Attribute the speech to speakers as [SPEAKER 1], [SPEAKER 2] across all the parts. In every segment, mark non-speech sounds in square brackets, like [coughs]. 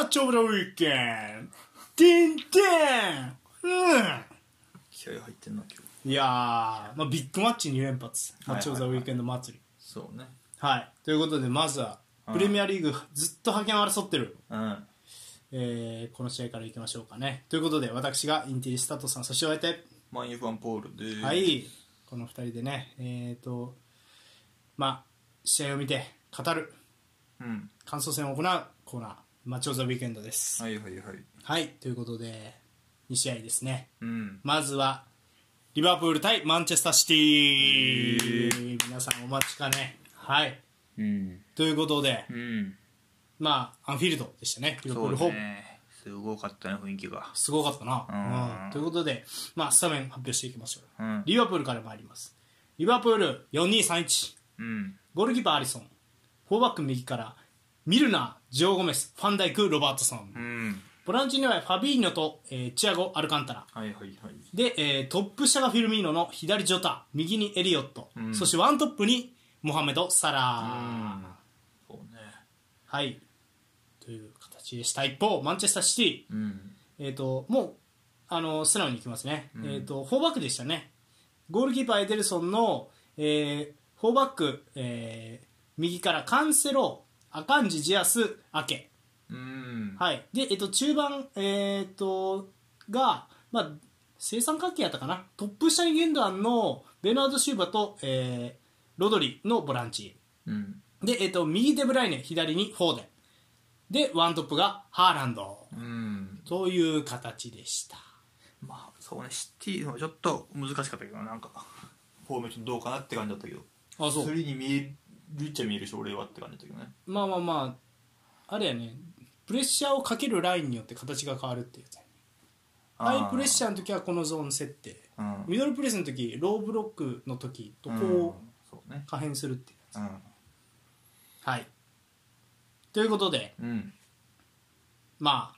[SPEAKER 1] match of the weekend! てんてんう
[SPEAKER 2] 気合入ってんな今日
[SPEAKER 1] んいやー、まあ、ビッグマッチ2連発。マッチオブザウィーケンド祭り。
[SPEAKER 2] そうね
[SPEAKER 1] はい。ということで、まずは、
[SPEAKER 2] うん
[SPEAKER 1] プレミアリーグずっと覇権を争ってる、
[SPEAKER 2] うん
[SPEAKER 1] えーこの試合からいきましょうかね。ということで、私がインテリスタートさん、差し終えて、
[SPEAKER 2] マンユファンポールで
[SPEAKER 1] はい、この2人でね、えーと、まあ、試合を見て、語る、
[SPEAKER 2] うん
[SPEAKER 1] 感想戦を行うコーナー、マッチオブザウィーケンドです。
[SPEAKER 2] はいはいはい
[SPEAKER 1] はい、ということで、2試合ですね。
[SPEAKER 2] うん
[SPEAKER 1] まずは、リバプール対マンチェスターシティ、皆さんお待ちかね。はい。
[SPEAKER 2] うん
[SPEAKER 1] ということで、
[SPEAKER 2] うん
[SPEAKER 1] まあ、アンフィールドでしたね、リバプ
[SPEAKER 2] そ
[SPEAKER 1] ール
[SPEAKER 2] う
[SPEAKER 1] ホーム。
[SPEAKER 2] ねすごかったね雰囲気が
[SPEAKER 1] すごかったな。
[SPEAKER 2] うん
[SPEAKER 1] ということで、まあ、スタメン発表していきましょう。
[SPEAKER 2] うん
[SPEAKER 1] リバプールから参ります。リバプール4231、
[SPEAKER 2] うん
[SPEAKER 1] ゴールキーパーアリソン、フォーバック右から、ミルナー、ジョー・ゴメス、ファンダイク、ロバートソン。
[SPEAKER 2] うん
[SPEAKER 1] ボランチにはファビーニョと、えーチアゴ・アルカンタラ。
[SPEAKER 2] はいはいはい
[SPEAKER 1] で、えートップ下がフィルミーノの左ジョタ右にエリオット、
[SPEAKER 2] うん
[SPEAKER 1] そしてワントップにモハメド・サラー、
[SPEAKER 2] うんそうね
[SPEAKER 1] はいという形でした一方マンチェスターシ
[SPEAKER 2] うん
[SPEAKER 1] ティ、えー、ともうあの素直にいきますね、
[SPEAKER 2] ん
[SPEAKER 1] えー、とフォーバックでしたねゴールキーパーエデルソンの、えーフォーバック、えー右からカンセロアカンジ・ジアス・アケ
[SPEAKER 2] うん
[SPEAKER 1] はい、で、えっと、中盤、えーっとが、まあ、正三角形やったかなトップ下にゲンダンのベナード・シューバと、えーロドリのボランチ
[SPEAKER 2] うん
[SPEAKER 1] で、えっと、右デブライネ左にフォーデンでワントップがハーランド
[SPEAKER 2] うん
[SPEAKER 1] という形でした
[SPEAKER 2] まあそうねシティのちょっと難しかったけどなんかフォーメーションどうかなって感じだったけど
[SPEAKER 1] あそ
[SPEAKER 2] ス
[SPEAKER 1] う
[SPEAKER 2] リーに見えるっちゃ見えるし俺はって感じだったけどね
[SPEAKER 1] まあまあまああれやねプレッシャーをかけるラインによって形が変わるっていうやつやねハイプレッシャーの時はこのゾーン設定
[SPEAKER 2] ャー
[SPEAKER 1] ミドルプレスの時ローブロックの時とこう
[SPEAKER 2] そうね
[SPEAKER 1] 可変するっていう
[SPEAKER 2] うん
[SPEAKER 1] はい。ということで、
[SPEAKER 2] うん
[SPEAKER 1] まあ、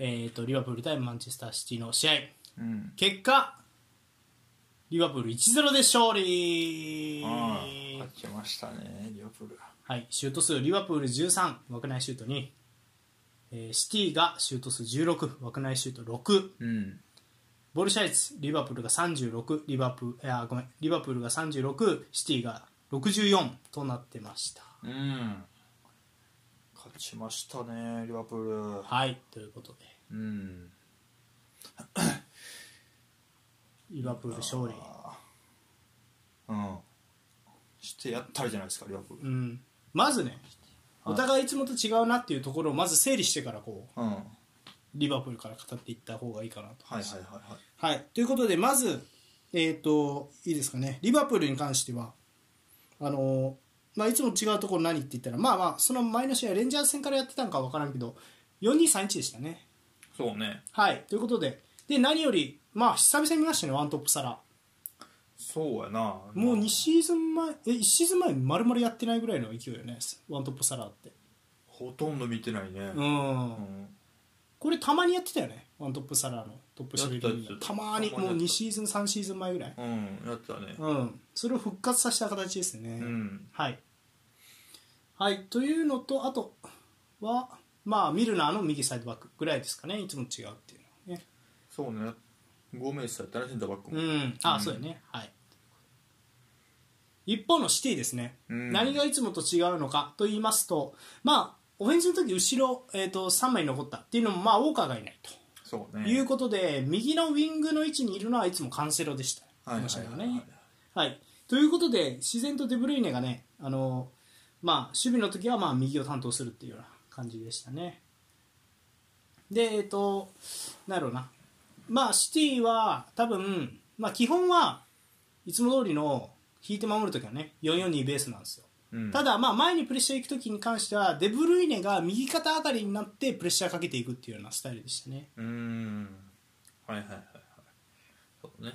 [SPEAKER 1] えっ、と、リバプール対マンチェスターシティの試合、
[SPEAKER 2] うん
[SPEAKER 1] 結果、リバプール1-0で勝利
[SPEAKER 2] うん勝ちましたねリオプール
[SPEAKER 1] はい、シュート数、リバプール13、枠内シュート2、えーシティがシュート数16、枠内シュート6、
[SPEAKER 2] うん
[SPEAKER 1] ボルシャイツ、リバプールが36、リバプール、あ、ごめん、リバプールが36、シティが64となってました。
[SPEAKER 2] うん勝ちましたねリバプー
[SPEAKER 1] はい、ということで、
[SPEAKER 2] ルうん
[SPEAKER 1] リバプール勝利。
[SPEAKER 2] あーうんしてやったりじゃないですかリバプー
[SPEAKER 1] う
[SPEAKER 2] ル
[SPEAKER 1] ん、まずね
[SPEAKER 2] は
[SPEAKER 1] お
[SPEAKER 2] い
[SPEAKER 1] 互いいつもと違うなっていうところをまず整理してからこう
[SPEAKER 2] うんはい
[SPEAKER 1] リバプールから語っていった方がいいかなと。
[SPEAKER 2] はいはいはい
[SPEAKER 1] はい、ということでまず、えー、といいですかねリバプールに関してはあのーまあ、いつも違うところ何って言ったらまあまあその前の試合レンジャーズ戦からやってたんかは分からんけど4231でしたね。
[SPEAKER 2] そうね
[SPEAKER 1] はい、ということでで何より、まあ、久々に見ましたねワントップサラ
[SPEAKER 2] そうやな
[SPEAKER 1] もう2シーズン前え1シーズン前丸々やってないぐらいの勢いよねワントップサラって。
[SPEAKER 2] ほとんど見てないね
[SPEAKER 1] うん
[SPEAKER 2] うん
[SPEAKER 1] これたまにやってたよねワントップサラーのトップシリー
[SPEAKER 2] やってたやっ
[SPEAKER 1] ズ
[SPEAKER 2] てた
[SPEAKER 1] たまに
[SPEAKER 2] たまに
[SPEAKER 1] もう
[SPEAKER 2] やってた
[SPEAKER 1] 2シーズン3シーズン前ぐらい
[SPEAKER 2] うんやってたね
[SPEAKER 1] うんそれを復活させた形ですね、
[SPEAKER 2] うん
[SPEAKER 1] はいはいというのとあとはまあミルナーの右サイドバックぐらいですかねいつも違うっていうのはね
[SPEAKER 2] そうねゴメスやったらセンターバックも
[SPEAKER 1] うんあ、
[SPEAKER 2] うん
[SPEAKER 1] そうやねはい一方のシティですね、
[SPEAKER 2] うん
[SPEAKER 1] 何がいつもと違うのかと言いますとまあオフェンスの時後ろ、えー、と3枚残ったっていうのもまあウォーカーがいないと
[SPEAKER 2] そう
[SPEAKER 1] と
[SPEAKER 2] ね
[SPEAKER 1] いうことで、右のウィングの位置にいるのはいつもカンセロでした、
[SPEAKER 2] はいは
[SPEAKER 1] この
[SPEAKER 2] い
[SPEAKER 1] 試合は
[SPEAKER 2] はい
[SPEAKER 1] ね。はい、ということで、自然とデブルイネがね、あのまあ、守備の時はまあ右を担当するっていうような感じでしたね。で、えっと、なんやろうな、まあ、シティは多分、まあ、基本はいつも通りの引いて守る時はね、442ベースなんですよ。
[SPEAKER 2] うん
[SPEAKER 1] ただ、まあ、前にプレッシャー行く時に関しては、デブルイネが右肩あたりになってプレッシャーかけていくっていうようなスタイルでしたね。
[SPEAKER 2] うーんはいはいはいはいそうね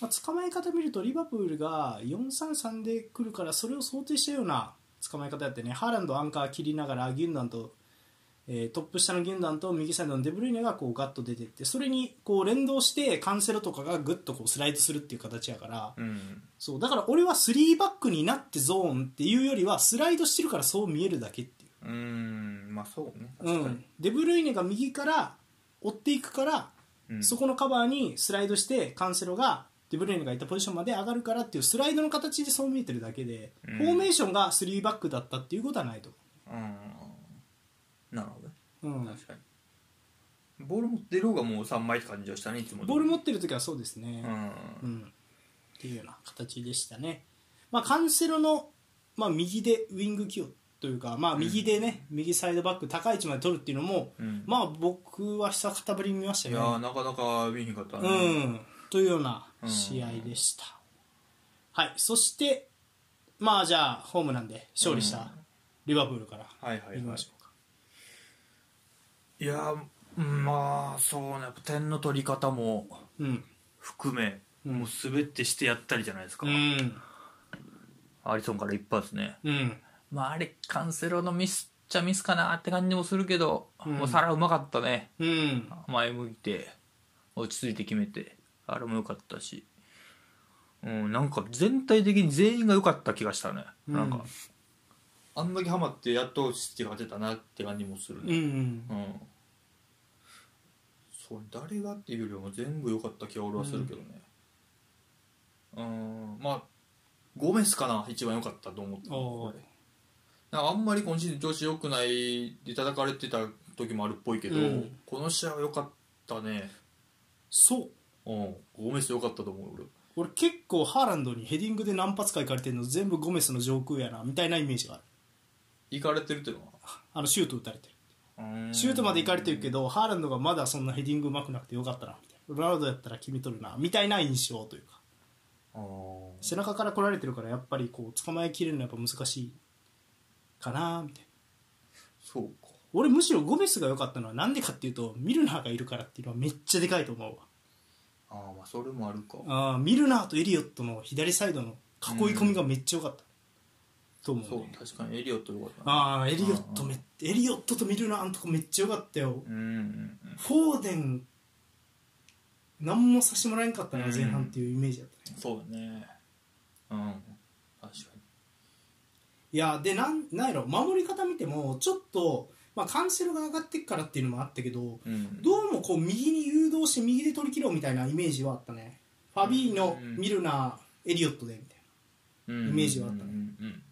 [SPEAKER 1] まあ、捕まえ方見るとリバプールが433で来るからそれを想定したような捕まえ方やってねハーランドアンカー切りながらギュンダンと、えートップ下のギュンダンと右サイドのデブルイネがこうガッと出てってそれにこう連動してカンセロとかがグッとこうスライドするっていう形やから、
[SPEAKER 2] うん
[SPEAKER 1] そうだから俺は3バックになってゾーンっていうよりはスライドしてるからそう見えるだけっていう
[SPEAKER 2] うーんまあそうね
[SPEAKER 1] う
[SPEAKER 2] 確かに
[SPEAKER 1] ん、デブルイネが右から追っていくから、
[SPEAKER 2] うん
[SPEAKER 1] そこのカバーにスライドしてカンセロがデブルイネがいたポジションまで上がるからっていうスライドの形でそう見えてるだけで、
[SPEAKER 2] うん
[SPEAKER 1] フォーメーションが3バックだったっていうことはないと
[SPEAKER 2] うんなるほどね
[SPEAKER 1] 思う、うん、
[SPEAKER 2] 確かにボール持ってる方がもう3枚って感じはしたねいつも
[SPEAKER 1] ボール持ってる時はそうですね、
[SPEAKER 2] うん
[SPEAKER 1] うん、っていうような形でしたね、まあ、カンセロの、まあ、右でウィング起用というか、まあ、右でね、右サイドバック高い位置まで取るっていうのも、
[SPEAKER 2] うん
[SPEAKER 1] まあ、僕は久方ぶりに見ました
[SPEAKER 2] い
[SPEAKER 1] よ
[SPEAKER 2] や
[SPEAKER 1] ね
[SPEAKER 2] ー。なかなか見えへんかったね
[SPEAKER 1] うん、というような試合でした、はい、そして、まあ、じゃあホームなんで勝利し
[SPEAKER 2] うん
[SPEAKER 1] たリバプールから
[SPEAKER 2] はいはいはい
[SPEAKER 1] いきましょうか、
[SPEAKER 2] いやーうんまあそうねやっぱ点の取り方も
[SPEAKER 1] うん
[SPEAKER 2] 含め、
[SPEAKER 1] うん
[SPEAKER 2] もう滑ってしてやったりじゃないですか、
[SPEAKER 1] うん
[SPEAKER 2] アリソンから一発ね
[SPEAKER 1] うん
[SPEAKER 2] まああれカンセロのミスっちゃミスかなって感じもするけど、
[SPEAKER 1] うん
[SPEAKER 2] もうサラうまかったね
[SPEAKER 1] うん
[SPEAKER 2] 前向いて落ち着いて決めてあれも良かったしうんなんか全体的に全員が良かった気がしたね、
[SPEAKER 1] うん
[SPEAKER 2] なんかあんだけハマってやっとシティが勝てたなって感じもする
[SPEAKER 1] うんうん
[SPEAKER 2] うん、そう誰がっていうよりも全部良かった気は俺はするけどねうんまあゴメスかな一番良かったと思って
[SPEAKER 1] おー
[SPEAKER 2] 俺なんかあんまり今シーズン調子良くないで叩かれてた時もあるっぽいけど、
[SPEAKER 1] うん
[SPEAKER 2] この試合は良かったね
[SPEAKER 1] そう
[SPEAKER 2] うんゴメス良かったと思う俺
[SPEAKER 1] 俺結構ハーランドにヘディングで何発か行かれてるの全部ゴメスの上空やなみたいなイメージがある
[SPEAKER 2] 行かれてるっていうの
[SPEAKER 1] あのシュート打たれてる
[SPEAKER 2] は
[SPEAKER 1] シュートまで行かれて
[SPEAKER 2] る
[SPEAKER 1] るけどハーランドがまだそんなヘディングうまくなくてよかったなみたいなロナウドやったら決めとるなみたいな印象というか
[SPEAKER 2] あー
[SPEAKER 1] 背中から来られてるからやっぱりこう捕まえきれるのはやっぱ難しいかなみたいな
[SPEAKER 2] そうか
[SPEAKER 1] 俺むしろゴメスが良かったのはなんでかっていうとミルナーがいるからっていうのはめっちゃでかいと思うわ
[SPEAKER 2] ああまあそれもあるか
[SPEAKER 1] あーミルナーとエリオットの左サイドの囲い込みがめっちゃ良かった、と思う、ね、
[SPEAKER 2] そう確かにエリオット良かったな
[SPEAKER 1] ああエリオットめエリオットとミルナーのとこめっちゃ良かったよ、
[SPEAKER 2] うんうんうん
[SPEAKER 1] フォーデン何もさしてもらえんかったな、
[SPEAKER 2] うん
[SPEAKER 1] 前半っていうイメージだったね
[SPEAKER 2] そうだねうん確か
[SPEAKER 1] いやでなんなんやろ守り方見てもちょっと、まあ、カンセルが上がってっからっていうのもあったけど
[SPEAKER 2] にうん
[SPEAKER 1] どうもこう右に誘導して右で取り切ろうみたいなイメージはあったねファビーノ、
[SPEAKER 2] うん
[SPEAKER 1] ミルナーエリオットでみたい
[SPEAKER 2] うん
[SPEAKER 1] イメージはあったね
[SPEAKER 2] うんうん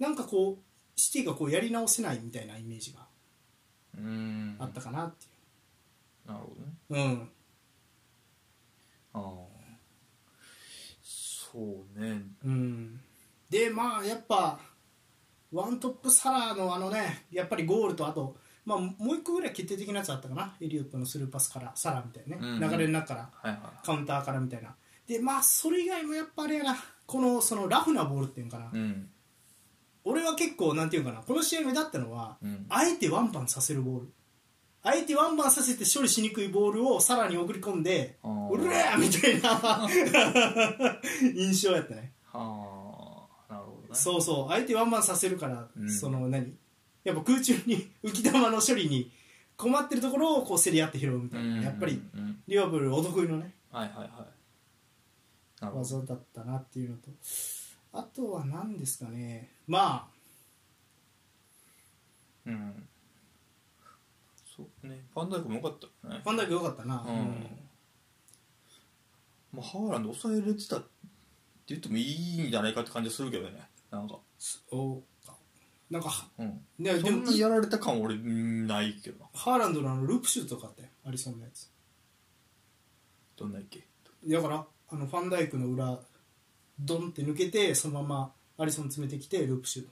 [SPEAKER 1] ななんかこうシティがこうやり直せないみたいなイメージが
[SPEAKER 2] うんうん
[SPEAKER 1] あったかなってい
[SPEAKER 2] なるほどね
[SPEAKER 1] ううん
[SPEAKER 2] ああそうね
[SPEAKER 1] うん、でまあやっぱワントップサラーのあのねやっぱりゴールとあと、まあ、もう一個ぐらい決定的なやつあったかなエリオットのスルーパスからサラーみたいなね、
[SPEAKER 2] うんうん
[SPEAKER 1] 流れの中から
[SPEAKER 2] はいは
[SPEAKER 1] カウンターからみたいなでまあそれ以外もやっぱあれやなこのそのラフなボールっていうのかな、
[SPEAKER 2] いうん
[SPEAKER 1] 俺は結構なんていうのかなこの試合目立ったのは、
[SPEAKER 2] うん
[SPEAKER 1] あえてワンバンさせるボールあえてワンバンさせて処理しにくいボールをさらに送り込んで
[SPEAKER 2] あー
[SPEAKER 1] うるえみたい
[SPEAKER 2] [laughs]
[SPEAKER 1] な印象やったね
[SPEAKER 2] はあなるほどね
[SPEAKER 1] そうそう相手ワンマンさせるから、
[SPEAKER 2] うん
[SPEAKER 1] その何やっぱ空中に浮き球の処理に困ってるところをこう競り合って拾うみたいな、やっぱり
[SPEAKER 2] うんうん
[SPEAKER 1] リバプールお得意のね
[SPEAKER 2] はいはいはいなるほど
[SPEAKER 1] 技だったなっていうのとあとは何ですかねまあ
[SPEAKER 2] うんそうねファンダイクも良かったよね
[SPEAKER 1] ファンダイク良かったな、
[SPEAKER 2] うんまあハーランド抑えれてたって言ってもいいんじゃないかって感じはするけどねなんか
[SPEAKER 1] そうかなんか
[SPEAKER 2] うん
[SPEAKER 1] ね
[SPEAKER 2] そ
[SPEAKER 1] で
[SPEAKER 2] ん
[SPEAKER 1] も
[SPEAKER 2] なやられた感は俺うんないけどな
[SPEAKER 1] ハーランドのあのループシュートとかあってアリソンのやつ
[SPEAKER 2] どんなやっけ
[SPEAKER 1] だからあのファンダイクの裏ドンって抜けてそのままアリソン詰めてきてループシュート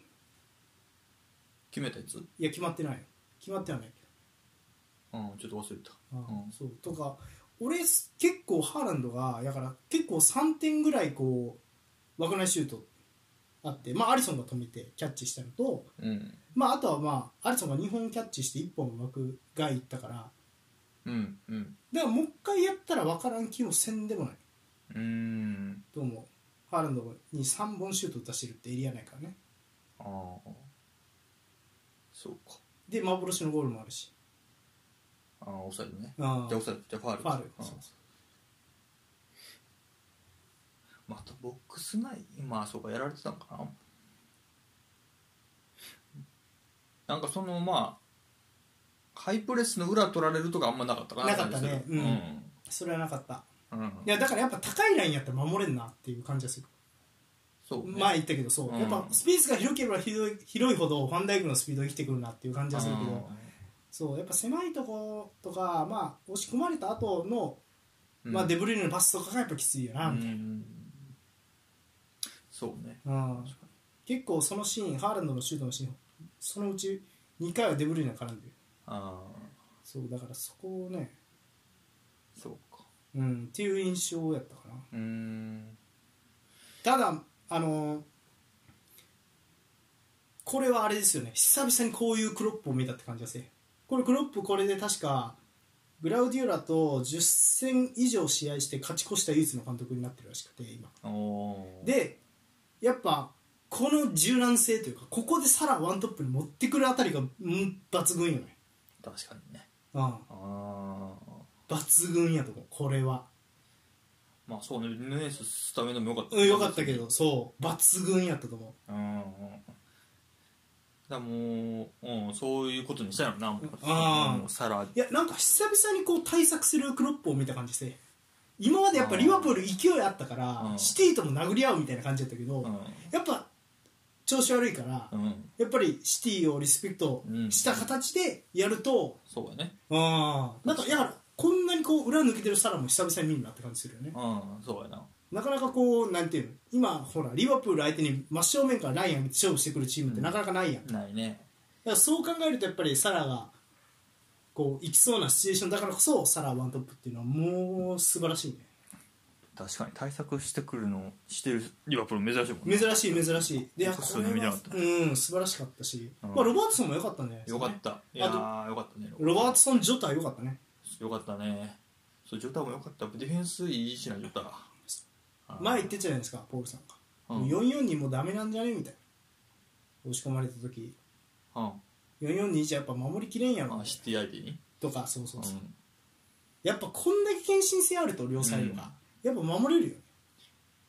[SPEAKER 2] 決めたやつ
[SPEAKER 1] いや決まってないよ決まってはないけど
[SPEAKER 2] うんちょっと忘れたうん
[SPEAKER 1] そうとか俺結構ハーランドがだから結構3点ぐらいこう枠内シュートあってまあアリソンが止めてキャッチしたのと
[SPEAKER 2] うん
[SPEAKER 1] まああとはまあアリソンが2本キャッチして1本枠外行ったから
[SPEAKER 2] うんうん
[SPEAKER 1] だからもう一回やったら分からん気もせんでもない
[SPEAKER 2] うん
[SPEAKER 1] と思うハーランドに3本シュート打たしてるってエリア内からね
[SPEAKER 2] ああそうか
[SPEAKER 1] で幻のゴールもあるし
[SPEAKER 2] ああ抑えるね
[SPEAKER 1] あ
[SPEAKER 2] じゃ
[SPEAKER 1] ー
[SPEAKER 2] あ抑えるじゃあファール
[SPEAKER 1] ファール
[SPEAKER 2] うん
[SPEAKER 1] そうそ
[SPEAKER 2] またボックス内まあそうかやられてたのかななんかそのまあハイプレスの裏取られるとかあんまなかったか
[SPEAKER 1] なかったね
[SPEAKER 2] うん、
[SPEAKER 1] それはなかった
[SPEAKER 2] うん
[SPEAKER 1] いやだからやっぱ高いラインやったら守れんなっていう感じがする
[SPEAKER 2] そう、ね、
[SPEAKER 1] 前言ったけどそう、
[SPEAKER 2] うん
[SPEAKER 1] やっぱスペースが広ければ広い広いほどファンダイクのスピードが生きてくるなっていう感じがするけど、そうやっぱ狭いとことか、まあ、押し込まれた後の、
[SPEAKER 2] うん
[SPEAKER 1] まあデブルイネのパスとかがやっぱきついよな、みたい
[SPEAKER 2] うんそうね
[SPEAKER 1] なうん、結構そのシーンハーランドのシュートのシーンそのうち2回はデブルイネが絡んでる
[SPEAKER 2] ああ
[SPEAKER 1] そうだからそこをね、
[SPEAKER 2] そうか
[SPEAKER 1] うん、っていう印象やったかな
[SPEAKER 2] うーん
[SPEAKER 1] ただあのこれはあれですよね久々にこういうクロップを見たって感じがするこれクロップこれで確かグラウディオラと10戦以上試合して勝ち越した唯一の監督になってるらしくて今
[SPEAKER 2] おー
[SPEAKER 1] でやっぱこの柔軟性というかここでさらワントップに持ってくるあたりがうん抜群よね
[SPEAKER 2] 確かにね
[SPEAKER 1] うん
[SPEAKER 2] ああ
[SPEAKER 1] 抜群やと思うこれは
[SPEAKER 2] まあそうねヌネススタメンでもよかった
[SPEAKER 1] うんよかったけどそう抜群やったと思う
[SPEAKER 2] うんうんだからもう、うん、そういうことにしたよなもう
[SPEAKER 1] あー
[SPEAKER 2] もうさら
[SPEAKER 1] いやなんか久々にこう対策するクロップを見た感じして今までやっぱリバプール勢いあったから、
[SPEAKER 2] うん
[SPEAKER 1] シティとも殴り合うみたいな感じだったけど、
[SPEAKER 2] うん
[SPEAKER 1] やっぱ調子悪いから、
[SPEAKER 2] うん
[SPEAKER 1] やっぱりシティをリスペクトした形でやると、
[SPEAKER 2] そうやね
[SPEAKER 1] ああなんかいやこんなにこう裏抜けてるサラも久々に見るなって感じするよね
[SPEAKER 2] うんそうやな
[SPEAKER 1] なかなかこうなんていうの今ほらリバプール相手に真正面からライン上げて勝負してくるチームってなかなかないやん、だ
[SPEAKER 2] ないね
[SPEAKER 1] からそう考えるとやっぱりサラがこう行きそうなシチュエーションだからこそサラワントップっていうのはもう素晴らしいね
[SPEAKER 2] 確かに対策してくるのしてるリバプール珍しいもんね
[SPEAKER 1] 珍しい珍しいでいやこれは
[SPEAKER 2] そうそういうの見なかった
[SPEAKER 1] うん素晴らしかったし、
[SPEAKER 2] うん
[SPEAKER 1] まあ、ロバートソンも良かったんじゃないです
[SPEAKER 2] よ
[SPEAKER 1] か、ね、
[SPEAKER 2] かったいやーよかったね
[SPEAKER 1] ロバートソン・ジョタ良かったね
[SPEAKER 2] よかったねそうジョタもよかったディフェンスいいしなジョタ
[SPEAKER 1] 前言ってたじゃないですかポールさんが、
[SPEAKER 2] うんうん
[SPEAKER 1] 442もうダメなんじゃねみたいな押し込まれた時
[SPEAKER 2] あ
[SPEAKER 1] 442じゃやっぱ守りきれんやろ
[SPEAKER 2] シティ相手に
[SPEAKER 1] とかそうそうそう、
[SPEAKER 2] うん
[SPEAKER 1] やっぱこんだけ献身性あると両サイドが、やっぱ守れるよね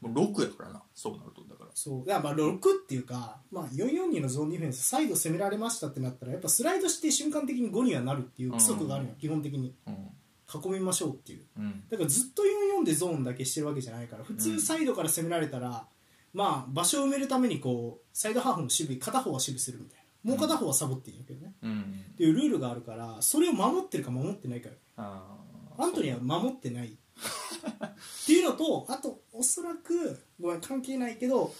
[SPEAKER 2] もう六やからなそうなるとだから
[SPEAKER 1] そうだからまあ6っていうか、まあ、442のゾーンディフェンスサイド攻められましたってなったらやっぱスライドして瞬間的に5にはなるっていう規則があるの、よ基本的に
[SPEAKER 2] うん
[SPEAKER 1] 囲みましょうっていう
[SPEAKER 2] うん
[SPEAKER 1] だからずっと44でゾーンだけしてるわけじゃないから普通サイドから攻められたら、まあ場所を埋めるためにこうサイドハーフの守備片方は守備するみたいなもう片方はサボっていいんだけどね、
[SPEAKER 2] うん
[SPEAKER 1] っていうルールがあるからそれを守ってるか守ってないか
[SPEAKER 2] あー
[SPEAKER 1] アントニーは守ってないっていうのとあとおそらくごめん関係ないけど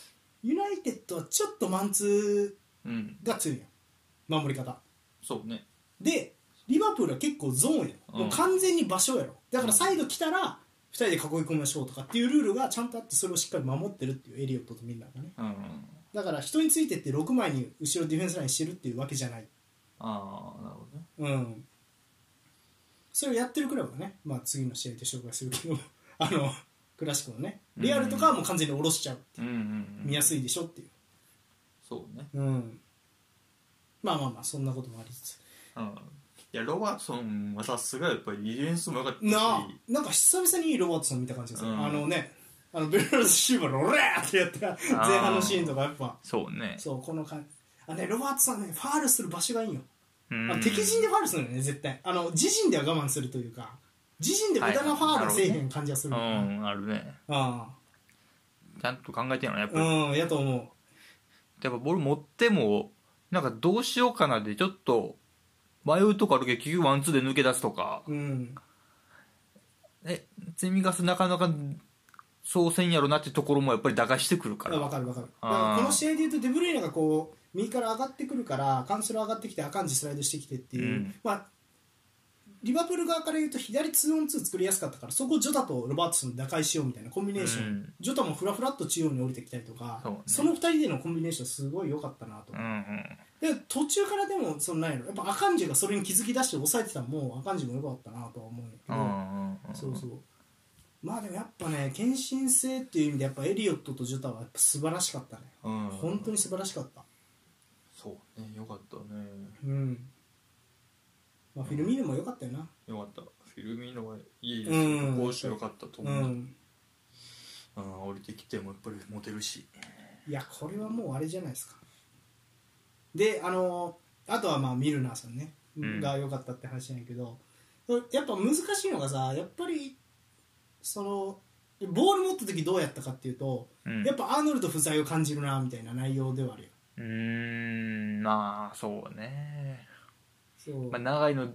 [SPEAKER 1] ユナイテッドはちょっとマンツ
[SPEAKER 2] うん
[SPEAKER 1] ーが強いやん守り方
[SPEAKER 2] そうね
[SPEAKER 1] でリバプールは結構ゾーンやろ、
[SPEAKER 2] うん
[SPEAKER 1] もう完全に場所やろだからサイド来たら2人で囲い込みましょうとかっていうルールがちゃんとあってそれをしっかり守ってるっていうエリオットとみんながね
[SPEAKER 2] うん
[SPEAKER 1] だから人についてって6枚に後ろディフェンスラインしてるっていうわけじゃない
[SPEAKER 2] ああなるほどね
[SPEAKER 1] うんそれをやってるクラブがね、まあ、次の試合で紹介するけど [laughs] あのクラシコのねレアルとかはもう完全に下ろしちゃう
[SPEAKER 2] うんうん
[SPEAKER 1] 見や
[SPEAKER 2] い
[SPEAKER 1] すいでしょっていう
[SPEAKER 2] そうね
[SPEAKER 1] うんまあまあまあそんなこともありつつ
[SPEAKER 2] うんいやロバートソンはさすがやっぱりディフェンスもよかったし
[SPEAKER 1] なあなんか久々にいいロバートソン見た感じですね、
[SPEAKER 2] うん
[SPEAKER 1] あのねあのベルナルド・シーバーの「オレー!」ってやった前半のシーンとかやっぱ
[SPEAKER 2] そうね
[SPEAKER 1] そうこの感じあねロバートさんねファールする場所がいいよ、
[SPEAKER 2] うん
[SPEAKER 1] あの敵陣でファールするのよね絶対あの自陣では我慢するというか自陣で無駄なファールはせえへん感じがす
[SPEAKER 2] う
[SPEAKER 1] るよね
[SPEAKER 2] んあるね
[SPEAKER 1] あ
[SPEAKER 2] ちゃんと考えてんのやっぱ
[SPEAKER 1] あ
[SPEAKER 2] り
[SPEAKER 1] うんやと思
[SPEAKER 2] やっぱボール持ってもなんかどうしようかなでちょっと迷うとこあるけど結局ワンツーで抜け出すとか
[SPEAKER 1] ううん
[SPEAKER 2] えゼミガスなかなかそうせんやろなってところもやっぱり打開してくるから
[SPEAKER 1] わかるわかるだ
[SPEAKER 2] あー
[SPEAKER 1] からこの試合でいうとデブルイネがこう右から上がってくるからカンセル上がってきてアカンジスライドしてきてっていう、
[SPEAKER 2] うん
[SPEAKER 1] まあリバプール側から言うと左2オン2作りやすかったからそこをジョタとロバートソンで打開しようみたいなコンビネーション、
[SPEAKER 2] うん
[SPEAKER 1] ジョタもフラフラっと中央に降りてきたりとか
[SPEAKER 2] そうね
[SPEAKER 1] の2人でのコンビネーションすごい良かったなと、
[SPEAKER 2] うんうん
[SPEAKER 1] で途中からでもそのなんやろやっぱアカンジがそれに気づき出して抑えてたのもアカンジも良かったなとは思うんやけ
[SPEAKER 2] う
[SPEAKER 1] ど、
[SPEAKER 2] んうん
[SPEAKER 1] そうそうまあでもやっぱね献身性っていう意味でやっぱエリオットとジョタはやっぱ素晴らしかったね
[SPEAKER 2] うん
[SPEAKER 1] 本当に素晴らしかった
[SPEAKER 2] そうねよかったね
[SPEAKER 1] うん、まあ、フィルミーヌも良かったよな
[SPEAKER 2] よかったフィルミーノはいいです
[SPEAKER 1] うん
[SPEAKER 2] 攻守よかったと
[SPEAKER 1] う
[SPEAKER 2] 思う、うん
[SPEAKER 1] ん
[SPEAKER 2] 降りてきてもやっぱりモテるし
[SPEAKER 1] いやこれはもうあれじゃないですかであのーあとはまあミルナーさんね、
[SPEAKER 3] うん
[SPEAKER 1] が良かったって話なんやけどやっぱ難しいのがさやっぱりそのボール持った時どうやったかっていうと、
[SPEAKER 3] うん
[SPEAKER 1] やっぱアーノルド不在を感じるなみたいな内容ではあるよ
[SPEAKER 3] うーんまあそうね、
[SPEAKER 1] そう、
[SPEAKER 3] まあ、長いの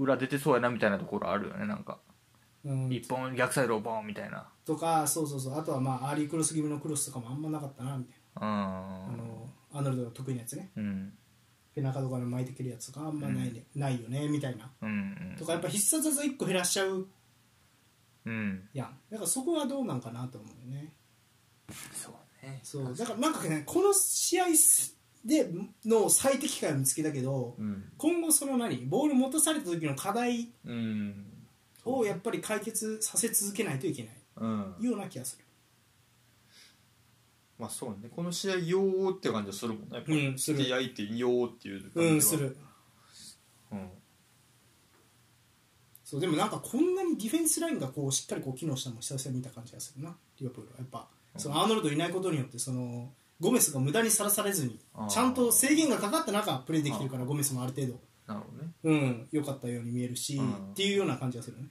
[SPEAKER 3] 裏出てそうやなみたいなところあるよねなんか
[SPEAKER 1] うん、
[SPEAKER 3] 一本逆サイドをボンみたいな
[SPEAKER 1] とかそうそうそうあとはまあアーリークロス気味のクロスとかもあんまなかったなみたいな、あのアーノルドが得意なやつね
[SPEAKER 3] うんうん
[SPEAKER 1] 背中とかに巻いてくるやつとかあんまない,、ねないよねみたいな
[SPEAKER 3] うん
[SPEAKER 1] とかやっぱ必殺技1個減らしちゃう
[SPEAKER 3] うん
[SPEAKER 1] やんだからそこはどうなんかなと思うよね
[SPEAKER 3] そうね
[SPEAKER 1] そうだからなんかねこの試合での最適解を見つけたけど、
[SPEAKER 3] うん
[SPEAKER 1] 今後その何ボール持たされた時の課題
[SPEAKER 3] うん
[SPEAKER 1] をやっぱり解決させ続けないといけない
[SPEAKER 2] うん
[SPEAKER 1] ような気がする
[SPEAKER 2] まあそうねこの試合よーって感じはするもんねやっぱり
[SPEAKER 1] うんする
[SPEAKER 2] 試合ってよーっていう感じは
[SPEAKER 1] うんする
[SPEAKER 2] うん
[SPEAKER 1] そうでもなんかこんなにディフェンスラインがこうしっかりこう機能したのも久々に見た感じがするなリオプールはやっぱそのアーノルドいないことによってそのゴメスが無駄にさらされずに
[SPEAKER 2] あー
[SPEAKER 1] ちゃんと制限がかかった中プレーできてるからゴメスもある程度
[SPEAKER 2] なるほどね
[SPEAKER 1] うん良かったように見えるし
[SPEAKER 2] うん
[SPEAKER 1] っていうような感じがするね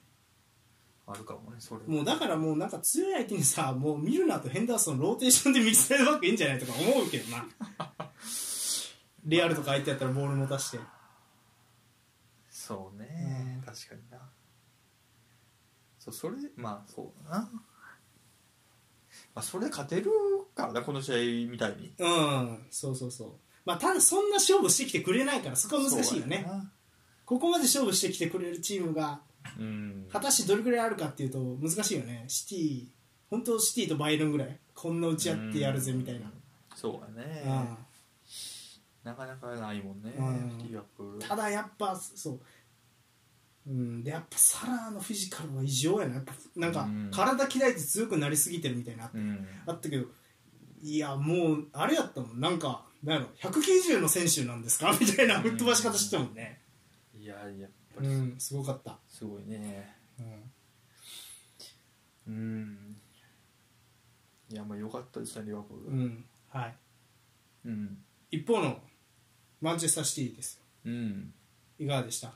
[SPEAKER 2] あるかもねそれ
[SPEAKER 1] もうだからもうなんか強い相手にさもうミルナーとヘンダーソンローテーションで右サイドバックいいんじゃないとか思うけ
[SPEAKER 2] [laughs]
[SPEAKER 1] どなレアルとか相手やったらボール持たして
[SPEAKER 2] そうね、
[SPEAKER 1] うん
[SPEAKER 2] 確かになそうそれまあそうだな、まあ、それで勝てるからなこの試合みたいに
[SPEAKER 1] うんそうそうそうまあただそんな勝負してきてくれないからそこは難しいよ
[SPEAKER 2] そう
[SPEAKER 1] ね
[SPEAKER 2] だな
[SPEAKER 1] ここまで勝負してきてくれるチームが
[SPEAKER 2] うん
[SPEAKER 1] 果たしてどれくらいあるかっていうと難しいよねシティ本当シティとバイエルンぐらいこんな打ち合ってやるぜみたいな
[SPEAKER 2] そうだね、
[SPEAKER 1] うん
[SPEAKER 2] なかなかないもんね、
[SPEAKER 1] うん
[SPEAKER 2] リバプール
[SPEAKER 1] ただやっぱそう、うん、でやっぱサラーのフィジカルは異常やなやっぱなんか
[SPEAKER 2] うん
[SPEAKER 1] 体嫌いで強くなりすぎてるみたいな、
[SPEAKER 2] うん
[SPEAKER 1] あったけどいやもうあれやったもんなんかなんやろ190の選手なんですか [laughs] みたいな吹っ飛ばし方してたもんね、
[SPEAKER 2] いややっぱ
[SPEAKER 1] う
[SPEAKER 2] り
[SPEAKER 1] ん、すごかった、
[SPEAKER 2] すごいね
[SPEAKER 1] うん
[SPEAKER 2] うんいやまあ良かったですねリバプール
[SPEAKER 1] うんはい、
[SPEAKER 2] うん
[SPEAKER 1] 一方のマンチェスターシティですよ
[SPEAKER 2] うん
[SPEAKER 1] いかがでした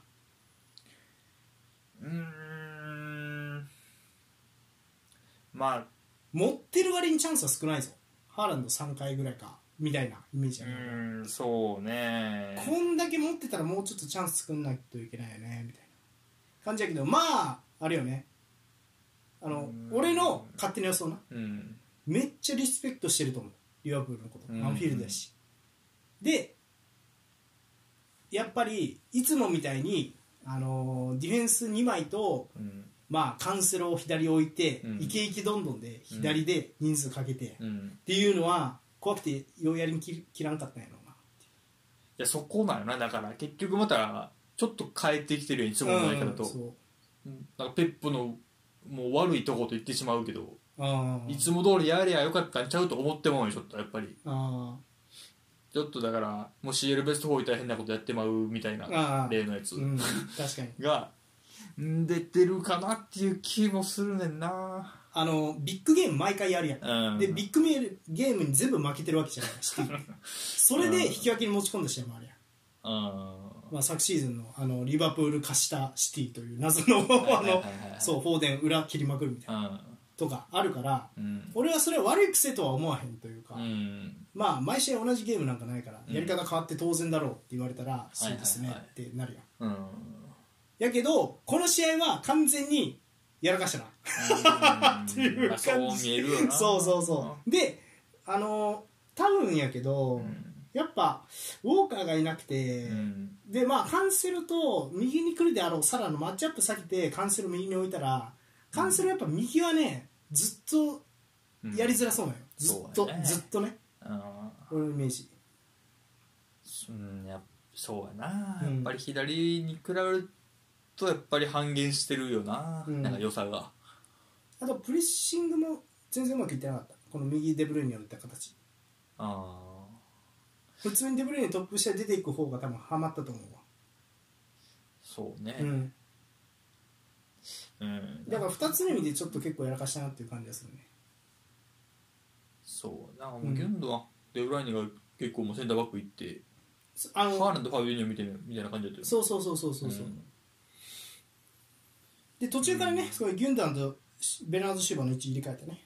[SPEAKER 2] うーんまあ
[SPEAKER 1] 持ってる割にチャンスは少ないぞハーランド3回ぐらいかみたいなイメージ
[SPEAKER 2] う
[SPEAKER 1] やな
[SPEAKER 2] ーんそうね
[SPEAKER 1] こんだけ持ってたらもうちょっとチャンス作んないといけないよねみたいな感じやけどまああれよねあの
[SPEAKER 2] うん
[SPEAKER 1] 俺の勝手な予想な
[SPEAKER 2] うん
[SPEAKER 1] めっちゃリスペクトしてると思うリバプールのこと
[SPEAKER 2] うん
[SPEAKER 1] アンフィールドだしでやっぱりいつもみたいにあのディフェンス2枚と
[SPEAKER 2] うん
[SPEAKER 1] まあカンセロを左置いて、
[SPEAKER 2] うん
[SPEAKER 1] イケイケどんどんで左で人数かけて、
[SPEAKER 2] うん
[SPEAKER 1] っていうのは怖くてようやりに切切らんかったんやろうない
[SPEAKER 2] やそこなのなだから結局またちょっと変えてきてるよいつものやり方と、
[SPEAKER 1] うんそう
[SPEAKER 2] うんなんかペップのもう悪いとこと言ってしまうけど、
[SPEAKER 1] あー
[SPEAKER 2] いつも通りやりゃよかったんちゃうと思ってまうよちょっとやっぱり
[SPEAKER 1] あ
[SPEAKER 2] ちょっとだからもう CL ベスト4いたら変なことやってまうみたいな
[SPEAKER 1] ああ
[SPEAKER 2] 例のやつ
[SPEAKER 1] ーうん確かに
[SPEAKER 2] がん出てるかなっていう気もするねんな
[SPEAKER 1] あのビッグゲーム毎回やるやん、
[SPEAKER 2] うん
[SPEAKER 1] でビッグメールゲームに全部負けてるわけ
[SPEAKER 2] [laughs]
[SPEAKER 1] じゃないしそれで引き分けに持ち込んだ試合もあるやん、
[SPEAKER 2] うん
[SPEAKER 1] まあ、昨シーズンのあのリバプール貸したシティという謎の
[SPEAKER 2] は
[SPEAKER 1] あ
[SPEAKER 2] いはいはい
[SPEAKER 1] の
[SPEAKER 2] はい
[SPEAKER 1] そうフォーデン裏切りまくるみたいうなんとかあるから
[SPEAKER 2] うん
[SPEAKER 1] 俺はそれは悪い癖とは思わへんというか、
[SPEAKER 2] うん
[SPEAKER 1] まあ毎試合同じゲームなんかないから
[SPEAKER 2] うん
[SPEAKER 1] やり方変わって当然だろうって言われたら、そうですね
[SPEAKER 2] はいはい
[SPEAKER 1] ってなるやん、
[SPEAKER 2] うん
[SPEAKER 1] やけどこの試合は完全にやらかしたな
[SPEAKER 2] って
[SPEAKER 1] いう感じ
[SPEAKER 2] そう見えるよな
[SPEAKER 1] そうそうそうであのー多分やけど、
[SPEAKER 2] うん
[SPEAKER 1] やっぱウォーカーがいなくて、
[SPEAKER 2] うん
[SPEAKER 1] でまあカンセルと右に来るであろうサラのマッチアップ避けてカンセル右に置いたらカンセルやっぱ右はねずっと
[SPEAKER 2] うん
[SPEAKER 1] やりづらそうなのよ、ずっと、
[SPEAKER 2] そうだね
[SPEAKER 1] ずっとね
[SPEAKER 2] あ
[SPEAKER 1] 俺のイメージ
[SPEAKER 2] ーうんやっぱそうやな、
[SPEAKER 1] うん
[SPEAKER 2] やっぱり左に比べるとやっぱり半減してるよな、
[SPEAKER 1] うん
[SPEAKER 2] なんか良さが
[SPEAKER 1] あとプレッシングも全然うまくいってなかったこの右デブルイネを打った形
[SPEAKER 2] あー
[SPEAKER 1] 普通にデブルイネトップ下に出ていく方が多分ハマったと思うわ、
[SPEAKER 2] そうね
[SPEAKER 1] うん、
[SPEAKER 2] うん
[SPEAKER 1] だから2つの意味でちょっと結構やらかしたなっていう感じがするね
[SPEAKER 2] そうなんか
[SPEAKER 1] う
[SPEAKER 2] も
[SPEAKER 1] ん
[SPEAKER 2] うギュンドアンデブライネが結構もうセンターバック行って
[SPEAKER 1] そあ
[SPEAKER 2] ハー
[SPEAKER 1] の
[SPEAKER 2] ランド、ファビーニョみたいなみたいな感じだったよ
[SPEAKER 1] そうそうそうそうそうそう、
[SPEAKER 2] ん
[SPEAKER 1] で途中からねすごいギュンダンとベルナード・シューバーの位置入れ替えてね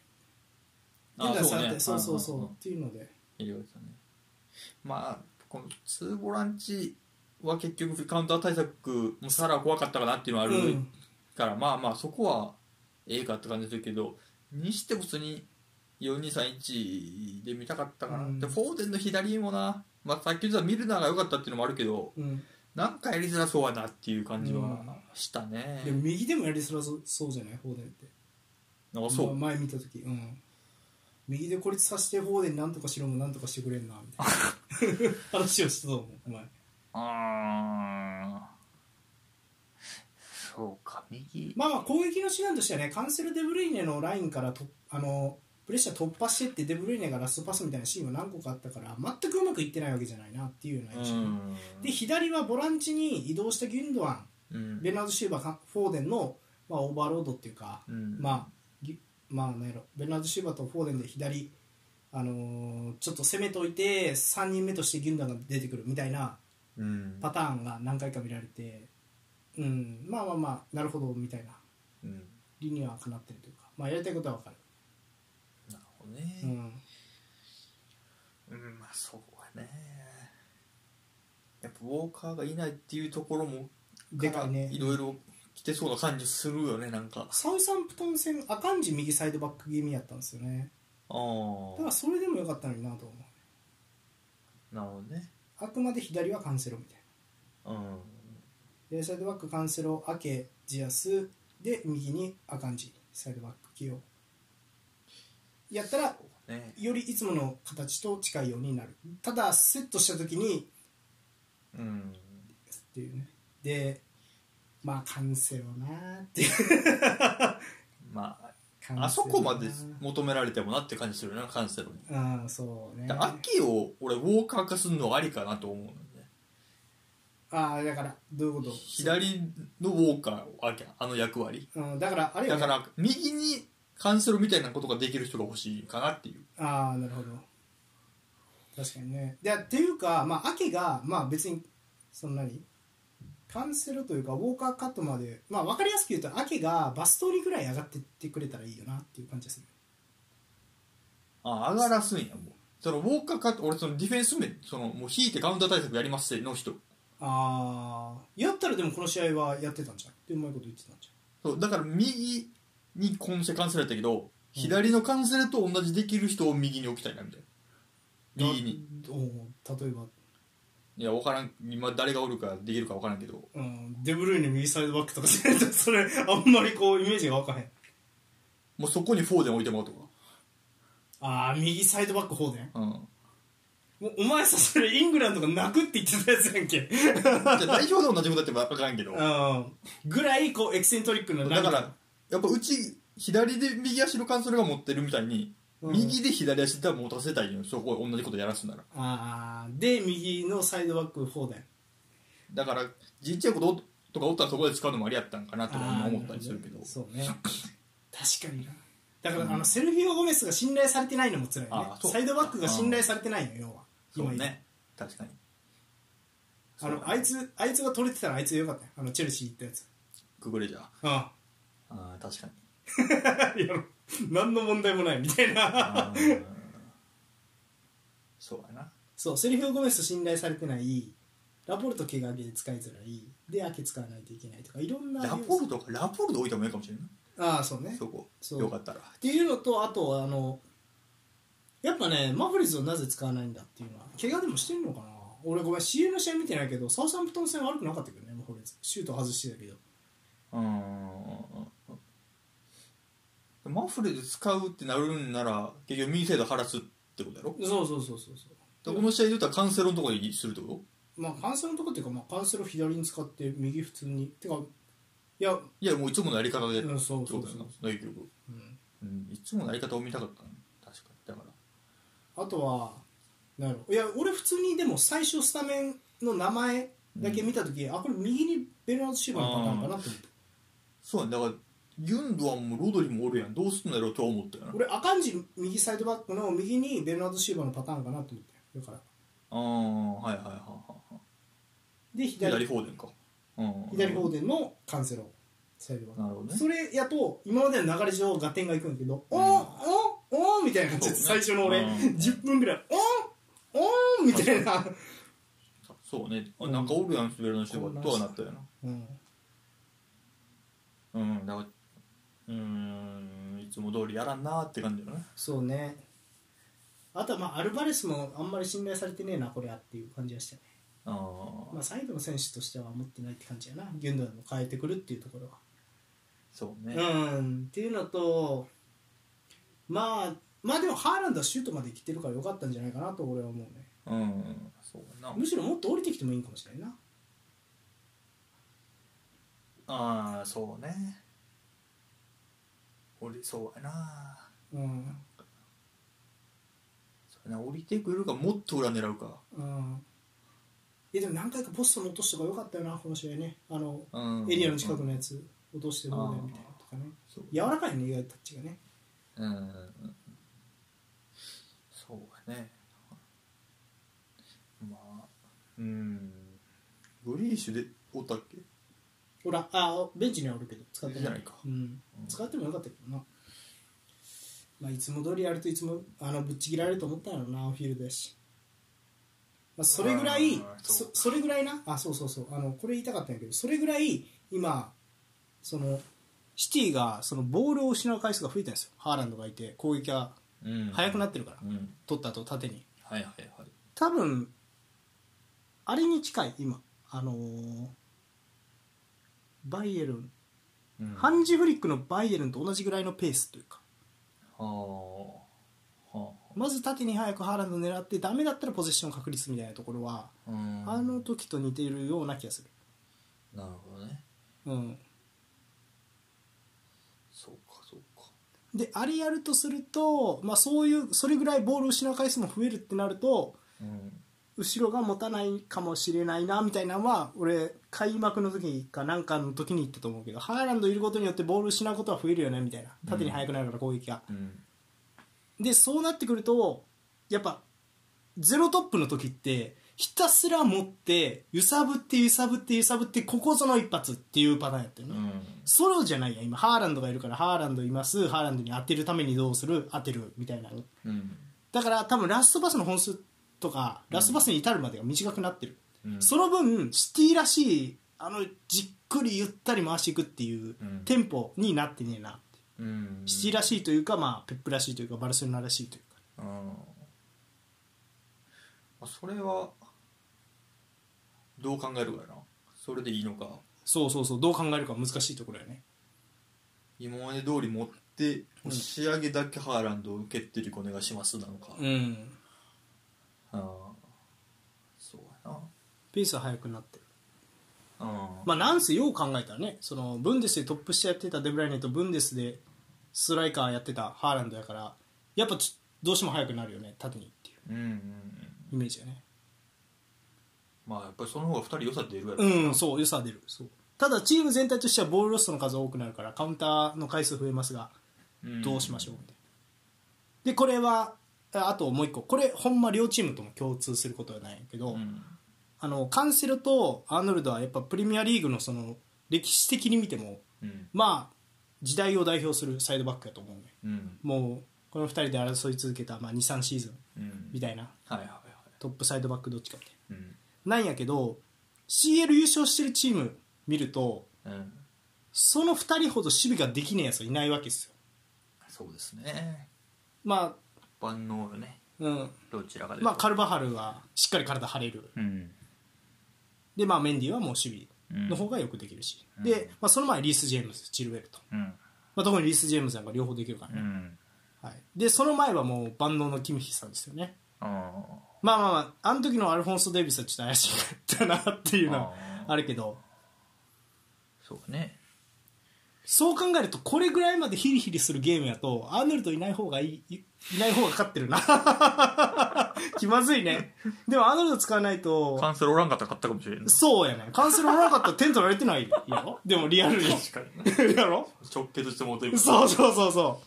[SPEAKER 1] ギュン
[SPEAKER 2] あ
[SPEAKER 1] ダン下
[SPEAKER 2] そう
[SPEAKER 1] がっ
[SPEAKER 2] ね
[SPEAKER 1] てそうそう
[SPEAKER 2] うん
[SPEAKER 1] そ
[SPEAKER 2] うん
[SPEAKER 1] う
[SPEAKER 2] うん
[SPEAKER 1] っていうので
[SPEAKER 2] 入れ替えてたねまあこの2ボランチは結局カウンター対策もサラは怖かったかなっていうのはある
[SPEAKER 1] うん
[SPEAKER 2] から、まあまあそこはええかって感じするけどにしても普通に4231で見たかったかな、
[SPEAKER 1] うん
[SPEAKER 2] でフォーデンの左もな、まあ、さっき言ったミルナーが良かったっていうのもあるけど
[SPEAKER 1] うん
[SPEAKER 2] なんかやりづらそうやなっていう感じはしたね、
[SPEAKER 1] でも右でもやりづらそうそうじゃないフォーデンって
[SPEAKER 2] あそう、
[SPEAKER 1] ま前見た時うん右で孤立させてフォーデンなんとかしろもなんとかしてくれんなみたい
[SPEAKER 2] [laughs]
[SPEAKER 1] な話をしたと思うお前
[SPEAKER 3] あーそうか右
[SPEAKER 1] まあまあ攻撃の手段としてはねカンセル・デブルイネのラインからとあのプレッシャー突破してってデブルイネがラストパスみたいなシーンが何個かあったから全くうまくいってないわけじゃないなっていうような印象、
[SPEAKER 2] うん
[SPEAKER 1] で左はボランチに移動したギュンドアン
[SPEAKER 2] うん
[SPEAKER 1] ベルナード・シューバーかフォーデンの、まあ、オーバーロードっていうか、
[SPEAKER 2] うん
[SPEAKER 1] まあぎまあなんやろベルナード・シューバーとフォーデンで左、あのーちょっと攻めといて3人目としてギュンダンが出てくるみたいな
[SPEAKER 2] うん
[SPEAKER 1] パターンが何回か見られて、うん、まあまあまあなるほどみたいな
[SPEAKER 2] うん
[SPEAKER 1] 理にはかなってるというか、まあ、やりたいことは分かる、
[SPEAKER 2] なるほどね、
[SPEAKER 1] うん、
[SPEAKER 2] うん、まあそうはね。やっぱウォーカーがいないっていうところも、
[SPEAKER 1] でかいね
[SPEAKER 2] いろいろ来てそうな感じするよね、なんか。あ
[SPEAKER 1] サウサンプトン戦アカンジ右サイドバック気味やったんですよね
[SPEAKER 2] あ。
[SPEAKER 1] だからそれでもよかったのになと思う
[SPEAKER 2] なるほどね。
[SPEAKER 1] あくまで左はカンセロみたいな
[SPEAKER 2] うん。
[SPEAKER 1] でサイドバックカンセロアケジアスで右にアカンジサイドバック起用やったら
[SPEAKER 2] ね。
[SPEAKER 1] よりいつもの形と近いようになるただセットした時に
[SPEAKER 2] うん。
[SPEAKER 1] っていうねでまあカンセロなーっていう
[SPEAKER 2] ま
[SPEAKER 1] カンセロな
[SPEAKER 2] あ、あそこまで求められてもなって感じするよね、カンセルに。
[SPEAKER 1] うんそうね
[SPEAKER 2] だから秋を俺、ウォーカー化するのはありかなと思うのね。
[SPEAKER 1] ああだからどういうこと
[SPEAKER 2] 左のウォーカーを、ああの役割。
[SPEAKER 1] うん、だからあれよ、
[SPEAKER 2] だ
[SPEAKER 1] ね、
[SPEAKER 2] から、右にカンセルみたいなことができる人が欲しいかなっていう。
[SPEAKER 1] ああなるほど確かにねでっていうかまあ秋がまあ別にそんなにカンセルというかウォーカーカットまでまあ分かりやすく言うと秋がバス通りぐらい上がってってくれたらいいよなっていう感じでする
[SPEAKER 2] あ上がらすんやもうそのウォーカーか俺そのディフェンス面そのもう引いてカウンター対策やりますっての人
[SPEAKER 1] ああやったらでもこの試合はやってたんじゃんってうまいこと言ってたんじ
[SPEAKER 2] そうだから右に今世カンセルやったけど、左のカンセルと同じできる人を右に置きたいなみたい
[SPEAKER 1] ゃ
[SPEAKER 2] なん右に
[SPEAKER 1] おう例えば、
[SPEAKER 2] いや分からん今誰がおるかできるか分からんけど
[SPEAKER 1] うん、デブルイネ右サイドバックとかじゃないとそれあんまりこうイメージが分かへん
[SPEAKER 2] もうそこにフォーデン置いてもらうとか
[SPEAKER 1] ああ右サイドバック方ね
[SPEAKER 2] うん
[SPEAKER 1] もうお前さそれイングランドが泣くって言ってたやつやん
[SPEAKER 2] [laughs]
[SPEAKER 1] け
[SPEAKER 2] じゃあ代表で同じことやっても分からんけど
[SPEAKER 1] うんぐらいこうエキセントリックな
[SPEAKER 2] だからやっぱうち左で右足のカンセルが持ってるみたいに、
[SPEAKER 1] うん
[SPEAKER 2] 右で左足で持たせたいよそこ同じことやらすなら
[SPEAKER 1] あーで右のサイドバックフォーデン
[SPEAKER 2] だからちっちゃいこととかおったらそこで使うのもありやったんかなとか今思ったりするけど
[SPEAKER 1] あーそうね確かになだから、あのセルフィオ・ゴメスが信頼されてないのも辛いよね
[SPEAKER 2] あーそう
[SPEAKER 1] サイドバックが信頼されてないの要は
[SPEAKER 2] そう
[SPEAKER 1] 言う
[SPEAKER 2] ね確かに
[SPEAKER 1] あのあいつあいつが取れてたらあいつでよかったよあのチェルシー行ったやつ
[SPEAKER 2] くぐれじゃ
[SPEAKER 1] あ
[SPEAKER 2] あ
[SPEAKER 1] [laughs]
[SPEAKER 2] ー確か
[SPEAKER 1] あ [laughs]
[SPEAKER 2] に
[SPEAKER 1] やろ何の問題もないみたいな
[SPEAKER 2] あーそうやな
[SPEAKER 1] そうセルフィオ・ゴメス信頼されてないラポルト毛が上げで使いづらいで明け使わないといけないとかいろんな
[SPEAKER 2] ラポルトかラポルト置いてもいいかもしれんな
[SPEAKER 1] ああそうね
[SPEAKER 2] そこ
[SPEAKER 1] そう
[SPEAKER 2] よかったら
[SPEAKER 1] っていうのとあとあのやっぱねマフリーズをなぜ使わないんだっていうのは怪我でもしてんのかな俺ごめん CL の試合見てないけどサウサンプトン戦悪くなかったけどねマフリーズシュート外してたけど
[SPEAKER 2] うんマフレで使うってなるんなら結局ミーセイド晴らすってことやろ
[SPEAKER 1] そうそうそうそうそう
[SPEAKER 2] でこの試合で言ったらカンセロのとこにするってこと
[SPEAKER 1] まあカンセルのとこっていうか、まあ、カンセルを左に使って右普通にてかいや
[SPEAKER 2] いやもういつものやり方でって
[SPEAKER 1] う
[SPEAKER 2] こ
[SPEAKER 1] んそうそ
[SPEAKER 2] と
[SPEAKER 1] う
[SPEAKER 2] や
[SPEAKER 1] そう
[SPEAKER 2] な大丈夫
[SPEAKER 1] うん
[SPEAKER 2] うんいつものやり方を見たかったな確かにだから
[SPEAKER 1] あとはなんやろいや俺普通にでも最初スタメンの名前だけ見た時、あこれ右にベルナード・シーバーのパターンかなって思った
[SPEAKER 2] そうやんだからギュンドアンもロドリもおるやんどうすんのやろうとは思ったよな
[SPEAKER 1] 俺アカンジ右サイドバックの右にベルナード・シーバーのパターンかなと思ってだから
[SPEAKER 2] ああはいはいはいはいはい
[SPEAKER 1] で左
[SPEAKER 2] 左方電かうん
[SPEAKER 1] 左フォーデンのカンセロサイドバック
[SPEAKER 2] なるほどね
[SPEAKER 1] それやと今までの流れ上合点がいくんだけど、おん、おんおんみたいな感じで
[SPEAKER 2] そう
[SPEAKER 1] 最
[SPEAKER 2] ね
[SPEAKER 1] 初の俺、
[SPEAKER 2] うん
[SPEAKER 1] 10分ぐらいおんおんみたいな、
[SPEAKER 2] そうねあなんかオルガン滑らの人がとはなったよな
[SPEAKER 1] うん、
[SPEAKER 2] うんだからうーんいつも通りやらんなーって感じだよね
[SPEAKER 1] そうねあとはまあアルバレスもあんまり信頼されてねえなこれはっていう感じがしたね、
[SPEAKER 2] あ
[SPEAKER 1] ま
[SPEAKER 2] あ
[SPEAKER 1] あ、サイドの選手としては持ってないって感じやなギュンドアンを変えてくるっていうところは
[SPEAKER 2] そうね
[SPEAKER 1] うんっていうのとまあまあでもハーランドはシュートまで来てるから良かったんじゃないかなと俺は思うね
[SPEAKER 2] うん、そうやな
[SPEAKER 1] むしろもっと降りてきてもいいんかもしれないな
[SPEAKER 2] ああそうね降りそうやな
[SPEAKER 1] うん
[SPEAKER 2] そうやな降りてくるかもっと裏狙うか
[SPEAKER 1] うんえでも何回かポストの落としとか良かったよなこの試合ねあの
[SPEAKER 2] うん
[SPEAKER 1] エリアの近くのやつ落としてどうだよみたいなとかね
[SPEAKER 2] そう
[SPEAKER 1] 柔らかいね意外とタッチがね
[SPEAKER 2] うんうんうんそうやねまあうんグリーシュでおったっけ
[SPEAKER 1] ほらあベンチにはおるけど使って
[SPEAKER 2] じゃ
[SPEAKER 1] な
[SPEAKER 2] ないいか
[SPEAKER 1] うん
[SPEAKER 2] うん
[SPEAKER 1] 使ってもよかったけどな、まあ、いつも通りやるといつもあのぶっちぎられると思ったんやろなアンフィールドやし、まあ、それぐらい
[SPEAKER 2] あーそう
[SPEAKER 1] そそれぐらいなあそうそうそうあのこれ言いたかったんやけどそれぐらい今そのシティがそのボールを失う回数が増えたんですよハーランドがいて攻撃が
[SPEAKER 2] うん
[SPEAKER 1] 速くな
[SPEAKER 2] っ
[SPEAKER 1] ってるから、
[SPEAKER 2] うん
[SPEAKER 1] 取った後縦に
[SPEAKER 2] はいはいはい
[SPEAKER 1] 多分あれに近い今あのーバイエルン
[SPEAKER 2] うん
[SPEAKER 1] ハンジフリックのバイエルンと同じぐらいのペースというか
[SPEAKER 2] はあは
[SPEAKER 1] まず縦に早くハーランド狙ってダメだったらポゼッション確率みたいなところは、
[SPEAKER 2] あうん
[SPEAKER 1] あの時と似ているような気がする
[SPEAKER 2] なるほどね
[SPEAKER 1] うん
[SPEAKER 2] そうかそうか
[SPEAKER 1] であれやるとすると、まあ、そういうそれぐらいボールを失う回数も増えるってなると
[SPEAKER 2] うん
[SPEAKER 1] 後ろが持たないかもしれないなみたいなのは俺開幕の時かなんかの時に言ったと思うけどハーランドいることによってボール失うことは増えるよねみたいな縦に速くなるから攻撃が、
[SPEAKER 2] うん
[SPEAKER 1] でそうなってくるとやっぱゼロトップの時ってひたすら持って揺さぶって揺さぶって揺さぶってここぞの一発っていうパターンやったよ
[SPEAKER 2] う
[SPEAKER 1] ね、
[SPEAKER 2] ん
[SPEAKER 1] ソロじゃないや今ハーランドがいるからハーランドいますハーランドに当てるためにどうする当てるみたいなの
[SPEAKER 2] うん
[SPEAKER 1] だから多分ラストバスの本数とかラストバスに至るまでが短くなってる、
[SPEAKER 2] うん
[SPEAKER 1] その分シティらしいあのじっくりゆったり回していくっていう
[SPEAKER 2] うん
[SPEAKER 1] テンポになってねえなって、
[SPEAKER 2] うん
[SPEAKER 1] シティらしいというか、まあ、ペップらしいというかバルセロナらしいというか
[SPEAKER 2] うんまあそれはどう考えるかやなそれでいいのか
[SPEAKER 1] そうそうそうどう考えるか難しいところやね
[SPEAKER 2] 今まで通り持って
[SPEAKER 1] うん
[SPEAKER 2] 仕上げだけハーランドを決定力お願いしますなのか、
[SPEAKER 1] うん
[SPEAKER 2] ああそうやな
[SPEAKER 1] ペースは速くなってる
[SPEAKER 2] あ
[SPEAKER 1] まあなんせよう考えたらねそのブンデスでトップ下やってたデブライネとブンデスでストライカーやってたハーランドやからやっぱちどうしても速くなるよね縦にってい
[SPEAKER 2] うんうんうん
[SPEAKER 1] うイメージやね
[SPEAKER 2] まあやっぱりその方が2人良さ出るやろ、
[SPEAKER 1] うんそう良さは出るそうただチーム全体としてはボールロストの数は多くなるからカウンターの回数増えますが
[SPEAKER 2] ん
[SPEAKER 1] どうしましょうみたいなでこれはああともう一個これほんま両チームとも共通することはないんやけど、
[SPEAKER 2] うん
[SPEAKER 1] あのカンセロとアーノルドはやっぱプレミアリーグのその歴史的に見ても
[SPEAKER 2] うん
[SPEAKER 1] まあ時代を代表するサイドバックやと思うね
[SPEAKER 2] うん
[SPEAKER 1] もうこの2人で争い続けた、まあ、23シーズン
[SPEAKER 2] うん
[SPEAKER 1] みたいな
[SPEAKER 2] はいはいは
[SPEAKER 1] トップサイドバックどっちかみたい
[SPEAKER 2] いうん
[SPEAKER 1] ななんやけど CL 優勝してるチーム見ると
[SPEAKER 2] うん
[SPEAKER 1] その2人ほど守備ができねえやつはいないわけですよ
[SPEAKER 2] そうですね
[SPEAKER 1] まあ
[SPEAKER 2] 万能よね
[SPEAKER 1] うん
[SPEAKER 2] どちらかで
[SPEAKER 1] まあカルバハルはしっかり体張れる
[SPEAKER 2] うん
[SPEAKER 1] でまあメンディはもう守備の方がよくできるし、で、まあ、その前リース・ジェームズチルウェルと
[SPEAKER 2] うん
[SPEAKER 1] まあ、特にリース・ジェームズなんか両方できるから
[SPEAKER 2] う
[SPEAKER 1] ね、
[SPEAKER 2] ん
[SPEAKER 1] はい、でその前はもう万能のキムヒさんですよね
[SPEAKER 2] あ
[SPEAKER 1] まあまあまああの時のアルフォンソ・デイビスはちょっと怪しかったなっていうのは
[SPEAKER 2] あー
[SPEAKER 1] あるけど
[SPEAKER 2] そうね
[SPEAKER 1] そう考えるとこれぐらいまでヒリヒリするゲームやとアーノルドいない方がいいいいない方が勝ってるな [laughs] 気まずいねでもアーノルド使わないと
[SPEAKER 3] カンセルおらんかったら買ったかもしれんない
[SPEAKER 1] そうやねカンセルおらなかったら点取られてないよでもリア
[SPEAKER 2] [laughs]
[SPEAKER 1] ルに
[SPEAKER 2] 確かに
[SPEAKER 1] やろ
[SPEAKER 2] 直結してもうてる
[SPEAKER 1] そうそうそうそ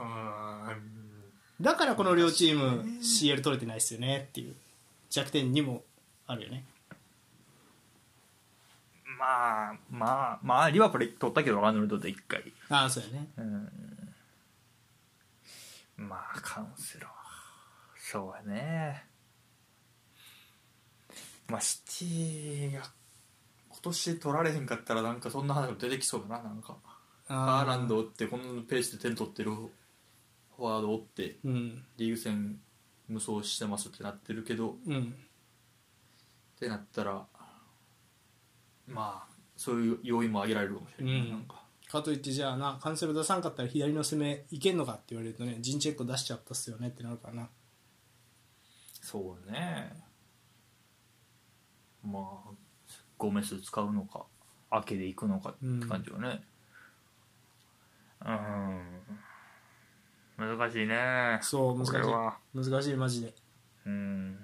[SPEAKER 1] う
[SPEAKER 2] うーん
[SPEAKER 1] だからこの両チーム
[SPEAKER 2] ね
[SPEAKER 1] CL 取れてないですよねっていう弱点にもあるよね
[SPEAKER 3] まあまあまあリバプール取ったけどアーノルドで1回
[SPEAKER 1] ああそうやね
[SPEAKER 3] うんまあカウンセラーそうやね
[SPEAKER 2] まあシティが今年取られへんかったらなんかそんな話も出てきそうだななんかハーランド打ってこのペースで点取ってるフォワードおって
[SPEAKER 1] うん
[SPEAKER 2] リーグ戦無双してますってなってるけどっ
[SPEAKER 1] うん
[SPEAKER 2] てなったらまあそういう要因も挙げられるかもしれない、
[SPEAKER 1] うん
[SPEAKER 2] なんか
[SPEAKER 1] かといってじゃあなカンセル出さんかったら左の攻めいけんのかって言われるとねジンチェッコ出しちゃったっすよねってなるからな
[SPEAKER 2] そうね
[SPEAKER 3] まあゴメス使うのか明けで行くのかって感じよねうん、難しいね
[SPEAKER 1] そう難しい
[SPEAKER 3] これは
[SPEAKER 1] 難しいマジで
[SPEAKER 3] うん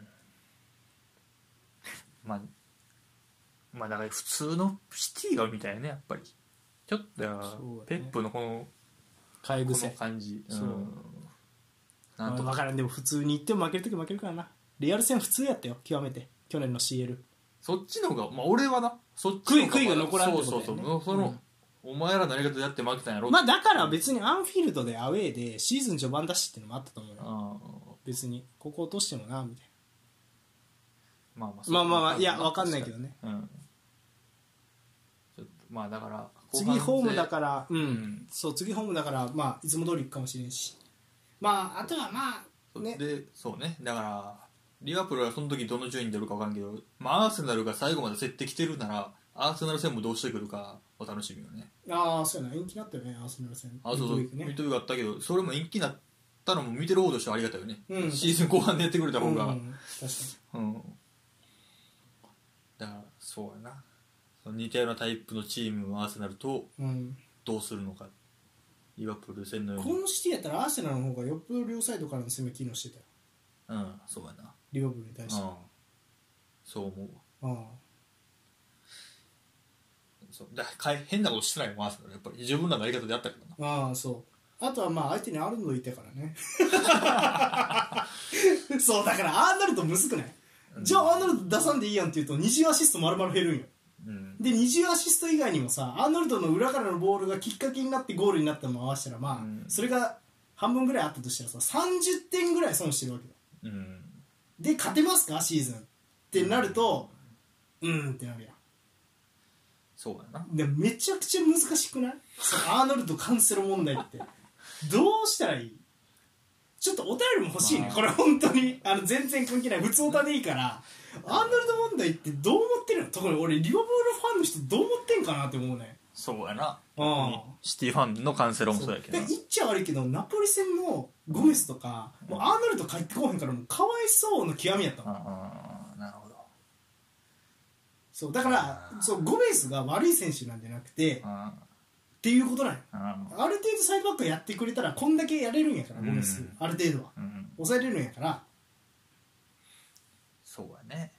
[SPEAKER 3] まあまあだから普通のシティがみたいなねやっぱりちょっとや、
[SPEAKER 1] そう
[SPEAKER 2] ペ
[SPEAKER 1] だね
[SPEAKER 2] ップのこの
[SPEAKER 1] 替え
[SPEAKER 2] この
[SPEAKER 1] 癖
[SPEAKER 2] 感じ
[SPEAKER 1] そうん
[SPEAKER 2] なんと
[SPEAKER 1] 分
[SPEAKER 2] か
[SPEAKER 1] からんでも普通にいっても負けるとき負けるからなリアル戦普通やったよ極めて去年の CL
[SPEAKER 2] そっちの方がまあ俺はなそっちの方
[SPEAKER 1] 悔い悔いが残らんって
[SPEAKER 2] そ
[SPEAKER 1] こ
[SPEAKER 2] う
[SPEAKER 1] とだよね
[SPEAKER 2] そうそうその、お前ら何事やって負けたんやろ
[SPEAKER 1] まあだから別にアンフィールドでアウェーでシーズン序盤だしってのもあったと思うよ
[SPEAKER 2] あ
[SPEAKER 1] 別にここ落としてもなみたい
[SPEAKER 2] まあまあそう
[SPEAKER 1] なまあまあまあいや分かんないけどね
[SPEAKER 2] うんちょっとまあだから
[SPEAKER 1] 次ホームだ
[SPEAKER 2] ら
[SPEAKER 1] からうん、
[SPEAKER 2] ん
[SPEAKER 1] そう次ホームだからまあいつも通り行くかもしれんしまああとはまあね
[SPEAKER 2] でそうねだからリバプールはその時どの順位に出るか分かんないけど、まあ、アーセナルが最後まで競ってきてるならアーセナル戦もどうしてくるかお楽しみよね
[SPEAKER 1] ああそうやな延期になったよねアーセナル戦
[SPEAKER 2] あそうそう
[SPEAKER 1] ミッドウィーク
[SPEAKER 2] ミッ
[SPEAKER 1] ね
[SPEAKER 2] ドウィークあったけどそれも延期になったのも見てる方としてはありがたいよね、
[SPEAKER 1] うん
[SPEAKER 2] シーズン後半でやってくれた
[SPEAKER 1] う
[SPEAKER 2] 方
[SPEAKER 1] ん
[SPEAKER 2] が、
[SPEAKER 1] 確かに
[SPEAKER 2] うんだからそうやなその似たようなタイプのチームアーセナルと
[SPEAKER 1] うん、
[SPEAKER 2] どうするのかリバプール戦のよう
[SPEAKER 1] こ
[SPEAKER 2] に
[SPEAKER 1] のシティやったらアーセナルの方がよっぽど両サイドからの攻め機能してたよ
[SPEAKER 2] うんそうやな
[SPEAKER 1] リバプールに対して
[SPEAKER 2] うんそう思うわ
[SPEAKER 1] ああ
[SPEAKER 2] そうだかえ変なことしてないもんアーセナルやっぱり自分らのやり方でやったけどな
[SPEAKER 1] ああそうあとはまあ相手にアーノルドいたから
[SPEAKER 2] [laughs]
[SPEAKER 1] ねそうだからアーノルドむずくない、じゃあアーノルド出さんでいいやんって言うと20アシスト丸々減るんよ
[SPEAKER 2] うん
[SPEAKER 1] で20アシスト以外にもさアーノルドの裏からのボールがきっかけになってゴールになったのも合わせたらまあ、
[SPEAKER 2] うん
[SPEAKER 1] それが半分ぐらいあったとしたらさ30点ぐらい損してるわけだ
[SPEAKER 2] うん
[SPEAKER 1] で勝てますかシーズンってなるとうんってなるやん
[SPEAKER 2] そうやな
[SPEAKER 1] でめちゃくちゃ難しくないそのアーノルドカンセロ問題ってどうしたらいいちょっとお便りも欲しいね、
[SPEAKER 2] まあ
[SPEAKER 1] これ本当にあの全然関係ない普通オタでいいからアーノルド問題ってどう思ってるの特に俺リバプールファンの人どう思ってんかなって思うね
[SPEAKER 2] そうやな
[SPEAKER 1] ああ
[SPEAKER 3] シティファンのカンセロもそうやけど
[SPEAKER 1] で言っちゃ悪いけどナポリ戦のゴメスとか、もうアーノルド帰ってこへんからもうかわいそうの極みやったの
[SPEAKER 2] ああなるほど
[SPEAKER 1] そうだからそうゴメスが悪い選手なんじゃなくてっ
[SPEAKER 2] あ
[SPEAKER 1] ていうことなんよ
[SPEAKER 2] ああ
[SPEAKER 1] ある程度サイドバックやってくれたらこんだけやれるんやから
[SPEAKER 2] うん
[SPEAKER 1] ゴメス、ある程度は
[SPEAKER 2] あうん
[SPEAKER 1] 抑えれるんやから
[SPEAKER 2] そうやね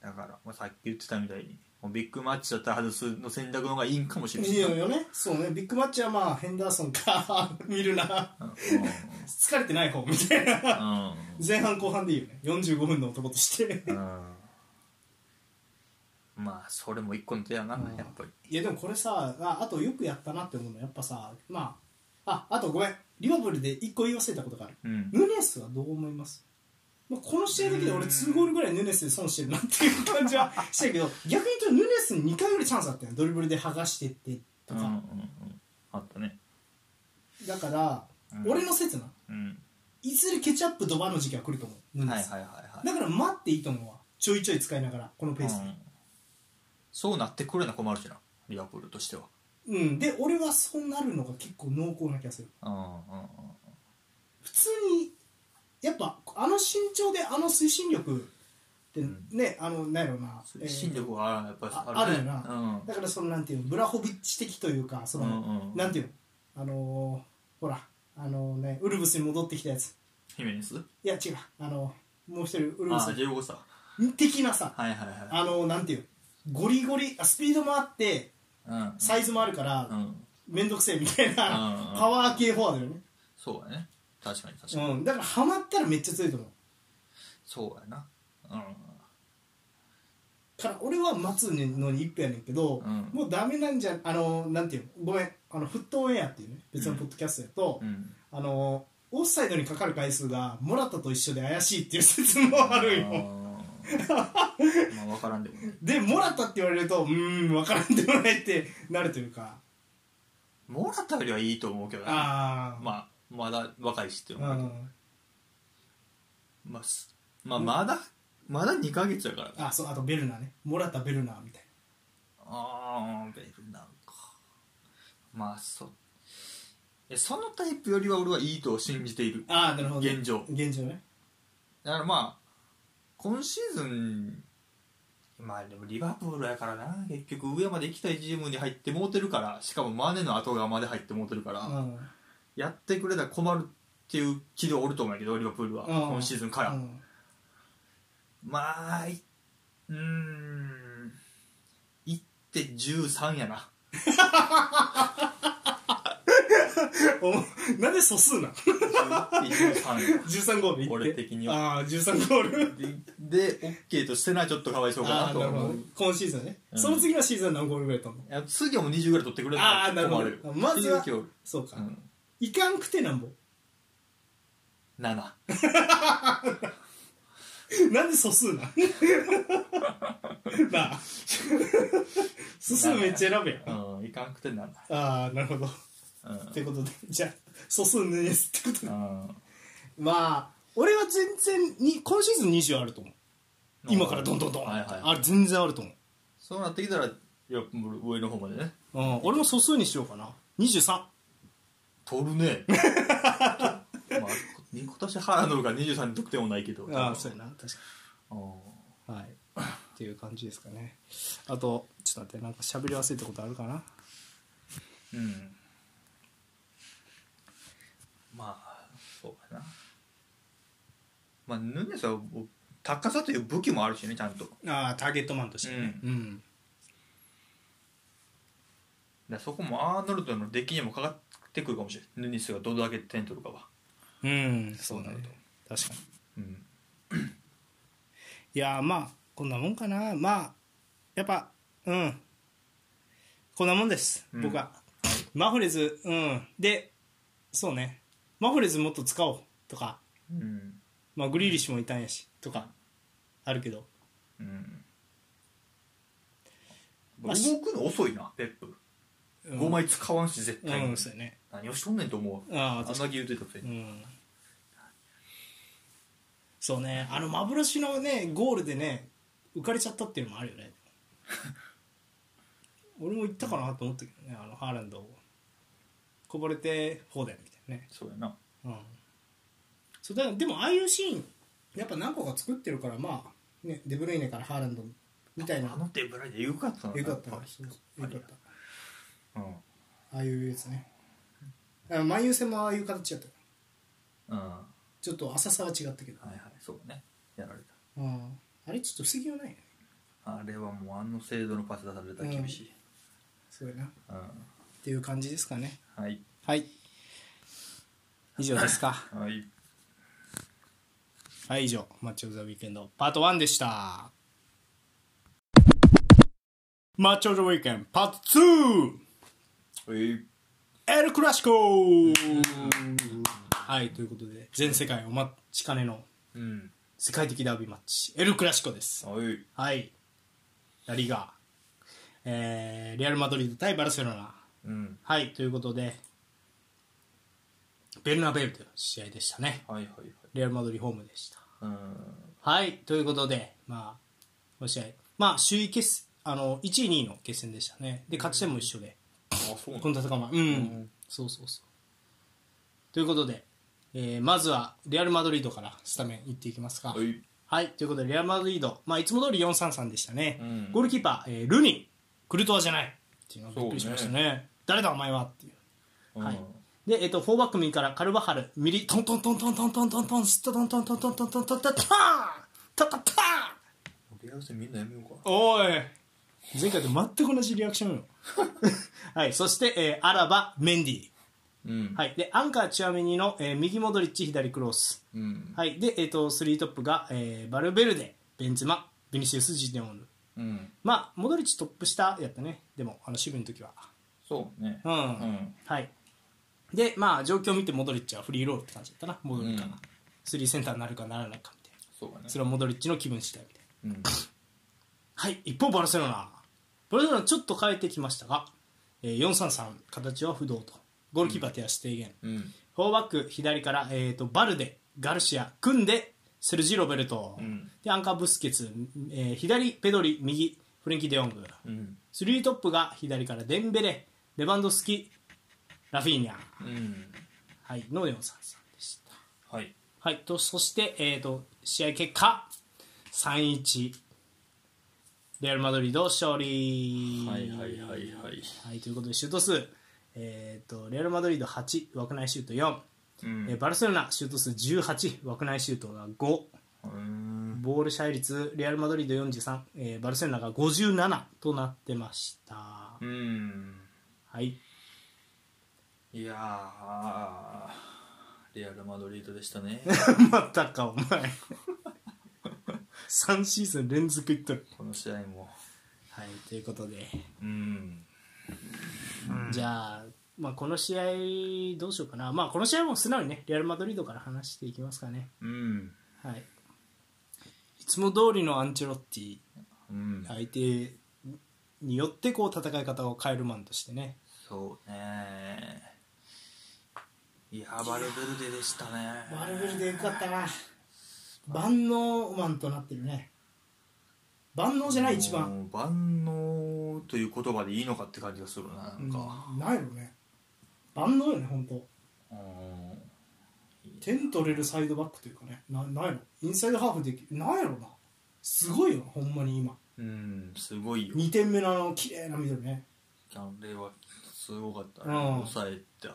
[SPEAKER 2] だから、まあ、さっき言ってたみたいにもうビッグマッチだったら外すの選択の方がいいんかもしれない
[SPEAKER 1] いいよねそうねビッグマッチはまあヘンダーソンか見るな
[SPEAKER 2] うん
[SPEAKER 1] [laughs] 疲れてない方みたいな
[SPEAKER 2] うん
[SPEAKER 1] 前半後半でいいよね45分の男として
[SPEAKER 2] うんうんまあそれも一個の手やな
[SPEAKER 1] うん
[SPEAKER 2] やっぱり
[SPEAKER 1] いやでもこれさああとよくやったなって思うのはやっぱさまあああとごめんリバプールで一個言い忘れたことがある
[SPEAKER 2] うん
[SPEAKER 1] ヌネスはどう思います、まあ、この試合だけで俺2ゴールぐらいヌネスで損してるなっていう感じはした
[SPEAKER 2] [laughs]
[SPEAKER 1] けど逆に言うとヌネスに2回ぐらいチャンスあったよドリブルで剥がしてってと
[SPEAKER 2] うんうんう
[SPEAKER 1] か、
[SPEAKER 2] んあったね
[SPEAKER 1] だから、
[SPEAKER 2] うん
[SPEAKER 1] 俺の説な
[SPEAKER 2] うん
[SPEAKER 1] いずれケチャップドバの時期は来ると思う、ヌネ
[SPEAKER 2] はい
[SPEAKER 1] ス
[SPEAKER 2] はいはいはい
[SPEAKER 1] だから待っていいと思うわちょいちょい使いながらこのペースで、
[SPEAKER 2] うんそうなってくれな困るしなリバプールとしては
[SPEAKER 1] うんで俺はそうなるのが結構濃厚な気がする
[SPEAKER 2] うんうんうん
[SPEAKER 1] 普通にやっぱあの身長であの推進力って
[SPEAKER 2] ん
[SPEAKER 1] ね、あのなんやろうな
[SPEAKER 2] 推進力はやっぱり
[SPEAKER 1] あ
[SPEAKER 2] ね
[SPEAKER 1] あるよなだからそのなんていうのブラホビッチ的というかそ
[SPEAKER 2] うんう
[SPEAKER 1] の、
[SPEAKER 2] んうん
[SPEAKER 1] なんていうのあのーほらあのねウルブスに戻ってきたやつ
[SPEAKER 2] ヒメネス
[SPEAKER 1] いや違うあのもう一人ウルブ
[SPEAKER 2] あ
[SPEAKER 1] ス
[SPEAKER 2] あ15さ
[SPEAKER 1] 的なさ
[SPEAKER 2] はいはいはい
[SPEAKER 1] あのなんていうのゴリゴリあスピードもあって
[SPEAKER 2] うん
[SPEAKER 1] サイズもあるから
[SPEAKER 2] うん
[SPEAKER 1] 面倒くせえみたいな
[SPEAKER 2] うん
[SPEAKER 1] パワー系フォワードよね
[SPEAKER 2] そうだね確かに確かに、
[SPEAKER 1] うん、だからハマったらめっちゃ強いと思う
[SPEAKER 2] そうやな
[SPEAKER 1] から俺は待つのに一歩やねんけど、
[SPEAKER 2] うん
[SPEAKER 1] もうダメなんじゃあのなんていうのごめんあのフットオンエアっていうね別のポッドキャストやと、
[SPEAKER 2] うん、うん、
[SPEAKER 1] あのオフサイドにかかる回数がモラタと一緒で怪しいっていう説もある
[SPEAKER 2] あ
[SPEAKER 1] よ
[SPEAKER 2] ーまあ分からんでもね
[SPEAKER 1] でモラタって言われるとうーん分からんでもないってなるというか
[SPEAKER 2] モラタよりはいいと思うけどね
[SPEAKER 1] ああ
[SPEAKER 2] まあまだ若いしっていうの
[SPEAKER 1] う
[SPEAKER 2] もあるけど
[SPEAKER 1] ん
[SPEAKER 2] まあすまあまだ、まだ2ヶ月やから
[SPEAKER 1] あそうあとベルナねモラタベルナみたい
[SPEAKER 2] ああベルナウかまあそえそのタイプよりは俺はいいと信じている
[SPEAKER 1] なああなるほど
[SPEAKER 2] 現状
[SPEAKER 1] 現状ね
[SPEAKER 2] だからまあ今シーズンまあでもリバプールやからな結局上まで行きたいチームに入ってもうてるからしかもマネの後側まで入ってもうてるから、
[SPEAKER 1] うん
[SPEAKER 2] やってくれたら困るっていう気でおると思うんやけどリバプールは、
[SPEAKER 1] うん
[SPEAKER 2] 今シーズンから、
[SPEAKER 1] うん
[SPEAKER 2] まあいうーん1って13やな
[SPEAKER 1] お [laughs] なんで素数なん
[SPEAKER 2] 11って13やな
[SPEAKER 1] 13ゴールいって
[SPEAKER 2] 俺的には
[SPEAKER 1] ああ13ゴール
[SPEAKER 2] でで OK としてないちょっとかわいそうか
[SPEAKER 1] あ
[SPEAKER 2] な
[SPEAKER 1] あ
[SPEAKER 2] と
[SPEAKER 1] なるほ
[SPEAKER 2] 思
[SPEAKER 1] ど
[SPEAKER 2] う
[SPEAKER 1] ね今シーズンね、
[SPEAKER 2] うん
[SPEAKER 1] その次のシーズンは何ゴールぐらいと思う
[SPEAKER 2] いや次はもう20ぐらい取ってくれ
[SPEAKER 1] ああなるほ
[SPEAKER 2] 困
[SPEAKER 1] ど
[SPEAKER 2] る
[SPEAKER 1] まずは
[SPEAKER 2] っていう気は
[SPEAKER 1] そうか、
[SPEAKER 2] おるうん
[SPEAKER 1] いかんくてなんぼ [laughs]
[SPEAKER 2] 7
[SPEAKER 1] なんで素数なん [laughs] なあ素数めっちゃ選べよ
[SPEAKER 2] うん、いかんくてなんだ。
[SPEAKER 1] ああなるほど
[SPEAKER 2] うん。
[SPEAKER 1] ってことでじゃあ素数ねですってことで
[SPEAKER 2] うん
[SPEAKER 1] まあ俺は全然に今シーズン20あると思う今からどんどんどん、
[SPEAKER 2] はいはい。
[SPEAKER 1] あれ全然あると思う、
[SPEAKER 2] そうなってきたら、いや、もう上の方までね。
[SPEAKER 1] うん、俺も素数にしようかな23
[SPEAKER 2] 取
[SPEAKER 1] [laughs]
[SPEAKER 2] るね。まあ、今年ハードが23に得点もないけど。
[SPEAKER 1] ああそうやな確か
[SPEAKER 2] うん
[SPEAKER 1] にはいっていう感じですかねあとちょっと待ってなんか喋り忘れたことあるかな
[SPEAKER 2] うん。まあ、そうかな。まあ、ヌネスは、高さという武器もあるしね、ちゃんと。だか
[SPEAKER 1] ああターゲットマンとして
[SPEAKER 2] ね
[SPEAKER 1] うん、
[SPEAKER 2] らそこもアーノルドのデッキにもかかってくるかもしれない。ヌネスがどれだけ点取るかは。
[SPEAKER 1] うん、そう
[SPEAKER 2] なると
[SPEAKER 1] 確かに
[SPEAKER 2] うん。
[SPEAKER 1] いやーまあこんなもんかなまあやっぱうんこんなもんです、
[SPEAKER 2] うん
[SPEAKER 1] 僕はマフレズうんでそうねマフレズもっと使おうとか、
[SPEAKER 2] うん。
[SPEAKER 1] まあ、グリーリッシュもいたんやしとかあるけど
[SPEAKER 2] うん
[SPEAKER 1] まあ
[SPEAKER 2] 動くの遅いなペップ
[SPEAKER 1] うん
[SPEAKER 2] 5枚使わんし絶対
[SPEAKER 1] う
[SPEAKER 2] に
[SPEAKER 1] んそうやね
[SPEAKER 2] 何をしとんねんと思う
[SPEAKER 1] あ
[SPEAKER 2] あ
[SPEAKER 1] あ
[SPEAKER 2] んだ
[SPEAKER 1] 確か
[SPEAKER 2] け言うてたくせ
[SPEAKER 1] に
[SPEAKER 2] に
[SPEAKER 1] うんそうねあの幻のねゴールでね浮かれちゃったっていうのもあるよね [laughs] 俺も行ったかなと思ったけどねあのハーランドこぼれてフォーデンみたいなね
[SPEAKER 2] そうやな
[SPEAKER 1] うん、そうだでもああいうシーンやっぱ何個か作ってるからまあ、ね、デブルイネからハーランドみたいな
[SPEAKER 2] あのデブライでよかったな
[SPEAKER 1] よかったな
[SPEAKER 2] やぱ
[SPEAKER 1] そうそうよかった
[SPEAKER 2] り
[SPEAKER 1] ああいうやつねあ万有戦もああいう形だった
[SPEAKER 2] うんうんは
[SPEAKER 1] ちょっと浅さは違ったけど、
[SPEAKER 2] いはいそうねやられ
[SPEAKER 1] うん、あれちょっと不思議はないね
[SPEAKER 2] たあれはもうあの精度のパス出されたら厳しい
[SPEAKER 1] すごいなっ
[SPEAKER 2] うん
[SPEAKER 1] ていう感じですかね
[SPEAKER 2] はい
[SPEAKER 1] はい以上です
[SPEAKER 2] [laughs]
[SPEAKER 1] か
[SPEAKER 2] はい
[SPEAKER 1] はい以上「マッチョ・オブザ・ウィークエンド」パート1でしたマッチョ・オブザ・ウィークエンドパート 2!
[SPEAKER 2] はい
[SPEAKER 1] エル・クラシコはいということで全世界お待ちかねの
[SPEAKER 2] うん
[SPEAKER 1] 世界的ダービーマッチエル・クラシコです
[SPEAKER 2] はい
[SPEAKER 1] はいラリガー、えー、レアル・マドリード対バルセロナ
[SPEAKER 2] うん
[SPEAKER 1] はいということでベルナベウという試合でしたね
[SPEAKER 2] はいはいはい
[SPEAKER 1] レアル・マドリーホームでした
[SPEAKER 2] うん
[SPEAKER 1] はいということでまあこの試合まあ首位決戦あの1位2位の決戦でしたねで勝ち点も一緒で、
[SPEAKER 2] あそうなん
[SPEAKER 1] こ
[SPEAKER 2] だ
[SPEAKER 1] の戦いはうん、
[SPEAKER 2] ん
[SPEAKER 1] そうそうそうということで、えーまずはレアル・マドリードからスタメンいっていきますか
[SPEAKER 2] は、い
[SPEAKER 1] はい、ということでレアル・マドリード、まあ、いつも通り4-3-3でしたね、
[SPEAKER 2] うん
[SPEAKER 1] ゴールキーパー、えールニークルトワじゃないっていうのがびっくりしましたね誰だお前はっていうはいで、えっと、フォーバック右からカルバハル、ミリ、トントントントントントントントン、スットトントントントントントントントントントントントン
[SPEAKER 2] リアル戦みんなやめようか
[SPEAKER 1] おい前回と全く同じリアクションよはいそして、えーアラバメンディ
[SPEAKER 2] うん、
[SPEAKER 1] はいい、でアンカー、チュアメニの、えー右モドリッチ、左クロース、
[SPEAKER 2] うん
[SPEAKER 1] はいでえー、と3トップが、えーバルベルデ、ベンツマ、ベニシウス、ジデオンヌ、
[SPEAKER 2] うん、
[SPEAKER 1] まあ、モドリッチトップ下やったね、でも、あの守備の時は。
[SPEAKER 2] そうね
[SPEAKER 1] うん
[SPEAKER 2] うん
[SPEAKER 1] はい、で、まあ、状況を見て、モドリッチはフリーロールって感じだったな、モドリッチか
[SPEAKER 2] うん
[SPEAKER 1] な、スリーセンターになるかならないかみたい
[SPEAKER 2] そうだね
[SPEAKER 1] な、それはモドリッチの気分次第みたいな。
[SPEAKER 2] うん
[SPEAKER 1] はい、一方、バルセロナ、バルセロナ、ちょっと変えてきましたが、えー、4-3-3、形は不動と、ゴールキーパー手足低減。
[SPEAKER 2] うん
[SPEAKER 1] フォーバック左から、えー、とバルデ、ガルシア、組んでセルジー・ロベルト、
[SPEAKER 2] うん
[SPEAKER 1] でアンカーブスケツ、えー左ペドリ、右フレンキー・デヨング、
[SPEAKER 2] うん
[SPEAKER 1] スリートップが左からデンベレ、レバンドフスキ、ラフィーニャ、
[SPEAKER 2] うん
[SPEAKER 1] はい、の4 3 3でした。
[SPEAKER 2] はい
[SPEAKER 1] はい、とそして、えー、と試合結果、3 1レアル・マドリード勝利。
[SPEAKER 2] はいはいはいはい
[SPEAKER 1] はい、ということでシュート数、えー、とレアル・マドリード8、枠内シュート4。
[SPEAKER 2] うん
[SPEAKER 1] えーバルセロナシュート数18枠内シュートが5
[SPEAKER 2] うん
[SPEAKER 1] ボール支配率レアル・マドリード43、えーバルセロナが57となってましたは
[SPEAKER 2] うん
[SPEAKER 1] い [laughs]
[SPEAKER 2] いやーレアル・マドリードでした [laughs] ね
[SPEAKER 1] またかお前3シーズン連続いっとる
[SPEAKER 2] この試合も
[SPEAKER 1] はいということで、
[SPEAKER 2] うん
[SPEAKER 1] じゃあまあ、この試合、どうしようかな、まあ、この試合も素直にね、レアル・マドリードから話していきますかね、
[SPEAKER 2] うん
[SPEAKER 1] はい、いつも通りのアンチェロッティ、
[SPEAKER 2] うん
[SPEAKER 1] 相手によってこう戦い方を変えるマンとしてね、
[SPEAKER 2] そうねいやーバルベルデでしたね
[SPEAKER 1] バルベルデよかったな万能マンとなってるね万能じゃない一番
[SPEAKER 2] もう万能という言葉でいいのかって感じがするななんか
[SPEAKER 1] うんないよね万能よね本当
[SPEAKER 2] うん
[SPEAKER 1] 点取れるサイドバックというかねなないのインサイドハーフできないのなすごいよほんまに今
[SPEAKER 2] うんすごいよ
[SPEAKER 1] 2点目のあの綺麗なミドルね
[SPEAKER 2] あれはすごかった
[SPEAKER 1] うん
[SPEAKER 2] 抑えた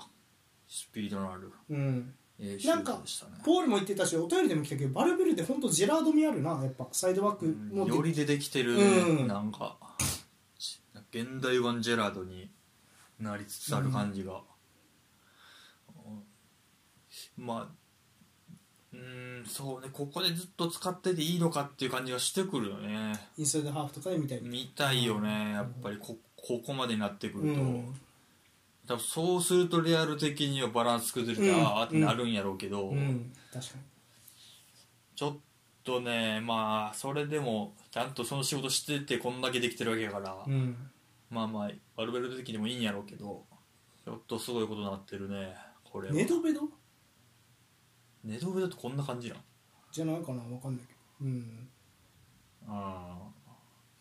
[SPEAKER 2] スピードのある
[SPEAKER 1] うん
[SPEAKER 2] ええシュ
[SPEAKER 1] なん
[SPEAKER 2] ー
[SPEAKER 1] か
[SPEAKER 2] トでしたね
[SPEAKER 1] ポールも言ってたしお便りでも来たけどバルベルって本当ジェラード味あるなやっぱサイドバック
[SPEAKER 2] う
[SPEAKER 1] も
[SPEAKER 2] んより出てきてるね、
[SPEAKER 1] うん
[SPEAKER 2] なんか現代版ジェラードになりつつある感じが、うんまあうんそうねここでずっと使ってていいのかっていう感じがしてくるよね
[SPEAKER 1] インサイドハーフとかで見たい
[SPEAKER 2] 見たいよねやっぱりこここまでになってくると、
[SPEAKER 1] うん
[SPEAKER 2] 多分そうするとレアル的にはバランス崩れて、
[SPEAKER 1] うん
[SPEAKER 2] ああってなるんやろうけど、
[SPEAKER 1] うん確かに
[SPEAKER 2] ちょっとねまあそれでもちゃんとその仕事しててこんだけできてるわけやから、
[SPEAKER 1] うん
[SPEAKER 2] まあまあバルベルデ的にもいいんやろうけどちょっとすごいことになってるねこれは
[SPEAKER 1] ネドベド
[SPEAKER 2] ネドベだとこんな感じなん
[SPEAKER 1] じゃないかなわかんないけどうん
[SPEAKER 2] あ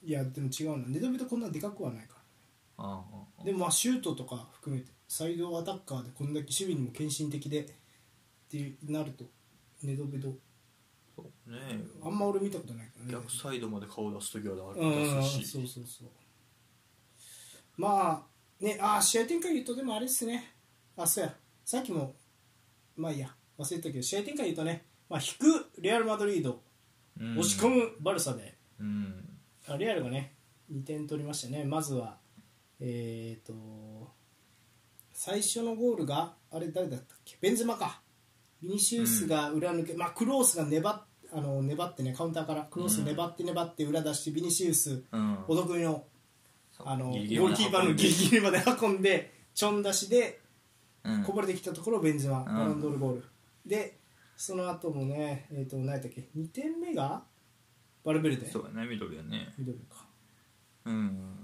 [SPEAKER 1] いやでも違うなネドベドこんなでかくはないか
[SPEAKER 2] あ
[SPEAKER 1] らでもまあシュートとか含めてサイドアタッカーでこんだけ守備にも献身的でってなるとネドベド
[SPEAKER 2] そうね
[SPEAKER 1] あんま俺見たことないからね
[SPEAKER 2] 逆サイドまで顔出す時は
[SPEAKER 1] うんうんうん
[SPEAKER 2] 出
[SPEAKER 1] そう
[SPEAKER 2] すし
[SPEAKER 1] そうそうまあねあー試合展開言うとでもあれっすねあそうやさっきもまあいいや忘れてたけど試合展開言うとね、まあ、引くレアル・マドリード
[SPEAKER 2] うん
[SPEAKER 1] 押し込むバルサで、
[SPEAKER 2] うん
[SPEAKER 1] あレアルがね2点取りましたねまずはえっ、と最初のゴールがあれ誰だったっけベンゼマかビニシウスが裏抜け、まあクロースが粘っあの粘ってねカウンターからクロース粘って粘って裏出してビニシウス
[SPEAKER 2] うん
[SPEAKER 1] お得意のあのゴ
[SPEAKER 2] ギ
[SPEAKER 1] ー
[SPEAKER 2] リ
[SPEAKER 1] ル
[SPEAKER 2] ギ
[SPEAKER 1] キ
[SPEAKER 2] リまで
[SPEAKER 1] ーパーのギリギリまで運んでちょん出しで
[SPEAKER 2] うん
[SPEAKER 1] こぼれてきたところをベンゼマ
[SPEAKER 2] ん
[SPEAKER 1] バロンドールゴール、でその後もねえっ、と何だっけ2点目がバルベルデ
[SPEAKER 2] そうやね緑やね
[SPEAKER 1] ミドルか
[SPEAKER 2] うん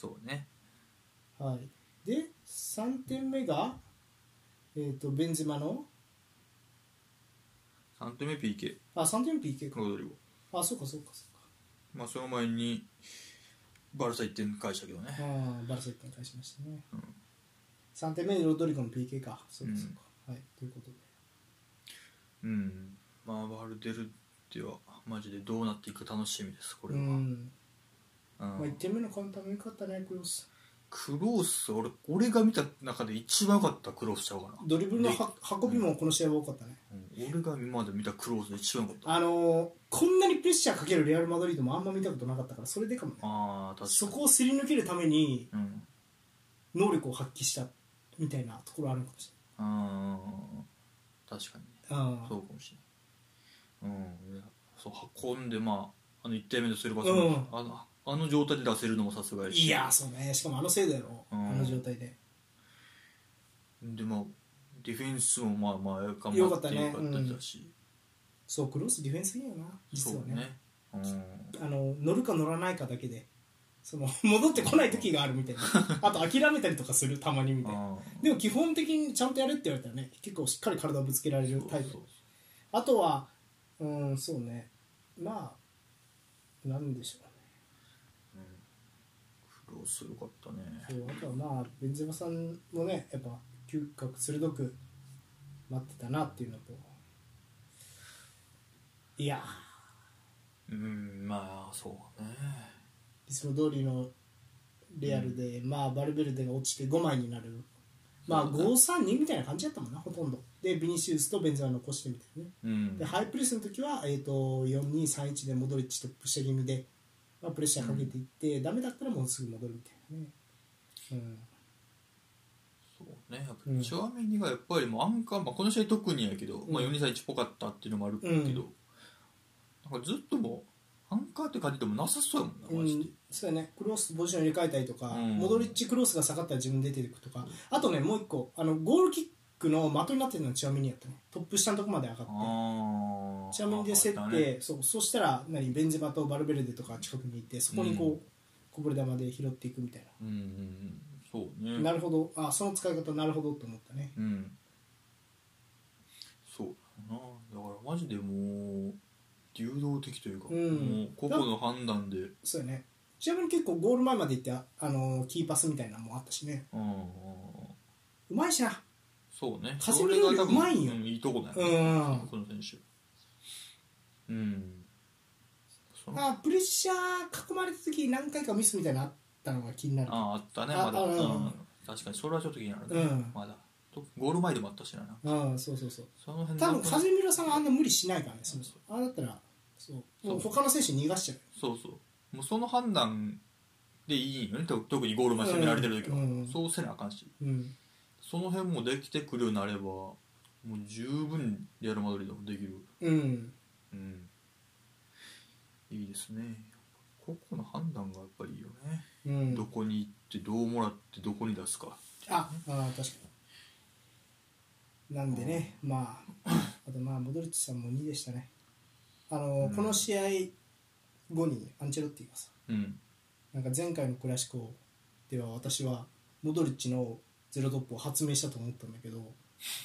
[SPEAKER 2] そうね
[SPEAKER 1] はい、で3点目が、えー、とベンゼマの
[SPEAKER 2] 3点目 PK
[SPEAKER 1] あ3点目 PK か
[SPEAKER 2] ロドリゴ
[SPEAKER 1] あそうかそうかそうか
[SPEAKER 2] まあその前にバルサ1点返したけどね
[SPEAKER 1] あーバルセットに返しましたね、3点目ロドリゴの PK かそうかそうか、はいということで
[SPEAKER 2] うんまあバルデルではマジでどうなっていくか楽しみですこれ
[SPEAKER 1] う
[SPEAKER 2] は、うん
[SPEAKER 1] ん、まあ、1点目のカウンターも良かったねクロス
[SPEAKER 2] クロース俺俺が見た中で一番良かったクロースちゃうかな、
[SPEAKER 1] ドリブルのは運びもこの試合は多かったね、
[SPEAKER 2] うん俺が今まで見たクロースで一番良かった
[SPEAKER 1] あのーこんなにプレッシャーかけるレアル・マドリードもあんま見たことなかったからそれでかもね
[SPEAKER 2] ああ確かに
[SPEAKER 1] そこをすり抜けるために
[SPEAKER 2] うん
[SPEAKER 1] 能力を発揮したみたいなところあるのかもし
[SPEAKER 3] あ
[SPEAKER 2] 確かにね
[SPEAKER 1] れない。うん
[SPEAKER 2] そうかもしれないうんそう運んでまああの1点目のスルーパスも
[SPEAKER 1] うん
[SPEAKER 2] あのあの状態で出せるのもさすがやし
[SPEAKER 1] いやーそうねしかもあのせいだよ、
[SPEAKER 2] うん
[SPEAKER 1] あの状態で
[SPEAKER 2] でまあディフェンスもまあまあ頑
[SPEAKER 1] よ
[SPEAKER 2] 張
[SPEAKER 1] か
[SPEAKER 2] っ
[SPEAKER 1] ってた
[SPEAKER 2] よ
[SPEAKER 1] ね
[SPEAKER 2] かっただし、
[SPEAKER 1] そうクロスディフェンスいいよな
[SPEAKER 2] そ
[SPEAKER 1] 実は
[SPEAKER 2] う
[SPEAKER 1] ね
[SPEAKER 2] ねうん
[SPEAKER 1] あの乗るか乗らないかだけでその戻ってこない時があるみたい
[SPEAKER 2] [laughs]
[SPEAKER 1] なあと諦めたりとかするたまにみたいな
[SPEAKER 2] あ
[SPEAKER 1] でも基本的にちゃんとやれって言われたらね結構しっかり体をぶつけられる
[SPEAKER 2] ー
[SPEAKER 1] タイ
[SPEAKER 2] そう
[SPEAKER 1] プあとはうんそうねまあなんでしょう
[SPEAKER 2] 苦労するかったね
[SPEAKER 1] そうあとはまあベンゼマさんもねやっぱ嗅覚鋭くなってたなっていうのといや
[SPEAKER 2] うんまあそうね
[SPEAKER 1] ーいつも通りのレアルで、まあバルベルデが落ちて5枚になるまあ532みたいな感じだったもんなほとんどでビニシウスとベンゼマ残してみたいなね
[SPEAKER 2] うん
[SPEAKER 1] でハイプレスの時は、えー、と4231でモドリッチとプシェ気味で、まあ、プレッシャーかけていって、ダメだったらもうすぐ戻るみたいなね、うん、
[SPEAKER 2] そうねやっぱ
[SPEAKER 1] うん
[SPEAKER 2] チュアメニがやっぱりもうアンカー、まあ、この試合特にやけど、
[SPEAKER 1] ん
[SPEAKER 2] まあ、4 2 3 1っぽかったっていうのもあるけど、
[SPEAKER 1] うん
[SPEAKER 2] なんかずっともうアンカーって感じでもなさそうやもんなマジで、
[SPEAKER 1] そうだねクロスとポジション入れ替えたりとか、
[SPEAKER 2] うん
[SPEAKER 1] モドリッチクロスが下がったら自分出ていくとかあとねもう一個あのゴールキックの的になってるのはチュアミニやったねトップ下のとこまで上がって
[SPEAKER 2] ああ
[SPEAKER 1] チュアミニで競って、
[SPEAKER 2] ね、
[SPEAKER 1] そうそしたら何ベンゼマとバルベルデとか近くにいてそこにこう、
[SPEAKER 2] うん
[SPEAKER 1] こぼれ球で拾っていくみたい
[SPEAKER 2] うんうんうんそう
[SPEAKER 1] な、
[SPEAKER 2] ね
[SPEAKER 1] なるほどあその使い方なるほどと思ったね
[SPEAKER 2] うんそうだなだからマジでもう流動的というか、
[SPEAKER 1] うん
[SPEAKER 2] もう個々の判断でうん
[SPEAKER 1] そうよねちなみに結構ゴール前まで行ってああのーキーパスみたいなのもあったしね
[SPEAKER 2] うんうん
[SPEAKER 1] うまいしな
[SPEAKER 2] そうね
[SPEAKER 1] カセミーロよりうまいんよ
[SPEAKER 2] それが多分いいとこだ
[SPEAKER 1] う
[SPEAKER 2] よね、
[SPEAKER 1] ん
[SPEAKER 2] この選手うんそのあ
[SPEAKER 1] あプレッシャー囲まれた時何回かミスみたいなのあったのが気になる
[SPEAKER 2] ああったね
[SPEAKER 1] あ
[SPEAKER 2] まだ、
[SPEAKER 1] あうん
[SPEAKER 2] うん確かにそれはちょっと気になるね、
[SPEAKER 1] うん
[SPEAKER 2] まだとゴール前でもあったしな
[SPEAKER 1] うんそうそうそう
[SPEAKER 2] その辺
[SPEAKER 1] 多
[SPEAKER 2] なん
[SPEAKER 1] 分
[SPEAKER 2] か
[SPEAKER 1] カゼミロさんはあんな無理しないからねそもそもあれだったらそうもう他の選手逃がしちゃう
[SPEAKER 2] そうそうもうその判断でいいよねと特にゴール前攻められてる時は、
[SPEAKER 1] うんうん
[SPEAKER 2] そうせなあかんし
[SPEAKER 1] うん
[SPEAKER 2] その辺もできてくるようになればもう十分レアル・マドリードもできる、
[SPEAKER 1] うん
[SPEAKER 2] うん、いいですね個々の判断がやっぱりいいよね、
[SPEAKER 1] う
[SPEAKER 2] ど
[SPEAKER 1] ん
[SPEAKER 2] こに行ってどうもらってどこに出すか
[SPEAKER 1] ああ確かになんでねまああとまあモドリッチさんも2でしたねあのー、
[SPEAKER 2] うん
[SPEAKER 1] この試合後にアンチェロッティがさ
[SPEAKER 2] うん
[SPEAKER 1] なんか前回のクラシコでは私はモドリッチのゼロトップを発明したと思ったんだけど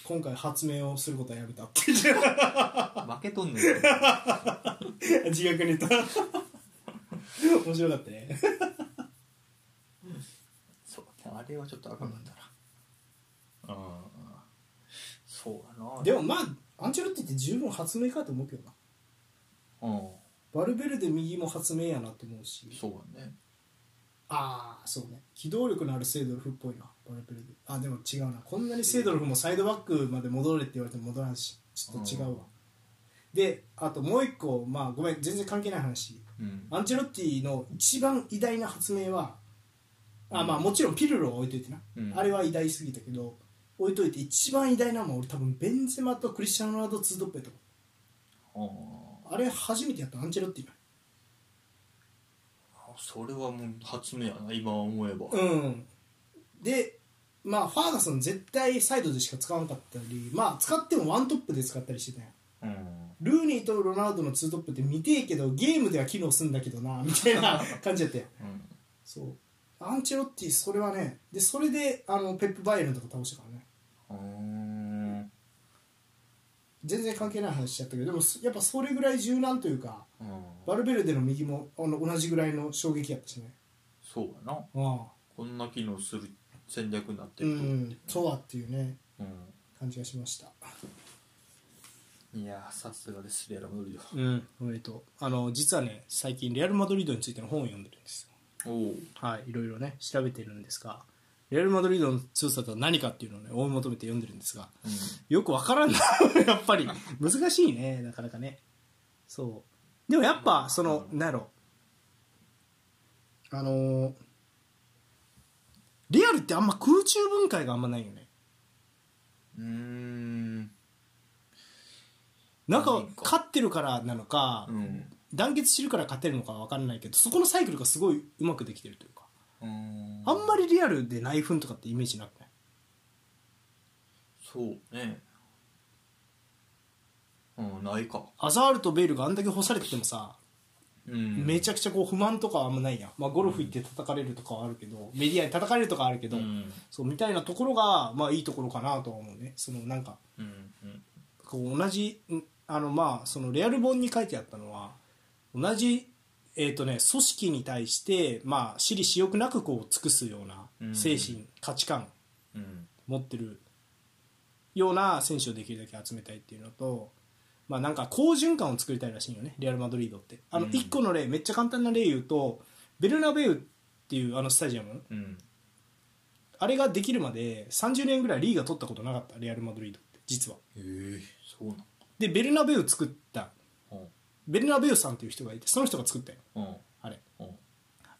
[SPEAKER 1] 今回発明をすることはやめたって
[SPEAKER 2] 負けとんね [laughs] んな
[SPEAKER 1] [laughs] 自虐ネタ面白かったね
[SPEAKER 2] そうあれはちょっと赤かったなうんそうやな
[SPEAKER 1] でもまあアンチェロッティって十分発明かと思うけどな
[SPEAKER 2] も、
[SPEAKER 1] バルベルデ右も発明やなと思うし
[SPEAKER 2] うん、そうやね
[SPEAKER 1] ああそうね機動力のあるセイドルフっぽいなバルベルデあでも違うなこんなにセイドルフもサイドバックまで戻れって言われても戻らんしちょっと違うわ、
[SPEAKER 2] うん
[SPEAKER 1] であともう一個まあごめん全然関係ない話
[SPEAKER 2] うん
[SPEAKER 1] アンチェロッティの一番偉大な発明はあまあもちろんピルロを置いといてな、
[SPEAKER 2] うん
[SPEAKER 1] あれは偉大すぎたけど置いといて一番偉大なのは俺多分ベンゼマとクリスチャン・ロナウドツードッペと
[SPEAKER 2] ああ
[SPEAKER 1] あれ初めてやったのアンチェロッティが
[SPEAKER 2] それはもう初めやな今思えば、
[SPEAKER 1] うんでまあファーガソン絶対サイドでしか使わなかったりまあ使ってもワントップで使ったりしてたやん
[SPEAKER 2] うん
[SPEAKER 1] ルーニーとロナウドのツートップって見てえけどゲームでは機能すんだけどな [laughs] みたいな感じだったやん
[SPEAKER 2] うん
[SPEAKER 1] そうアンチェロッティそれはねでそれであのペップ・バイエルンとか倒したからね
[SPEAKER 2] うーん
[SPEAKER 1] 全然関係ない話しちゃったけどでもそやっぱそれぐらい柔軟というか
[SPEAKER 2] うん
[SPEAKER 1] バルベルデの右もあの同じぐらいの衝撃やったしね
[SPEAKER 2] そうやな
[SPEAKER 1] あ
[SPEAKER 2] こんな機能する戦略になって
[SPEAKER 1] う
[SPEAKER 2] ると思っ
[SPEAKER 1] ん
[SPEAKER 2] て
[SPEAKER 1] とはっていうね
[SPEAKER 2] うん
[SPEAKER 1] 感じがしました
[SPEAKER 2] いやーさすがですレアル・マドリー
[SPEAKER 1] うんおめでとうあの実はね最近レアル・マドリードについての本を読んでるんですよ
[SPEAKER 2] ドおお
[SPEAKER 1] はいいろいろね調べてるんですがレアル・マドリードの強さとは何かっていうのをね追い求めて読んでるんですがよくわからんな [laughs] やっぱり難しいねなかなかねそうでもやっぱその
[SPEAKER 2] うん
[SPEAKER 1] なんやろあのーレアルってあんま空中分解があんまないよね
[SPEAKER 2] うーん
[SPEAKER 1] なん
[SPEAKER 2] な
[SPEAKER 1] か
[SPEAKER 2] いか
[SPEAKER 1] 勝ってるからなのか、
[SPEAKER 3] うん
[SPEAKER 1] 団結してるから勝てるのかは分かんないけどそこのサイクルがすごいうまくできてるというか
[SPEAKER 2] うん
[SPEAKER 1] あんまりリアルで内紛とかってイメージなくない
[SPEAKER 2] そうねうんないか
[SPEAKER 1] アザールとベイルがあんだけ干されててもさ、
[SPEAKER 2] うん
[SPEAKER 1] めちゃくちゃこう不満とかはあんまないやん、まあ、ゴルフ行って叩かれるとかはあるけど、メディアに叩かれるとかはあるけど、
[SPEAKER 2] うん
[SPEAKER 1] そうみたいなところがまあいいところかなとは思うねそのなんか
[SPEAKER 2] うんうん
[SPEAKER 1] こう同じんあのまあそのレアル本に書いてあったのは同じえーとね、組織に対して、まあ、私利私欲なくこう尽くすような
[SPEAKER 2] うん
[SPEAKER 1] 精神、価値観
[SPEAKER 2] うん
[SPEAKER 1] 持ってるような選手をできるだけ集めたいっていうのと、まあ、なんか好循環を作りたいらしいよねレアル・マドリードってあの
[SPEAKER 2] うん
[SPEAKER 1] 1個の例、めっちゃ簡単な例言うとベルナベウっていうあのスタジアム
[SPEAKER 2] うん
[SPEAKER 1] あれができるまで30年ぐらいリーが取ったことなかったレアル・マドリードって実は
[SPEAKER 2] ええそうな
[SPEAKER 1] でベルナベウ作った
[SPEAKER 2] の
[SPEAKER 1] ベルナベウさんっていう人がいてその人が作ったよ
[SPEAKER 2] うん
[SPEAKER 1] あれ
[SPEAKER 2] うん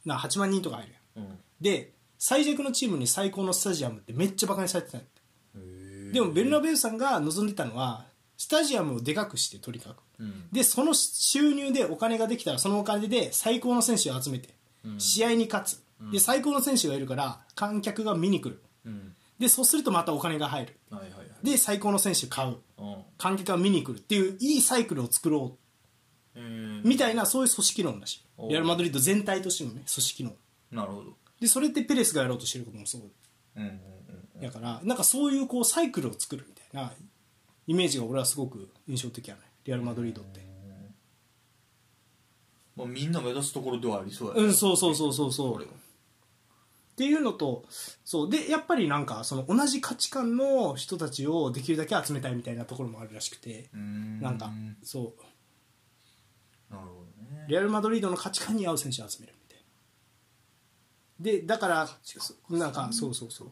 [SPEAKER 1] な8万人とか入るやん
[SPEAKER 2] うん
[SPEAKER 1] で最弱のチームに最高のスタジアムってめっちゃバカにされてたんやって
[SPEAKER 2] へえ
[SPEAKER 1] でもベルナベウさんが望んでたのはスタジアムをでかくしてとにかく
[SPEAKER 2] うん
[SPEAKER 1] でその収入でお金ができたらそのお金で最高の選手を集めて
[SPEAKER 2] うん
[SPEAKER 1] 試合に勝つ、
[SPEAKER 2] うん
[SPEAKER 1] で最高の選手がいるから観客が見に来る
[SPEAKER 2] うん
[SPEAKER 1] でそうするとまたお金が入る
[SPEAKER 2] はいはいはい
[SPEAKER 1] で最高の選手買う
[SPEAKER 2] うん
[SPEAKER 1] 観客が見に来るっていういいサイクルを作ろ
[SPEAKER 2] えー
[SPEAKER 1] うみたいなそういう組織論だし
[SPEAKER 2] おう
[SPEAKER 1] レアル・マドリード全体としての、ね、組織論
[SPEAKER 2] なるほど
[SPEAKER 1] でそれってペレスがやろうとしてることもそう
[SPEAKER 2] うんうん
[SPEAKER 1] だからなんかそういうこうサイクルを作るみたいなイメージが俺はすごく印象的やねレアル・マドリードって
[SPEAKER 2] まあみんな目指すところではありそうやね
[SPEAKER 1] うんそうそうそうそうそう
[SPEAKER 2] れは
[SPEAKER 1] っていうのとそうでやっぱりなんかその同じ価値観の人たちをできるだけ集めたいみたいなところもあるらしくて
[SPEAKER 2] うん
[SPEAKER 1] なんかそう
[SPEAKER 2] なるほどね
[SPEAKER 1] レアル・マドリードの価値観に合う選手を集めるみたいなでだからそなんかそうそうそう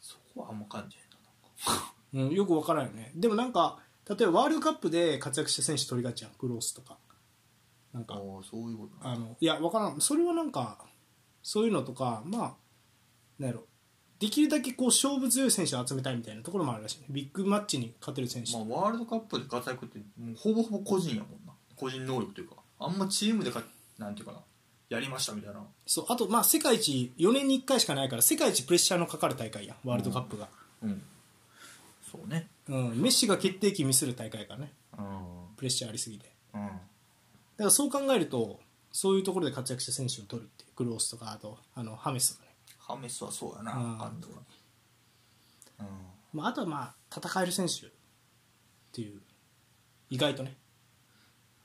[SPEAKER 2] そこはあんま感じへんな
[SPEAKER 1] うん、よくわからんよねでもなんか例えばワールドカップで活躍した選手取りがちやんクロースとかなんか
[SPEAKER 2] ああそういうこと
[SPEAKER 1] あのいやわからんそれはなんかそういうのとかまあなんやろできるだけこう勝負強い選手を集めたいみたいなところもあるらしいねビッグマッチに勝てる選手、
[SPEAKER 2] まあ、ワールドカップで活躍ってもうほぼほぼ個人やもんな個人能力というかあんまチームでかなんていうかなやりましたみたいな
[SPEAKER 1] そうあとまあ世界一4年に1回しかないから世界一プレッシャーのかかる大会やんワールドカップが、
[SPEAKER 2] うんそうね
[SPEAKER 1] うんメッシが決定機ミスる大会からね
[SPEAKER 2] うん
[SPEAKER 1] プレッシャーありすぎて
[SPEAKER 2] うん
[SPEAKER 1] だからそう考えるとそういうところで活躍した選手を取るっていうクロースとかあとあのハメスとかね、
[SPEAKER 2] ハメスはそうやな
[SPEAKER 1] うん
[SPEAKER 2] 監督はうん
[SPEAKER 1] まあ、あとはまあ戦える選手っていう意外とね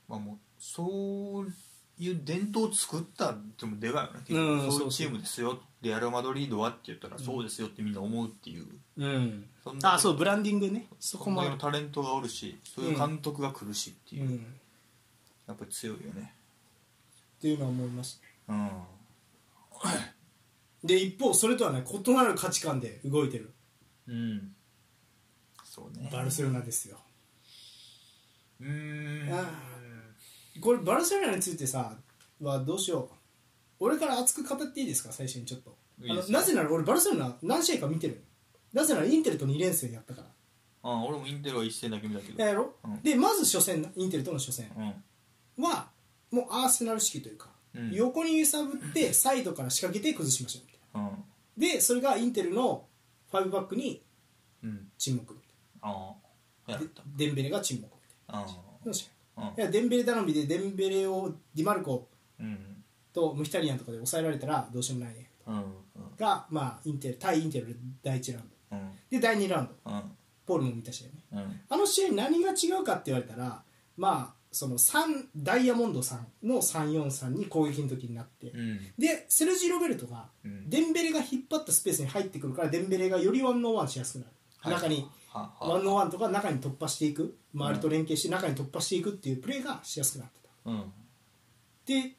[SPEAKER 2] まあもうそういう伝統を作ったでもでかいよね結
[SPEAKER 1] う
[SPEAKER 2] 局
[SPEAKER 1] ん
[SPEAKER 2] そうい
[SPEAKER 1] そう
[SPEAKER 2] うチームですよレアル・マドリードはって言ったらそうですよってみんな思うっていう、
[SPEAKER 1] うん
[SPEAKER 2] そんな
[SPEAKER 1] あそうブランディングねそ
[SPEAKER 2] そ
[SPEAKER 1] こ
[SPEAKER 2] こま
[SPEAKER 1] もあ
[SPEAKER 2] で
[SPEAKER 1] る
[SPEAKER 2] のタレントがおるしそういう監督が苦しいっていう、
[SPEAKER 1] うん、っ
[SPEAKER 2] やっぱり強いよね
[SPEAKER 1] ていうのは思います
[SPEAKER 2] うん
[SPEAKER 1] で一方それとはね異なる価値観で動いてる
[SPEAKER 2] うんそうね
[SPEAKER 1] バルセロナですよ
[SPEAKER 2] うーん
[SPEAKER 1] あこれバルセロナについてさはどうしよう俺から熱く語っていいですか最初にちょっと
[SPEAKER 2] いい
[SPEAKER 1] あの
[SPEAKER 2] ですよ
[SPEAKER 1] なぜなら俺バルセロナ何試合か見てるなぜならインテルと2連戦やったから
[SPEAKER 2] あ俺もインテルは一戦だけ見たけど
[SPEAKER 1] やろ、
[SPEAKER 2] うん
[SPEAKER 1] でまず初戦なインテルとの初戦
[SPEAKER 2] うん
[SPEAKER 1] はもうアーセナル式というか、
[SPEAKER 2] うん
[SPEAKER 1] 横に揺さぶってサイドから仕掛けて崩しましょうみたい
[SPEAKER 2] うん
[SPEAKER 1] なでそれがインテルの5バックに
[SPEAKER 2] うん
[SPEAKER 1] 沈黙みたいな
[SPEAKER 2] ああやっ
[SPEAKER 1] で
[SPEAKER 2] た
[SPEAKER 1] デンベレが沈黙み
[SPEAKER 2] あ
[SPEAKER 1] たいなどうしよ
[SPEAKER 2] あ
[SPEAKER 1] ういやデンベレ頼みでデンベレをディマルコ
[SPEAKER 2] うん
[SPEAKER 1] とムヒタリアンとかで抑えられたらどうしようもないね
[SPEAKER 2] うんうん
[SPEAKER 1] が、まあ、インテル対インテル第1ラウンド
[SPEAKER 2] うん
[SPEAKER 1] で第2ラウンド
[SPEAKER 2] うん
[SPEAKER 1] ポールも見たしね
[SPEAKER 2] うん
[SPEAKER 1] あの試合何が違うかって言われたらまあその3ダイヤモンドさんの343に攻撃の時になって、
[SPEAKER 2] うん
[SPEAKER 1] でセルジー・ロベルトが
[SPEAKER 2] うん
[SPEAKER 1] デンベレが引っ張ったスペースに入ってくるからデンベレがよりワンオワンしやすくなる、
[SPEAKER 2] はい
[SPEAKER 1] 中に
[SPEAKER 2] は
[SPEAKER 1] ワ
[SPEAKER 2] は
[SPEAKER 1] ンオワンとか中に突破していく周りと連携して中に突破していくっていうプレーがしやすくなってた
[SPEAKER 2] うん
[SPEAKER 1] で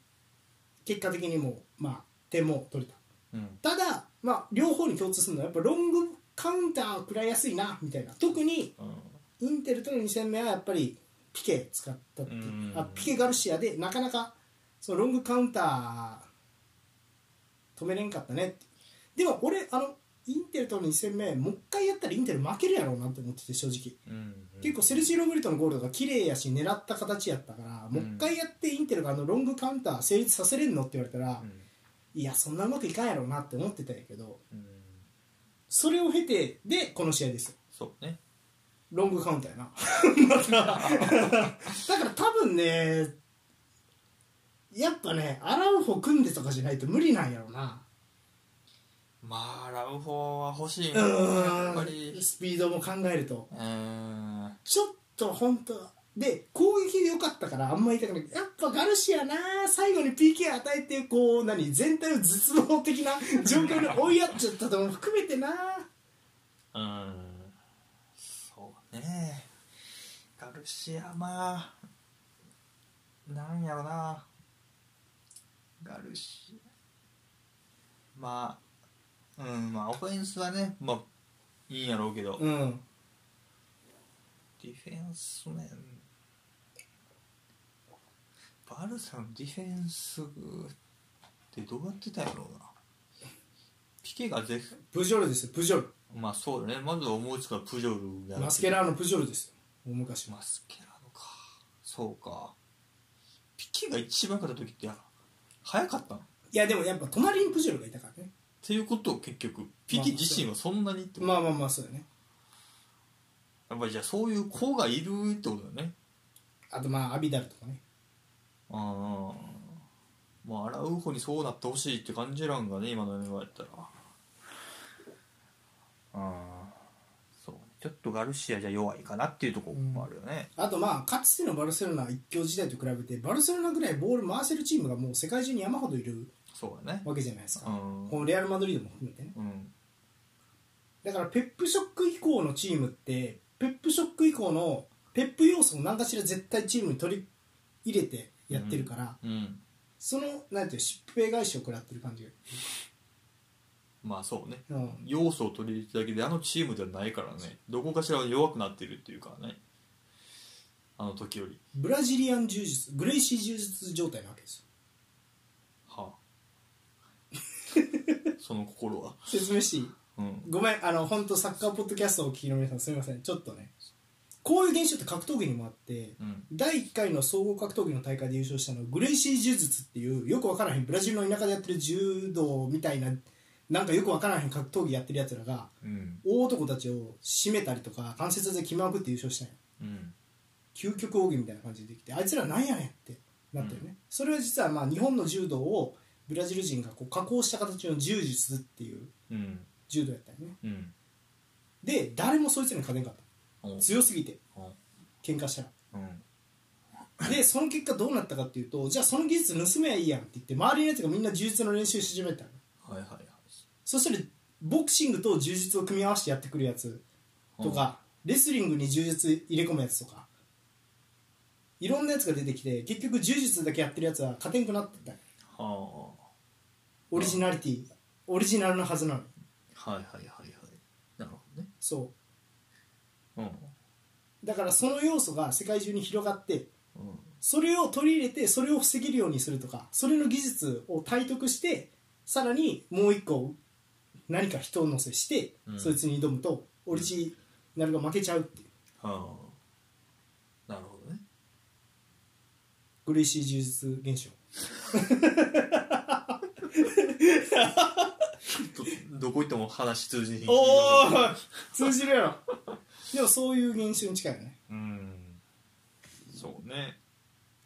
[SPEAKER 1] 結果的にもう、まあ、点も取れ
[SPEAKER 2] うん
[SPEAKER 1] たただ、まあ、両方に共通するのはやっぱロングカウンターを食らいやすいなみたいな特に
[SPEAKER 2] う
[SPEAKER 1] インテルとの2戦目はやっぱりピケ使ったっていう
[SPEAKER 2] うん
[SPEAKER 1] あピケガルシアでなかなかそのロングカウンター止めれんかったねってでも俺あのインテルとの2戦目もう一回やったらインテル負けるやろうなって思ってて正直
[SPEAKER 2] うんうん
[SPEAKER 1] 結構セルジー・ロブルトのゴールとか綺麗やし狙った形やったからもう一回やってインテルがあのロングカウンター成立させれんのって言われたら、
[SPEAKER 2] うん
[SPEAKER 1] いやそんなうまくいかんやろうなって思ってたんやけど
[SPEAKER 2] うん
[SPEAKER 1] それを経てでこの試合ですよ
[SPEAKER 2] そうね
[SPEAKER 1] ロングカウンターやな
[SPEAKER 2] [laughs]
[SPEAKER 1] まただから多分ねやっぱねアラウフォ組んでとかじゃないと無理なんやろうな
[SPEAKER 2] まあラブフォーは欲しいうなやっぱ
[SPEAKER 1] ーん
[SPEAKER 2] り
[SPEAKER 1] スピードも考えると
[SPEAKER 2] うーん
[SPEAKER 1] ちょっと本当で攻撃で良かったからあんま言いたくないやっぱガルシアな最後に PK 与えてこう何全体を絶望的
[SPEAKER 2] [laughs]
[SPEAKER 1] な状況に追いやっちゃったとも含めてな
[SPEAKER 2] うんそうねガルシアまあなんやろなガルシアまあうんまあオフェンスはねまあいいんやろうけど、
[SPEAKER 1] うん
[SPEAKER 2] ディフェンスねバルサのディフェンスってどうやってたんやろうなピケがぜ
[SPEAKER 1] プジョルですよプジョル
[SPEAKER 2] まあそうだねまず思いつくのはプジョルが
[SPEAKER 1] マスケラーのプジョルですよ大昔は
[SPEAKER 2] マスケラのかそうかピケが一番良かった時ってや早かったのっ
[SPEAKER 1] いやでもやっぱ隣にプジョルがいたからね
[SPEAKER 2] ていうことを結局ピケ自身はそんなにってこと、
[SPEAKER 1] まあまあまあそうだね
[SPEAKER 2] やっぱりじゃあそういう子がいるってことだよね
[SPEAKER 1] あとまあアビダルとかね
[SPEAKER 2] ああまあアラウホにそうなってほしいって感じなんかね今の言われたらああそうねちょっとガルシアじゃ弱いかなっていうところもあるよね、
[SPEAKER 1] あとまあかつてのバルセロナ一強時代と比べてバルセロナぐらいボール回せるチームがもう世界中に山ほどいる
[SPEAKER 2] そうだね
[SPEAKER 1] わけじゃないです
[SPEAKER 2] う
[SPEAKER 1] か、
[SPEAKER 2] ん
[SPEAKER 1] このレアル・マドリードも含めてね
[SPEAKER 2] うん
[SPEAKER 1] だからペップショック以降のチームってペップショック以降のペップ要素を何かしら絶対チームに取り入れてやってるから、
[SPEAKER 2] うん
[SPEAKER 1] そのなんていう疾病返しを食らってる感じ
[SPEAKER 2] まあそうね
[SPEAKER 1] が、うん、
[SPEAKER 2] 要素を取り入れただけであのチームではないからねどこかしら弱くなってるっていうかねあの時より
[SPEAKER 1] ブラジリアン柔術グレイシー柔術状態なわけですよ
[SPEAKER 2] はあその心は
[SPEAKER 1] 説明していい
[SPEAKER 2] うん
[SPEAKER 1] ごめんあの本当サッカーポッドキャストをお聞きの皆さんすみませんちょっとねこういう現象って格闘技にもあって
[SPEAKER 2] うん
[SPEAKER 1] 第1回の総合格闘技の大会で優勝したのはグレイシー柔術っていうよくわからへんブラジルの田舎でやってる柔道みたいななんかよくわからへん格闘技やってるやつらが
[SPEAKER 2] うん
[SPEAKER 1] 大男たちを締めたりとか関節で決まくって優勝したんよ
[SPEAKER 2] うん
[SPEAKER 1] 究極奥義みたいな感じでできてあいつらなんやねんってなったよね、それは実はまあ日本の柔道をブラジル人がこう加工した形の柔術っていう
[SPEAKER 2] うん
[SPEAKER 1] 柔道やったよね
[SPEAKER 2] うん
[SPEAKER 1] で誰もそいつらに勝てんかった
[SPEAKER 2] お
[SPEAKER 1] 強すぎて
[SPEAKER 2] お
[SPEAKER 1] 喧嘩した
[SPEAKER 2] うん
[SPEAKER 1] らでその結果どうなったかっていうとじゃあその技術盗めばいいやんって言って周りのやつがみんな柔術の練習し始めたの
[SPEAKER 2] はいはいはい
[SPEAKER 1] そしたらボクシングと柔術を組み合わせてやってくるやつとかレスリングに柔術入れ込むやつとかいろんなやつが出てきて結局柔術だけやってるやつは勝てんくなってた
[SPEAKER 2] は
[SPEAKER 1] オリジナリティオリジナルのはずなの
[SPEAKER 2] あはいはいはいはいなるほどね
[SPEAKER 1] そ
[SPEAKER 2] うん
[SPEAKER 1] うだからその要素が世界中に広がって
[SPEAKER 2] うん
[SPEAKER 1] それを取り入れてそれを防げるようにするとかそれの技術を体得してさらにもう一個何か人を乗せして、
[SPEAKER 2] うん
[SPEAKER 1] そいつに挑むとオリジナルが負けちゃうっていう
[SPEAKER 2] はあなるほどね
[SPEAKER 1] グレイシー柔術現象
[SPEAKER 2] どどこ行っても話通じひん
[SPEAKER 1] お通じるやろ [laughs] でもそういう現象に近いよね
[SPEAKER 2] うんそうね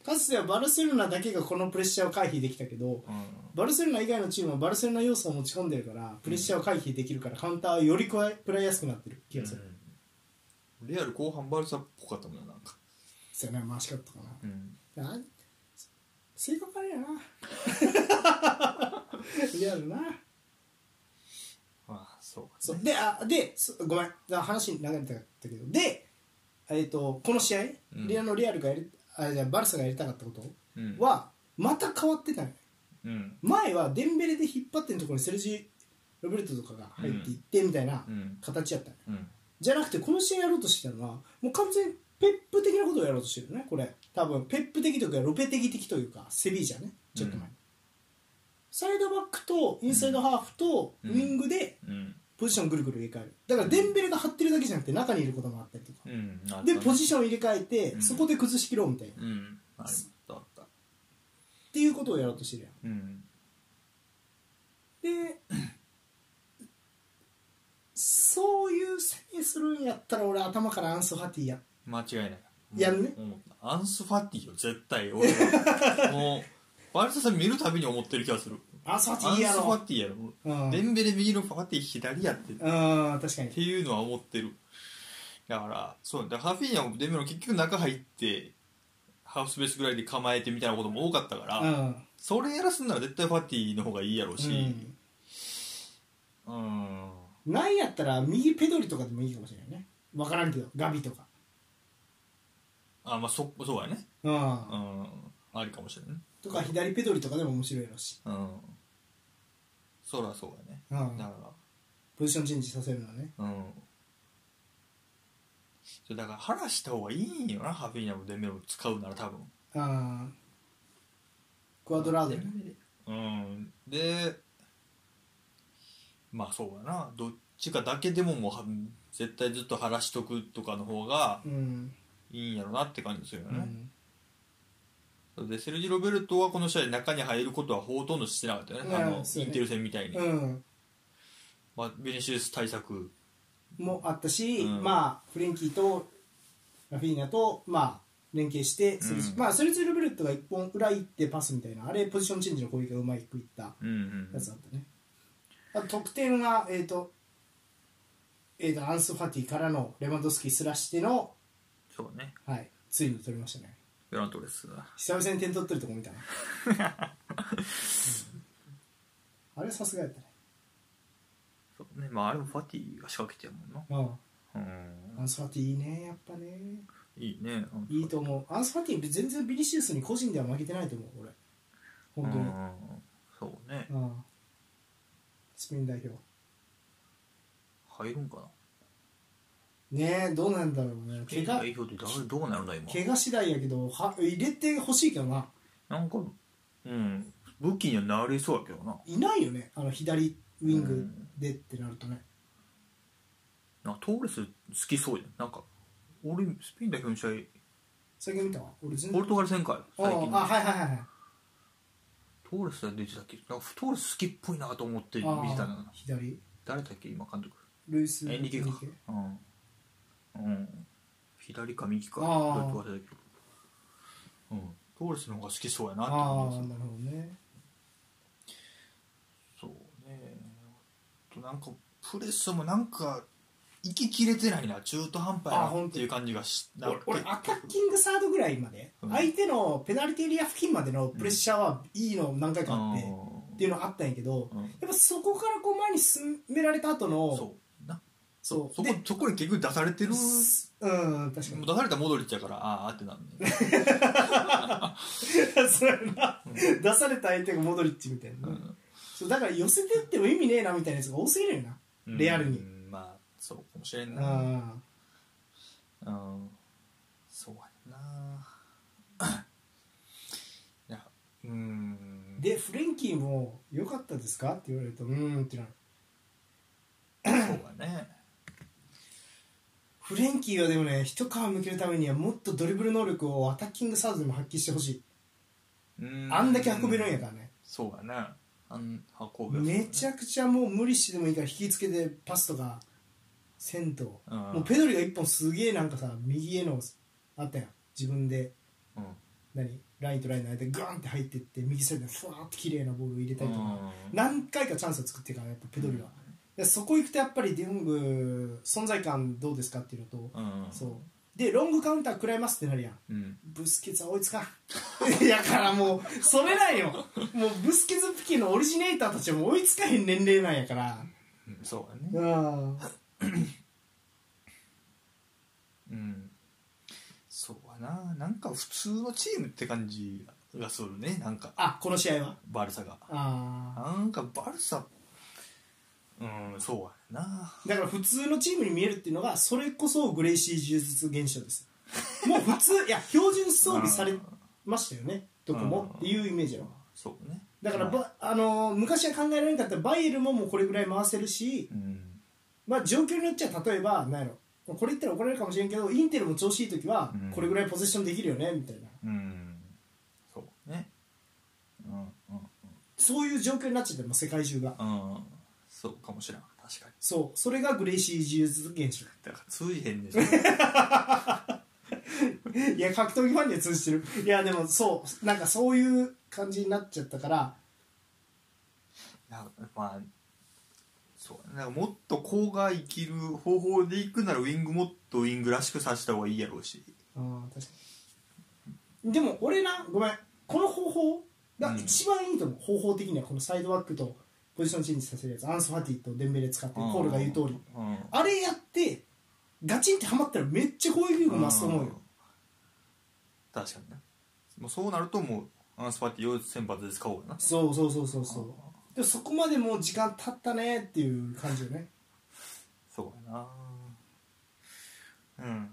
[SPEAKER 1] かつてはバルセロナだけがこのプレッシャーを回避できたけど
[SPEAKER 2] うん
[SPEAKER 1] バルセロナ以外のチームはバルセロナ要素を持ち込んでるからプレッシャーを回避できるからカウンターをより加え食らいやすくなってる気がする、
[SPEAKER 2] うんレアル後半バルサっぽかったもんななんか、
[SPEAKER 1] そうやな回し方か
[SPEAKER 2] うん、
[SPEAKER 1] なあ性格悪いよ
[SPEAKER 2] [laughs]
[SPEAKER 1] なリアルな
[SPEAKER 2] まあそうか
[SPEAKER 1] そうであでそごめんだ話に流れてたけどで、えー、とこの試合、
[SPEAKER 2] うん
[SPEAKER 1] レアのリアルがやりあじゃあバルサがやりたかったこと
[SPEAKER 2] うん
[SPEAKER 1] はまた変わってたのよ
[SPEAKER 2] うん
[SPEAKER 1] 前はデンベレで引っ張ってるところにセルジー・ロベルトとかが入っていってみたいな
[SPEAKER 2] うん
[SPEAKER 1] 形やったのよ、
[SPEAKER 2] うん
[SPEAKER 1] じゃなくてこの試合やろうとしてたのはもう完全にペップ的なことをやろうとしてるよねこれ多分ペップ的というかロペ的的というかセビージャねちょっと前に、サイドバックとインサイドハーフとウ
[SPEAKER 3] うん
[SPEAKER 1] ィングで
[SPEAKER 3] うん
[SPEAKER 1] ポジションぐるぐる入れ替えるだからデンベレが張ってるだけじゃなくて中にいることもあったりとか
[SPEAKER 3] うんあったね
[SPEAKER 1] でポジション入れ替えて
[SPEAKER 3] うん
[SPEAKER 1] そこで崩し切ろうみたいな
[SPEAKER 3] う
[SPEAKER 1] っ
[SPEAKER 3] んあったあった
[SPEAKER 1] ていうことをやろうとしてるやん
[SPEAKER 3] うん
[SPEAKER 1] でそういう攻めするんやったら俺頭からアンソファティや
[SPEAKER 2] 間違いない
[SPEAKER 1] やるね
[SPEAKER 2] うんアンスファティよ絶対俺は
[SPEAKER 1] [laughs]
[SPEAKER 2] もうバルサさん見るたびに思ってる気がする
[SPEAKER 1] アンソファ
[SPEAKER 2] アン
[SPEAKER 1] ティ
[SPEAKER 2] ス
[SPEAKER 1] い
[SPEAKER 2] フ
[SPEAKER 1] いや
[SPEAKER 2] ァ
[SPEAKER 1] ろ
[SPEAKER 2] ティやろ
[SPEAKER 1] うん
[SPEAKER 2] デンベレ右のファティ左やってっ
[SPEAKER 1] うん確かに
[SPEAKER 2] ていうのは思ってるだからそうだからハフィーニャもデンベレも結局中入ってハーフスペースぐらいで構えてみたいなことも多かったから、
[SPEAKER 1] うん
[SPEAKER 2] それやらすんなら絶対ファティの方がいいやろうし
[SPEAKER 1] うん
[SPEAKER 2] うん
[SPEAKER 1] なんやったら右ペドリとかでもいいかもしれないね分からんけどガビとか
[SPEAKER 2] あまあそそうやね
[SPEAKER 1] うん
[SPEAKER 2] うんありかもしれんね
[SPEAKER 1] とか左ペドリとかでも面白いやろし
[SPEAKER 2] うんそらそうやね
[SPEAKER 1] うん
[SPEAKER 2] だから
[SPEAKER 1] ポジションチェンジさせるのはね
[SPEAKER 2] うん。それだから、腹した方がいいんよな、ハフィーナもデンベレも使うなら多分。
[SPEAKER 1] うんクワドラード
[SPEAKER 2] デンベレうん。で、まあそうだな、どっちかだけでももうは、絶対ずっと腹しとくとかの方が
[SPEAKER 1] うん、
[SPEAKER 2] いいんやろなって感じするよ
[SPEAKER 1] う
[SPEAKER 2] ね。
[SPEAKER 1] ん、
[SPEAKER 2] で、セルジ・ロベルトはこの試合中に入ることはほとんどしてなかったよね。
[SPEAKER 1] うん
[SPEAKER 2] あの、
[SPEAKER 1] そう
[SPEAKER 2] イ
[SPEAKER 1] ね
[SPEAKER 2] ンテル戦みたいに。
[SPEAKER 1] うん
[SPEAKER 2] まあ、ベネシウス対策。
[SPEAKER 1] もあったし、
[SPEAKER 2] うん
[SPEAKER 1] まあフレンキーとラフィーニャとまあ連携してセルジ、
[SPEAKER 2] うん
[SPEAKER 1] まあセルジルベルトが一本裏行ってパスみたいなあれポジションチェンジの攻撃がうまくいった
[SPEAKER 3] うんうん
[SPEAKER 1] やつだったねあと得点がえっ、とえー、とアンス・ファティからのレバンドフスキすらしての、
[SPEAKER 3] そうね
[SPEAKER 1] はい、ついに取りましたね
[SPEAKER 3] フラントレス
[SPEAKER 1] 久々に点取ってるとこ見た
[SPEAKER 3] [laughs]
[SPEAKER 1] な、うんあれはさすがやったね
[SPEAKER 3] そうねまああれもファティが仕掛けてるもんな
[SPEAKER 1] う
[SPEAKER 3] うん
[SPEAKER 1] んアンス・ファティいいねやっぱね
[SPEAKER 3] いいね
[SPEAKER 1] いいと思うアンス・ファティ全然ビニシウスに個人では負けてないと思う俺
[SPEAKER 3] うん
[SPEAKER 1] 本
[SPEAKER 3] う
[SPEAKER 1] 当
[SPEAKER 3] ん
[SPEAKER 1] に
[SPEAKER 3] そうね
[SPEAKER 1] うんスペイン代表
[SPEAKER 3] 入るんかな
[SPEAKER 1] ねえどうなんだろうね
[SPEAKER 3] スペイ
[SPEAKER 1] 怪
[SPEAKER 3] ン
[SPEAKER 1] 我
[SPEAKER 3] 代表って誰どうなるんだ今
[SPEAKER 1] 怪我次第やけどは入れてほしいけどな
[SPEAKER 3] なんかうん武器にはなりそうやけどない
[SPEAKER 1] ないよねあの左ウィン
[SPEAKER 3] う
[SPEAKER 1] グ
[SPEAKER 3] ん
[SPEAKER 1] でってなるとね、
[SPEAKER 3] なんかトーレス好きそうじゃんなんか俺スペイン代表の試
[SPEAKER 1] 最近見たわ俺全
[SPEAKER 3] 合ポルトガル戦かよ最近
[SPEAKER 1] ああはいはいはいはい
[SPEAKER 3] トーレスは出てたっけなんかトーレス好きっぽいなと思って見てた
[SPEAKER 1] あー
[SPEAKER 3] な
[SPEAKER 1] 左
[SPEAKER 3] 誰だっけ今監督
[SPEAKER 1] ルイス
[SPEAKER 3] エンリケかうん、うん、左か右か
[SPEAKER 1] あ
[SPEAKER 3] ど
[SPEAKER 1] ー
[SPEAKER 3] うやって忘れたけど
[SPEAKER 2] うん。トーレスの方が好きそうやなって
[SPEAKER 1] あ
[SPEAKER 2] 感じ
[SPEAKER 1] あ
[SPEAKER 2] がする
[SPEAKER 1] なるほどね
[SPEAKER 2] そうねあとなんかプレスもなんか息切れてないな中途半端や
[SPEAKER 1] あほ
[SPEAKER 2] なんっ
[SPEAKER 1] と
[SPEAKER 2] ていう感じがしな
[SPEAKER 1] 俺俺
[SPEAKER 2] 結
[SPEAKER 1] ア
[SPEAKER 2] 構
[SPEAKER 1] タッキングサードぐらいまで、
[SPEAKER 2] うん
[SPEAKER 1] 相手のペナルティーエリア付近までのプレッシャーはいいの何回かあって、っていうのがあったんやけど
[SPEAKER 3] うん
[SPEAKER 1] やっぱそこからこう前に進められた後
[SPEAKER 2] うん
[SPEAKER 1] の
[SPEAKER 2] そうな
[SPEAKER 1] そう
[SPEAKER 2] そこ
[SPEAKER 1] で
[SPEAKER 2] そこに結局出されてるも
[SPEAKER 1] うん確か
[SPEAKER 2] う出された戻りちゃからあーあーってなるね
[SPEAKER 1] にそうやな出された相手がモドリッチみたいな、
[SPEAKER 2] うん
[SPEAKER 1] そうだから寄せてっても意味ねえなみたいなやつが多すぎるよな [laughs] レアルに
[SPEAKER 2] うんまあそうかもしれん
[SPEAKER 1] う
[SPEAKER 2] なんうんそうやな [coughs] いやうん
[SPEAKER 1] でフレンキーも「良かったですか?」って言われると「うーん」ってなる
[SPEAKER 2] そうだね
[SPEAKER 1] フレンキーはでもね一皮むけるためにはもっとドリブル能力をアタッキングサードでも発揮してほしい
[SPEAKER 2] うん
[SPEAKER 1] あんだけ運べるんやからね
[SPEAKER 2] そうやねあん運ぶ
[SPEAKER 1] めちゃくちゃもう無理してでもいいから引きつけてパスとかせんと
[SPEAKER 2] うん
[SPEAKER 1] もうペドリが一本すげえなんかさ右へのあったやん自分で
[SPEAKER 2] うん
[SPEAKER 1] 何ラインとラインの間でグーンって入ってって右サイドにふわーって綺麗なボールを入れたりとか
[SPEAKER 2] うん
[SPEAKER 1] 何回かチャンスを作ってからやっぱペドリは、でそこ行くとやっぱりディオング存在感どうですかっていうのと、
[SPEAKER 2] うん
[SPEAKER 1] そうでロングカウンター食らいますってなるやん
[SPEAKER 2] うん
[SPEAKER 1] ブスケツは追いつかんいやからもうそれなんよもうブスケツピケのオリジネーターたちはもう追いつかへん年齢なんやから
[SPEAKER 2] そうやね
[SPEAKER 1] うん
[SPEAKER 2] うんそうやななんか普通のチームって感じがするねなんか
[SPEAKER 1] あこの試合は
[SPEAKER 2] バルサが
[SPEAKER 1] あ
[SPEAKER 2] なんかバルサうんそうやな
[SPEAKER 1] ーだから普通のチームに見えるっていうのがそれこそグレイシー柔術現象ですもう普通いや標準装備されましたよねどこもっていうイメージやろ
[SPEAKER 2] そうね
[SPEAKER 1] だからば、あのー昔は考えられなかったバイエルももうこれぐらい回せるし、
[SPEAKER 3] うん
[SPEAKER 1] まあ、状況によっちゃ例えばなんやろこれ言ったら怒られるかもしれんけどインテルも調子いい時は
[SPEAKER 3] うん
[SPEAKER 1] これぐらいポゼッションできるよねみたいな
[SPEAKER 3] うんそうねうんうん
[SPEAKER 1] そういう状況になっちゃってもう世界中が
[SPEAKER 3] うん
[SPEAKER 2] そうかもしれん確かに
[SPEAKER 1] そうそれがグレイシー・ジューズ現
[SPEAKER 3] [laughs]
[SPEAKER 1] 象
[SPEAKER 2] だから通じへんでしょ
[SPEAKER 1] いや格闘技ファンには通じてるいやでもそうなんかそういう感じになっちゃったから
[SPEAKER 2] いやまあそうなんかもっとこうが生きる方法でいくならウイングもっとウイングらしくさせた方がいいやろうし
[SPEAKER 1] うん確かにでも俺なごめんこの方法が
[SPEAKER 2] うん
[SPEAKER 1] 一番いいと思う、方法的にはこのサイドバックとポジションチェンジさせるやつアンス・ファティとデンベレ使ってるコールが言う通り
[SPEAKER 2] うん
[SPEAKER 1] あれやってガチンってハマったらめっちゃ攻撃力増すと思うよ
[SPEAKER 2] 確かにねもうそうなるともうアンスパティを先発で使おうよな
[SPEAKER 1] そうそうそうそうそうでもそこまでもう時間経ったねっていう感じよね
[SPEAKER 2] そうやなうん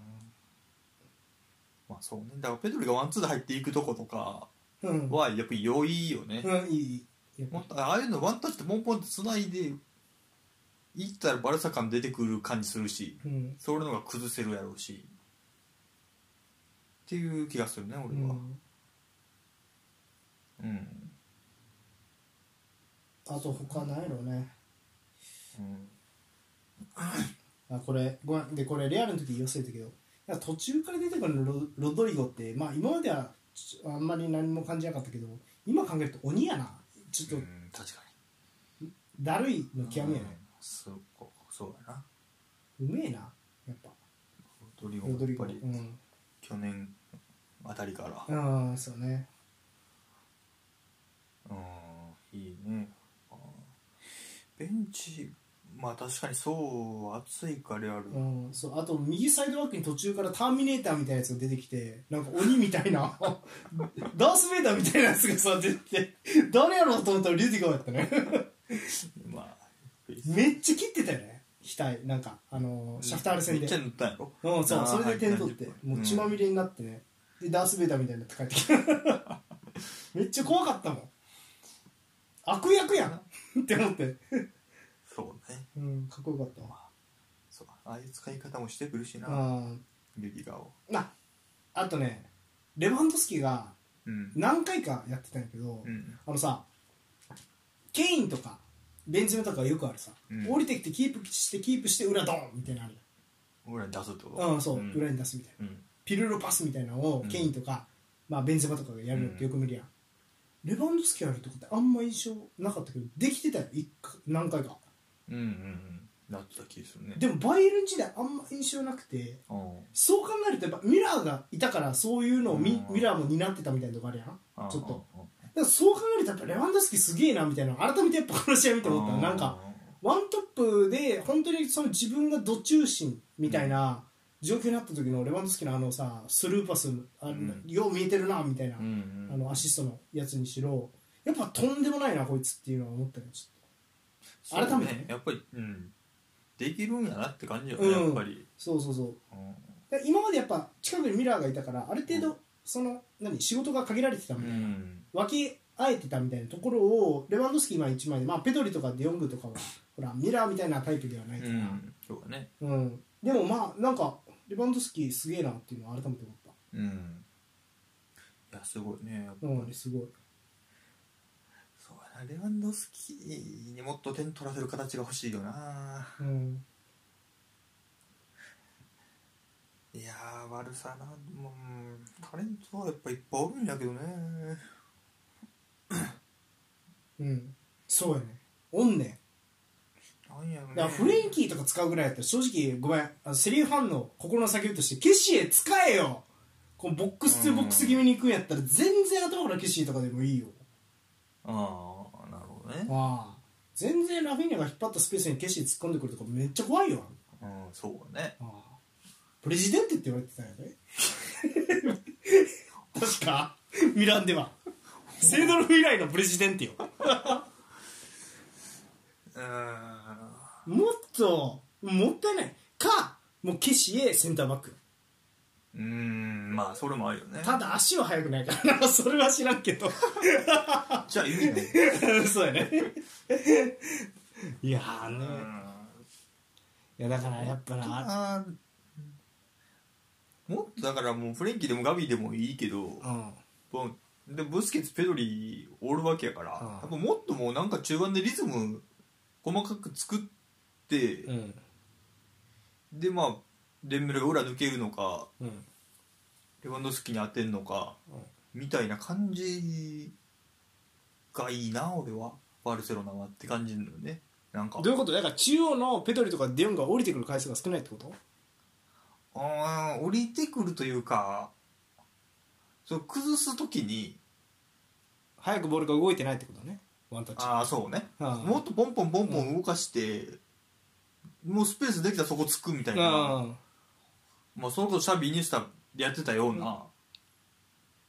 [SPEAKER 2] まあそうねだからペドリがワンツーで入っていくとことか
[SPEAKER 1] うん、
[SPEAKER 2] はやっぱり良いよね、
[SPEAKER 1] うん、いいいいやっ
[SPEAKER 2] も
[SPEAKER 1] ぱ
[SPEAKER 2] っとああいうのワンタッチでポンポンって繋いでいったらバルサ感出てくる感じするし
[SPEAKER 1] うん、
[SPEAKER 2] それのが崩せるやろうしっていう気がするね
[SPEAKER 1] う
[SPEAKER 2] 俺は
[SPEAKER 1] ん、
[SPEAKER 2] うん、
[SPEAKER 1] あと他ないのね
[SPEAKER 2] うん
[SPEAKER 1] あこれごめんでこれレアルの時言い忘れたけどなんか途中から出てくるロロドリゴってまあ今まではちょあんまり何も感じなかったけど今考えると鬼やなちょっと
[SPEAKER 2] うん確か
[SPEAKER 1] だるいの
[SPEAKER 2] に
[SPEAKER 1] 極めやね、
[SPEAKER 2] うんそうかそうやな
[SPEAKER 1] うめえなやっぱ
[SPEAKER 2] ロドリゴ
[SPEAKER 1] ロド
[SPEAKER 2] もや
[SPEAKER 1] リ
[SPEAKER 2] っぱ
[SPEAKER 1] ゴ
[SPEAKER 2] り
[SPEAKER 1] うん
[SPEAKER 2] 去年あたりから
[SPEAKER 1] うんそうね
[SPEAKER 2] うんいいねあーベンチまあ確かにそう暑いかレアル
[SPEAKER 1] うん、そうあと右サイドバックに途中からターミネーターみたいなやつが出てきてなんか鬼みたいな [laughs] ダース・ベイダーみたいなやつがさ出てきて誰やろうと思ったらリュディガーやったね
[SPEAKER 2] まあ
[SPEAKER 1] めっちゃ切ってたよね額なんかあのーシャフタール戦
[SPEAKER 2] め
[SPEAKER 1] で
[SPEAKER 2] っちゃ塗ったんやろ
[SPEAKER 1] うんそ
[SPEAKER 2] あ
[SPEAKER 1] う
[SPEAKER 2] ー
[SPEAKER 1] それで点取って
[SPEAKER 2] はい
[SPEAKER 1] もう血まみれになってね、でダース・ベイダーみたいになって帰ってき
[SPEAKER 2] [laughs]
[SPEAKER 1] ためっちゃ怖かったもん悪役やんって思って、
[SPEAKER 2] そうね
[SPEAKER 1] うん、かっこよかったわ
[SPEAKER 2] そうああいう使い方もしてくるしな
[SPEAKER 1] あー
[SPEAKER 2] ルギガを
[SPEAKER 1] なあとねレバンドフスキが
[SPEAKER 2] うん
[SPEAKER 1] 何回かやってたんやけど、
[SPEAKER 2] うん
[SPEAKER 1] あのさケインとかベンゼムとかよくあるさ、
[SPEAKER 2] うん
[SPEAKER 1] 降りてきてキープしてキープして裏ドンみたいなのある
[SPEAKER 2] 俺らに出すってこ
[SPEAKER 1] やん
[SPEAKER 2] と
[SPEAKER 1] うんそう、
[SPEAKER 2] ん
[SPEAKER 1] 裏に出すみたいな
[SPEAKER 2] うん
[SPEAKER 1] ピルロパスみたいなのを
[SPEAKER 2] うん
[SPEAKER 1] ケインとか、まあ、ベンゼマとかがやるのってよく見るやん、レバンドフスキやるとこってあんま印象なかったけどできてたよ一回何回か
[SPEAKER 2] うんうんなってた気がするね
[SPEAKER 1] でもバイエルン時代あんま印象なくて
[SPEAKER 2] うん
[SPEAKER 1] そう考えるとやっぱミラーがいたからそういうのをミ,、
[SPEAKER 2] うん
[SPEAKER 1] ミラーも担ってたみたいなとこあるやん
[SPEAKER 2] あー
[SPEAKER 1] ちょっと
[SPEAKER 2] うん
[SPEAKER 1] だからそう考えるとやっぱレバンドフスキすげえなみたいな改めてやっぱこの試合見て思った
[SPEAKER 2] うん
[SPEAKER 1] なんかワントップで本当にその自分がど中心みたいな状況になった時のレバンドフスキのあのさスルーパスあ
[SPEAKER 2] ん
[SPEAKER 1] よう見えてるなみたいな、
[SPEAKER 2] うんうん
[SPEAKER 1] あのアシストのやつにしろやっぱとんでもないなこいつっていうのは思ったよちょっ
[SPEAKER 2] そう
[SPEAKER 1] 改めてね
[SPEAKER 2] やっぱりうんできるんやなって感じよ
[SPEAKER 1] う
[SPEAKER 2] ね
[SPEAKER 1] ん
[SPEAKER 2] やっぱり
[SPEAKER 1] とそうそうそう
[SPEAKER 2] うん
[SPEAKER 1] だから今までやっぱ近くにミラーがいたからある程
[SPEAKER 2] う
[SPEAKER 1] 度その何仕事が限られてた
[SPEAKER 2] う
[SPEAKER 1] みたいな、
[SPEAKER 2] ん
[SPEAKER 1] 分け合えてたみたいなところをレバンドフスキ今一枚で、まあ、ペドリとかデヨングとかはほらミラーみたいなタイプではないか
[SPEAKER 2] う
[SPEAKER 1] ら、
[SPEAKER 2] んそうだね
[SPEAKER 1] うん、でもまあなんかレバンドフスキすげえなっていうのは改めて思っ
[SPEAKER 2] うんいやすごいねやっぱ
[SPEAKER 1] た、
[SPEAKER 2] り
[SPEAKER 1] うん、すごい
[SPEAKER 2] そうやなレバンドフスキにもっと点取らせる形が欲しいよな
[SPEAKER 1] うん、
[SPEAKER 2] いやー悪さなもうんタレントはやっぱいっぱいおるんやけどね
[SPEAKER 1] うん、そうやねおんね
[SPEAKER 2] なんやろ
[SPEAKER 1] ん
[SPEAKER 2] ね
[SPEAKER 1] だからフレンキーとか使うぐらいやったら正直ごめんあのセリーファンの心の叫びとしてケシエ使えよこのボックス2ボックス気味に行くんやったら全然頭からケシエとかでもいいよ
[SPEAKER 2] ああなるほどね
[SPEAKER 1] ああ全然ラフィーニャが引っ張ったスペースにケシエ突っ込んでくるとかめっちゃ怖いよ
[SPEAKER 2] うんそうね
[SPEAKER 1] ああプレジデンテって言われてたよね [laughs] 確かミランではセイドルフ以来のプレジデ [laughs] ンテよ
[SPEAKER 2] うーん
[SPEAKER 1] もっともったいないかもうケシエセンターバック
[SPEAKER 2] うーんまあそれもあるよね
[SPEAKER 1] ただ足は速くないからな [laughs] それは知らんけど [laughs]
[SPEAKER 2] じゃあいいね
[SPEAKER 1] そうやねいやー
[SPEAKER 2] う
[SPEAKER 1] ね
[SPEAKER 2] ん
[SPEAKER 1] いやだからやっぱな
[SPEAKER 2] あーもっとだからもうフレンキでもガビでもいいけど、
[SPEAKER 1] うん
[SPEAKER 2] もうでブスケツペドリおるわけやから、
[SPEAKER 1] うん
[SPEAKER 2] やっぱもっともうなんか中盤でリズム細かく作って、
[SPEAKER 1] うん
[SPEAKER 2] でまあデンベレが裏抜けるのか
[SPEAKER 1] うん
[SPEAKER 2] レバンドフスキに当てんのか、
[SPEAKER 1] うん
[SPEAKER 2] みたいな感じがいいな俺はバルセロナはって感じるのよねなんか
[SPEAKER 1] どういうことだから中央のペドリとかデヨンが降りてくる回数が少ないってこと
[SPEAKER 2] あー降りてくるというかそう崩す時に
[SPEAKER 1] 早くボールが動いてないってことねワンタッチ
[SPEAKER 2] ああそうね、
[SPEAKER 1] うん
[SPEAKER 2] もっとポンポンポンポン動かして、もうスペースできたらそこつくみたいな、
[SPEAKER 1] うん
[SPEAKER 2] まあ、そのことシャビイニエスタでやってたような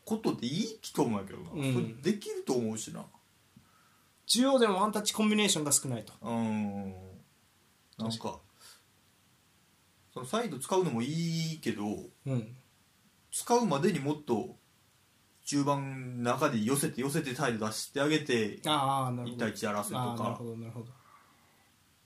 [SPEAKER 2] ことでいいと思うんやけどな、
[SPEAKER 1] うん
[SPEAKER 2] それできると思うしな
[SPEAKER 1] 中央でのワンタッチコンビネーションが少ないと
[SPEAKER 2] うんなん
[SPEAKER 1] 確
[SPEAKER 2] かそのサイド使うのもいいけど
[SPEAKER 1] うん
[SPEAKER 2] 使うまでにもっと中盤の中で寄せて寄せて態度出してあげて
[SPEAKER 1] ああなる
[SPEAKER 2] 1
[SPEAKER 1] ほど
[SPEAKER 2] 対1で争うと
[SPEAKER 1] ああなる
[SPEAKER 2] か
[SPEAKER 1] ほどなるほど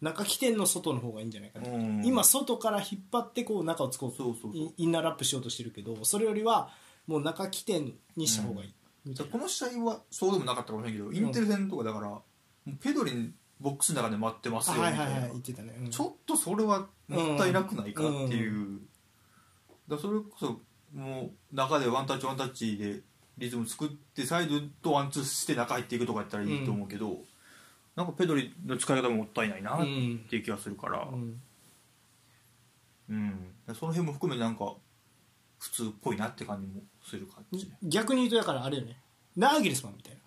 [SPEAKER 1] 中起点の外の方がいいんじゃないかな、
[SPEAKER 2] うん
[SPEAKER 1] 今外から引っ張ってこう中を使おう
[SPEAKER 2] そうそうそう
[SPEAKER 1] イインナーラップしようとしてるけどそれよりはもう中起点にした方がいい、みたいな
[SPEAKER 2] この試合はそうでもなかったかもしれないけどインテル戦とかだからもうペドリンボックスの中で待ってますよ
[SPEAKER 1] あ
[SPEAKER 2] み
[SPEAKER 1] は
[SPEAKER 2] た
[SPEAKER 1] い
[SPEAKER 2] い
[SPEAKER 1] はいはい
[SPEAKER 2] な
[SPEAKER 1] 言ってたね、うん
[SPEAKER 2] ちょっとそれはもったいなくないかっていう、
[SPEAKER 1] う
[SPEAKER 2] だからそれこそもう中でワンタッチワンタッチでリズム作ってサイドとワンツーして中入っていくとかやったらいいと思うけど、なんかペドリの使い方ももったいないな
[SPEAKER 1] う
[SPEAKER 2] っ
[SPEAKER 1] ん
[SPEAKER 2] ていう気がするから、
[SPEAKER 1] う
[SPEAKER 2] うん
[SPEAKER 1] ん
[SPEAKER 2] だからその辺も含めなんか普通っぽいなって感じもする感じ、
[SPEAKER 1] 逆に言うとだからあれよねナーギルスマンみたい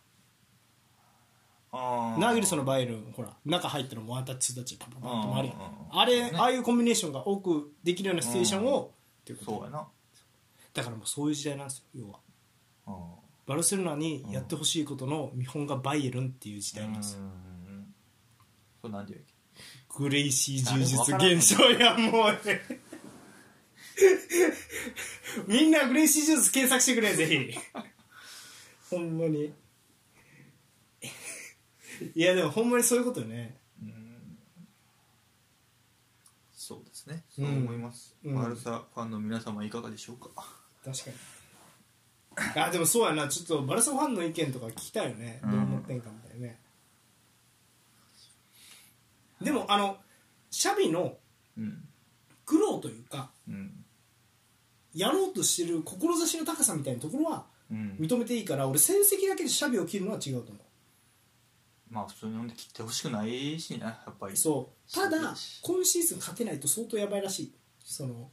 [SPEAKER 2] あ
[SPEAKER 1] なナーギルスのバイエルンほら中入ったらもうワンタッチツータッチでパパパッと回るやん
[SPEAKER 2] うん
[SPEAKER 1] あれ、
[SPEAKER 2] そうね
[SPEAKER 1] ああいうコンビネーションが多くできるようなシチュエーションを、っていうこと
[SPEAKER 2] そうやな、
[SPEAKER 1] だからもうそういう時代なんですよ要は
[SPEAKER 2] うん
[SPEAKER 1] バルセロナにやってほしいことの見本がバイエルンっていう時代なんですよ、
[SPEAKER 2] うんそうなんていうわけ
[SPEAKER 1] グレイシー充実現象やもう [laughs] ねみんなグレイシー充実検索してくれぜひほんまに [laughs] いやでもほんまにそういうことよね
[SPEAKER 2] うんそうですね。そう思います。
[SPEAKER 1] うん
[SPEAKER 2] バルサファンの皆様いかがでしょうか。
[SPEAKER 1] 確かにあでもそうやなちょっとバルサファンの意見とか聞きたいよねどう思ってんかみたいなね、でもあのシャビの
[SPEAKER 2] うん。
[SPEAKER 1] 苦労というか
[SPEAKER 2] うん。
[SPEAKER 1] やろうとしてる志の高さみたいなところは
[SPEAKER 2] うん。
[SPEAKER 1] 認めていいから俺戦績だけでシャビを切るのは違うと思
[SPEAKER 2] まあ普通に飲んで切ってほしくないしな、やっぱり
[SPEAKER 1] う。そうた
[SPEAKER 2] そう
[SPEAKER 1] だ
[SPEAKER 2] です
[SPEAKER 1] 今シーズン勝てないと相当やばいらしいその、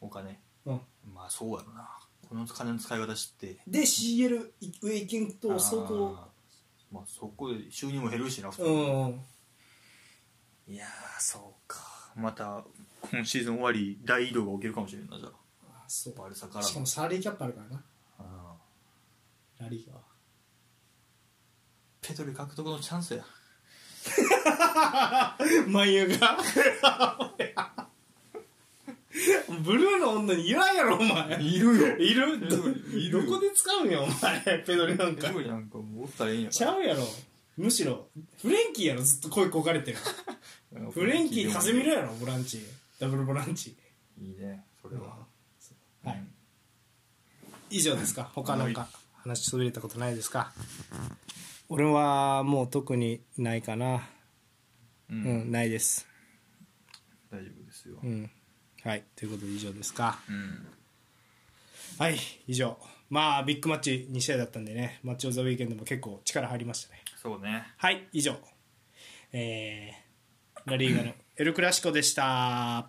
[SPEAKER 2] お金。
[SPEAKER 1] うん、
[SPEAKER 2] まあそうやろな。この金の使い方知って。
[SPEAKER 1] で CL 上行けんと相当
[SPEAKER 2] あーまあそこで収入も減るしな、普通
[SPEAKER 1] う
[SPEAKER 2] に
[SPEAKER 1] ん
[SPEAKER 2] いやー、そうか。また今シーズン終わり、大移動が起きるかもしれんな、じゃあ。
[SPEAKER 1] あそう
[SPEAKER 2] バルサから
[SPEAKER 1] しか
[SPEAKER 2] の
[SPEAKER 1] も。サーリーキャップあるからな
[SPEAKER 2] うん
[SPEAKER 1] ラリーが
[SPEAKER 2] ペトリ獲得のチャンスや。
[SPEAKER 1] [laughs] マユが [laughs] ブルーの女にいらんやろお前
[SPEAKER 2] いるよ。
[SPEAKER 1] いるど
[SPEAKER 2] いる
[SPEAKER 1] どこで使うんやお前ペドリなん
[SPEAKER 2] ペ
[SPEAKER 1] か
[SPEAKER 2] トリなんかもうおったらええんやか
[SPEAKER 1] ち
[SPEAKER 2] ら
[SPEAKER 1] ゃうやろむしろフレンキーやろずっと声こかれてる
[SPEAKER 2] うん
[SPEAKER 1] フレンキーカゼミロやろボランチダブルボランチ
[SPEAKER 2] いいねそれは、
[SPEAKER 1] はい以上ですか他なんか話しそびれたことないですか俺はもう特にないかな
[SPEAKER 2] うん
[SPEAKER 1] うん、ないです
[SPEAKER 2] 大丈夫ですよ
[SPEAKER 1] うんはいということで以上ですか
[SPEAKER 2] うん
[SPEAKER 1] はい以上まあビッグマッチ2試合だったんでねマッチ・オブ・ザ・ウィーケンドも結構力入りましたね
[SPEAKER 2] そうね
[SPEAKER 1] はい以上えー、ラリーガのエル・クラシコでした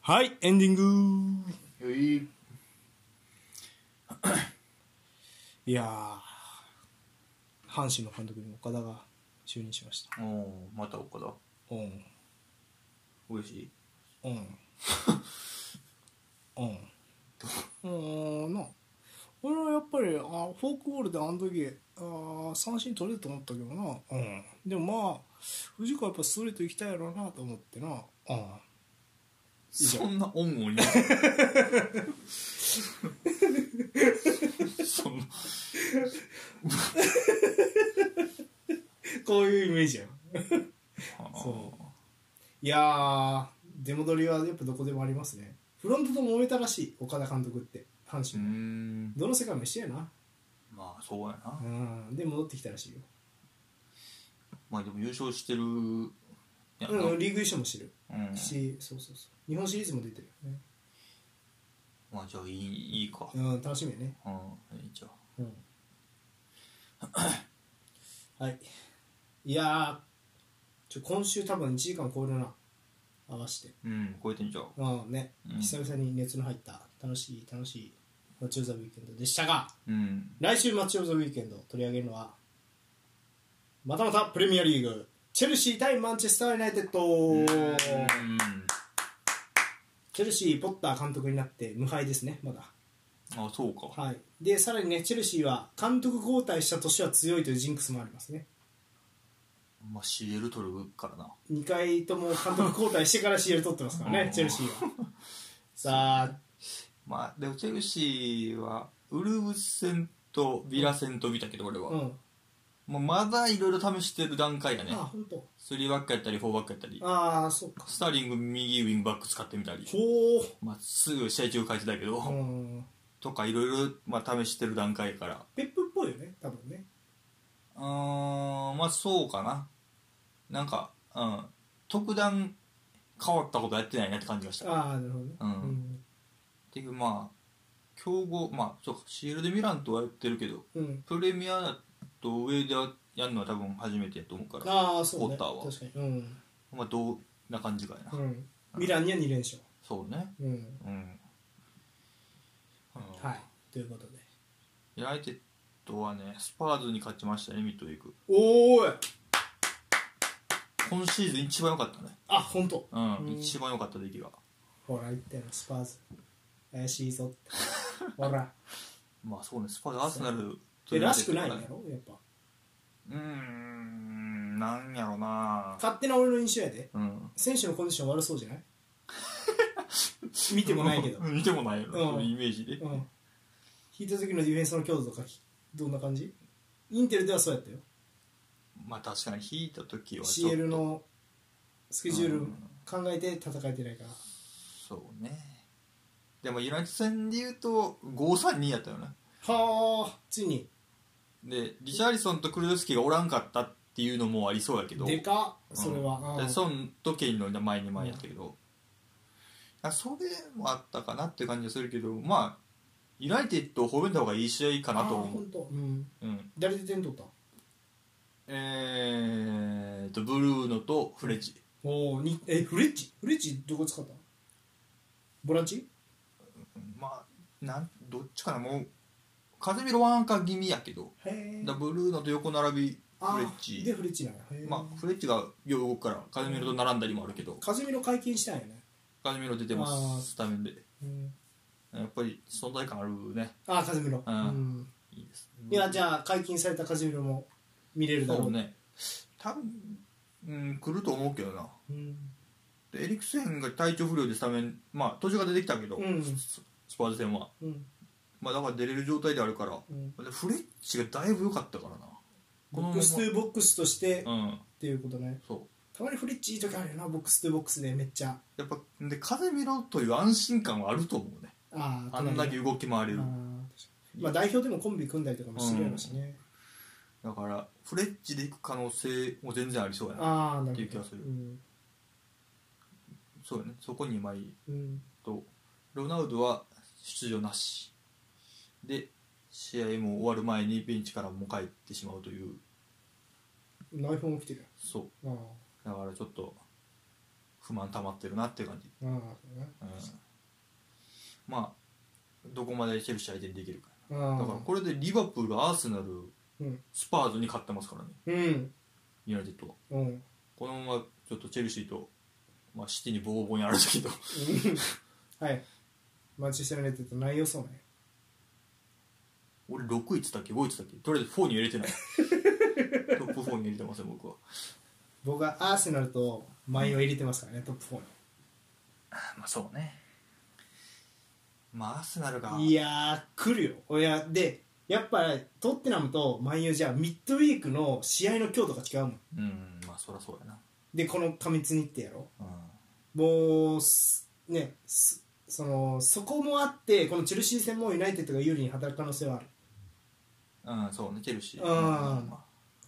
[SPEAKER 1] はいエンディング
[SPEAKER 2] よい
[SPEAKER 1] いやー阪神の監督に岡田が就任しました
[SPEAKER 2] おおまた岡田
[SPEAKER 1] うん
[SPEAKER 2] 嬉しい
[SPEAKER 1] うん。うん。うん、な。俺はやっぱりあフォークボールであの時あ三振取れると思ったけどな、うん、でもまあ藤川やっぱストレート行きたいやろうなと思ってな、うん、以上
[SPEAKER 2] そんな恩を
[SPEAKER 1] [laughs]
[SPEAKER 2] 言うそんな
[SPEAKER 1] こういうイメージやん
[SPEAKER 2] そ
[SPEAKER 1] そういやー出戻りはやっぱどこでもありますねフロントと揉めたらしい岡田監督って阪
[SPEAKER 2] うー
[SPEAKER 1] 神、
[SPEAKER 2] ん
[SPEAKER 1] どの世界も一緒やな、
[SPEAKER 2] まあそうやな、
[SPEAKER 1] うん、で戻ってきたらしいよ、
[SPEAKER 2] まあでも優勝してるやんな
[SPEAKER 1] うん、リーグ優勝もしてる
[SPEAKER 2] うん
[SPEAKER 1] し、そうそうそう日本シリーズも出てるよね、
[SPEAKER 2] まあじゃあいいいいか
[SPEAKER 1] うん、楽しみやね、
[SPEAKER 2] うんいいじゃん
[SPEAKER 1] うん、はいいやーちょ今週多分1時間超えるな合わせて
[SPEAKER 2] うん超えてんじゃん
[SPEAKER 1] うんね、
[SPEAKER 2] うん
[SPEAKER 1] 久々に熱の入った楽しい楽しいマッチオブザウィーケンドでしたが
[SPEAKER 2] うん
[SPEAKER 1] 来週マッチオブザウィーケンドを取り上げるのはまたまたプレミアリーグチェルシー対マンチェスター・ユナイテッド
[SPEAKER 2] うん
[SPEAKER 1] チェルシーポッター監督になって無敗ですねまだ
[SPEAKER 2] あそうか
[SPEAKER 1] はいでさらにねチェルシーは監督交代した年は強いというジンクスもありますね
[SPEAKER 2] まあ CL 取るからな
[SPEAKER 1] 2回とも監督交代してから CL 取ってますから
[SPEAKER 2] う
[SPEAKER 1] ね
[SPEAKER 2] ん
[SPEAKER 1] チェルシー
[SPEAKER 2] [laughs]
[SPEAKER 1] はさあ
[SPEAKER 2] まあでもチェルシーはウルブス戦とビラ戦と見たけど俺は、
[SPEAKER 1] うん
[SPEAKER 2] まあ、まだいろいろ試してる段階やね
[SPEAKER 1] あ本当。
[SPEAKER 2] 3バックやったり4バックやったり
[SPEAKER 1] ああそっか
[SPEAKER 2] スターリング右ウィングバック使ってみたり、
[SPEAKER 1] ほう
[SPEAKER 2] まあ、すぐ試合中変えてたけど、
[SPEAKER 1] うん
[SPEAKER 2] とかいろいろまあ試してる段階やから
[SPEAKER 1] ペップっぽいよね多分ね
[SPEAKER 2] うーんまあそうかななんか、うん、特段変わったことやってないなって感じがしたっ
[SPEAKER 1] ああなるほどね
[SPEAKER 2] うんていうまあ強豪まあそうかシールでミランとはやってるけど
[SPEAKER 1] うん、うん、
[SPEAKER 2] プレミアだと上でやるのは多分初めてやと思うから
[SPEAKER 1] ああそう
[SPEAKER 2] ポッ
[SPEAKER 1] ね
[SPEAKER 2] ターは
[SPEAKER 1] 確かにうん、
[SPEAKER 2] まあどうな感じかやな、
[SPEAKER 1] うん、ミランには2連勝
[SPEAKER 2] そうね
[SPEAKER 1] うん
[SPEAKER 2] うん、うん
[SPEAKER 1] はいということで
[SPEAKER 2] ユナイテッドはねスパーズに勝ちましたねミッドウィーク
[SPEAKER 1] おーい
[SPEAKER 2] 今シーズン一番良かったね
[SPEAKER 1] あ本当。
[SPEAKER 2] うん、
[SPEAKER 1] うん
[SPEAKER 2] 一番良かった出来が
[SPEAKER 1] ほら言ったよスパーズ怪しいぞって
[SPEAKER 2] [laughs]
[SPEAKER 1] ほら
[SPEAKER 2] まあそうねスパーズアーセナル
[SPEAKER 1] でらしくないん
[SPEAKER 2] ね
[SPEAKER 1] だろやっぱ
[SPEAKER 2] うーんなんやろな
[SPEAKER 1] 勝手な俺の印象やで
[SPEAKER 2] うん
[SPEAKER 1] 選手のコンディション悪そうじゃない見てもないけど、
[SPEAKER 2] [laughs] うん見てもないよな、
[SPEAKER 1] うん
[SPEAKER 2] そのイメージで
[SPEAKER 1] うん、引いた時のディフェンスの強度とかひどんな感じインテルではそうやったよ
[SPEAKER 2] まあ確かに引いた時はちょっと
[SPEAKER 1] CL のスケジュー
[SPEAKER 2] う
[SPEAKER 1] ル
[SPEAKER 2] ん
[SPEAKER 1] 考えて戦えてないから
[SPEAKER 2] そうねでもユナイテッド戦で言うと532やったよね
[SPEAKER 1] はあついに
[SPEAKER 2] でリシャーリソンとクルドスキーがおらんかったっていうのもありそうやけど
[SPEAKER 1] でかっそれは、
[SPEAKER 2] うん
[SPEAKER 1] うん
[SPEAKER 2] でソンとケインの前に前やったけど、あそれもあったかなって感じがするけどまあユナイテッドを褒めた方がいい試合かなと
[SPEAKER 1] あー
[SPEAKER 2] 思
[SPEAKER 1] ほ、
[SPEAKER 2] うん
[SPEAKER 1] とうん、
[SPEAKER 2] うん、
[SPEAKER 1] 誰で点取った
[SPEAKER 2] えーとブルーノとフレッチ、
[SPEAKER 1] おおえフレッチフレッチどこ使ったボランチ
[SPEAKER 2] まあなんどっちかなもう風見ロワンカ気味やけど
[SPEAKER 1] へえ
[SPEAKER 2] だブルーノと横並び
[SPEAKER 1] あ
[SPEAKER 2] フレッ
[SPEAKER 1] ーで
[SPEAKER 2] チ
[SPEAKER 1] フレッチなんやへえ、
[SPEAKER 2] まあフレッチがよう動くから風見ロと並んだりもあるけど
[SPEAKER 1] カズミロ解禁したんやね、
[SPEAKER 2] 風見ロ出てま
[SPEAKER 1] あー
[SPEAKER 2] すスタメンで
[SPEAKER 1] うん、
[SPEAKER 2] やっぱり存在感あるね
[SPEAKER 1] ああカズミロ、
[SPEAKER 2] うん
[SPEAKER 1] うん
[SPEAKER 2] いいです
[SPEAKER 1] いやじゃあ解禁されたカズミロも見れるだろ
[SPEAKER 2] そううね多分うん来ると思うけどな
[SPEAKER 1] うん
[SPEAKER 2] でエリクセンが体調不良でスタメンまあ途中が出てきたけど、
[SPEAKER 1] うん
[SPEAKER 2] ススパーズ戦は
[SPEAKER 1] うん
[SPEAKER 2] まあだから出れる状態であるから
[SPEAKER 1] うん
[SPEAKER 2] でフレッチがだいぶ良かったからなこ
[SPEAKER 1] ボックス2ボックスとしてっ
[SPEAKER 2] うん
[SPEAKER 1] ていうことね
[SPEAKER 2] そう
[SPEAKER 1] たまにフレッチいい時あるよなボックス2ボックスでめっちゃ
[SPEAKER 2] やっぱで風見ろという安心感はあると思うね
[SPEAKER 1] ああ
[SPEAKER 2] あんだけ
[SPEAKER 1] あ
[SPEAKER 2] 動き回れ
[SPEAKER 1] ー
[SPEAKER 2] る
[SPEAKER 1] まあ代表でもコンビ組んだりとかもしてるやろしね、
[SPEAKER 2] だからフレッチで行く可能性も全然ありそうやな
[SPEAKER 1] ああなるほど
[SPEAKER 2] っていう気がする
[SPEAKER 1] うん
[SPEAKER 2] そうやねそこに今井
[SPEAKER 1] うん
[SPEAKER 2] とロナウドは出場なしで試合も終わる前にベンチからもう帰ってしまうという
[SPEAKER 1] 内紛起きてる
[SPEAKER 2] そう
[SPEAKER 1] ああ
[SPEAKER 2] だからちょっと不満溜まってるなっていう感じ、
[SPEAKER 1] ああ
[SPEAKER 2] うん、まあどこまでチェルシー相手にできるか
[SPEAKER 1] そうねああ
[SPEAKER 2] だからこれでリバプールアーセナル
[SPEAKER 1] うん
[SPEAKER 2] スパーズに勝ってますからね
[SPEAKER 1] うん
[SPEAKER 2] ユナイテッドは
[SPEAKER 1] うん
[SPEAKER 2] このままちょっとチェルシーと、まあ、シティにボコボコにあるんだけど
[SPEAKER 1] はいマンチェスター・ユナイテッド内容そうね
[SPEAKER 2] 俺6位っつったっけ5位っつったっけとりあえず4に入れ [laughs] てないトップ4に入れてません僕は
[SPEAKER 1] 僕はアーセナルとマインを入れてますからね、トップ
[SPEAKER 2] まあそうね
[SPEAKER 4] まあアーセナルが
[SPEAKER 1] 4にいやー来るよいやでやっぱトッテナムとマインじゃミッドウィークの試合の強度が違うもん
[SPEAKER 2] うんまあそりゃそうやな
[SPEAKER 1] でこの過密日程やろ
[SPEAKER 2] う
[SPEAKER 1] もうすねすそのそこもあってこのチェルシー戦もユナイテッドが有利に働く可能性はある
[SPEAKER 2] ん、うん、そうねチェルシー
[SPEAKER 1] うん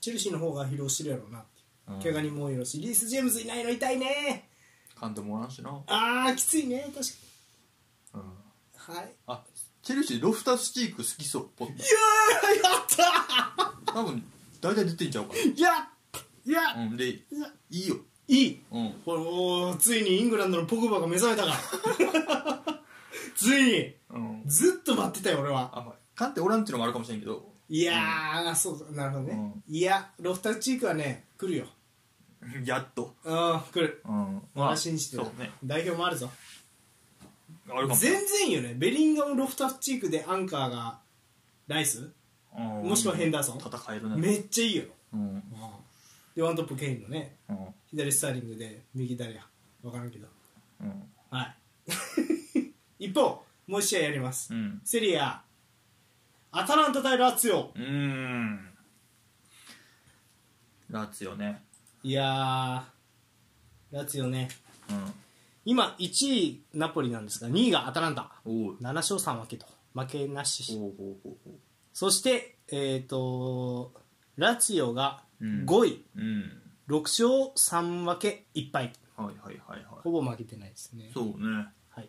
[SPEAKER 1] チェルシーの方が疲労してるやろうなって
[SPEAKER 2] うん
[SPEAKER 1] 怪我にも多いろしリース・ジェームズいないの痛いね
[SPEAKER 2] 感動もおらんしな
[SPEAKER 1] あーきついね確
[SPEAKER 2] うん
[SPEAKER 1] かにはい
[SPEAKER 2] あチェルシーロフタスチーク好きそうポッタ多分大体出てんちゃうか
[SPEAKER 1] いやいや
[SPEAKER 2] らうんでい
[SPEAKER 1] いや
[SPEAKER 2] いよ
[SPEAKER 1] いい
[SPEAKER 2] うん
[SPEAKER 1] これおーついにイングランドのポグバが目覚めたか [laughs] ついに
[SPEAKER 2] うん
[SPEAKER 1] ずっと待ってたよ俺は
[SPEAKER 2] あまあカンテおらんっていうのもあるかもしれんけど
[SPEAKER 1] いやー、そうだなるほどね、
[SPEAKER 2] う
[SPEAKER 1] いやロフタスチークはね来るよ
[SPEAKER 2] やっと
[SPEAKER 1] うん来る
[SPEAKER 2] うんま
[SPEAKER 1] 安心してる
[SPEAKER 2] そうね
[SPEAKER 1] 代表もあるぞ
[SPEAKER 2] あるかも
[SPEAKER 1] 全然いいよねベリンガムロフタスチークでアンカーがライス
[SPEAKER 2] うん
[SPEAKER 1] もしくはヘンダーソン
[SPEAKER 2] 戦えるね
[SPEAKER 1] めっちゃいいよ、
[SPEAKER 2] うん
[SPEAKER 1] でワントップケインのね
[SPEAKER 2] うん
[SPEAKER 1] 左スターリングで右誰や分からんけど
[SPEAKER 2] うん
[SPEAKER 1] はい [laughs] 一方もう一試合やります、
[SPEAKER 2] うん
[SPEAKER 1] セリアアタランタ対ラツヨ
[SPEAKER 2] うーんラツよね
[SPEAKER 1] いやーラツヨね
[SPEAKER 2] う
[SPEAKER 1] 今1位ナポリなんですが2位がアタランタ
[SPEAKER 2] んおう
[SPEAKER 1] 7勝3分けと負けなし
[SPEAKER 2] おうおうおうおう
[SPEAKER 1] そしてえっ、とラツヨが
[SPEAKER 2] うん
[SPEAKER 1] 5位、
[SPEAKER 2] うん
[SPEAKER 1] 6勝3分け1敗
[SPEAKER 2] はいはいはいは
[SPEAKER 1] ほぼ負けてないですね
[SPEAKER 2] いそうね
[SPEAKER 1] はい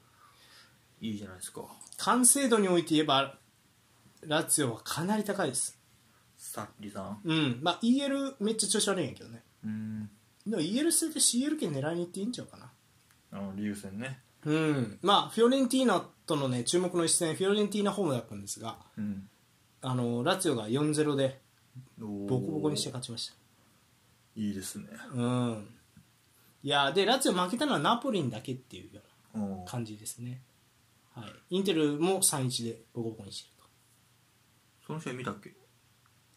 [SPEAKER 2] いいじゃないですか
[SPEAKER 1] 完成度において言えばラツィオはかなり高いです
[SPEAKER 2] サッリさん
[SPEAKER 1] うんまあ EL めっちゃ調子悪いんやけどね
[SPEAKER 2] うん
[SPEAKER 1] でも EL 捨てて CL 圏狙いに行っていいんちゃうかな
[SPEAKER 2] あのリーグ戦ね
[SPEAKER 1] うんまあフィオレンティーナとのね注目の一戦フィオレンティーナホームだったんですが
[SPEAKER 2] うん
[SPEAKER 1] あのラツィオが4-0で
[SPEAKER 2] ボ
[SPEAKER 1] ボコボコにして勝ちました
[SPEAKER 2] いいですね
[SPEAKER 1] うんいやーでラツィオ負けたのはナポリンだけっていうよ
[SPEAKER 2] うん
[SPEAKER 1] うな感じですねはいインテルも3-1でボコボコにしてると
[SPEAKER 2] その試合見たっけ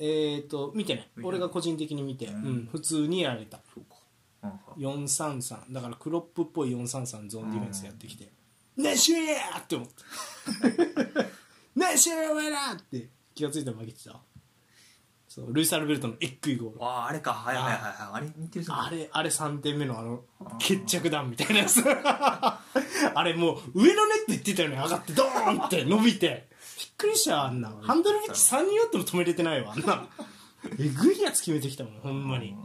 [SPEAKER 1] えっ、と見てね
[SPEAKER 2] 見てない
[SPEAKER 1] 俺が個人的に見て、
[SPEAKER 2] うん
[SPEAKER 1] うん、普通にやられた
[SPEAKER 2] そうかうんはい
[SPEAKER 1] 433だからクロップっぽい433ゾーンディフェンスやってきて「ナイスシューや!」って思った [laughs] 「ナイスシューやお前ら!」って気が付いたら負けてたそうルイス・アルベルトのエッグイゴール
[SPEAKER 2] あああれかはいはいはいはいあれ見てるぞ
[SPEAKER 1] あれあれ3点目のあの決着弾みたいなやつ [laughs] あれもう上のネット行ってたよね上がってドーンって伸びてびっくりしたあんなハンドルフッチ3人寄っても止めれてないわあん [laughs] なえぐいやつ決めてきたもんほんまに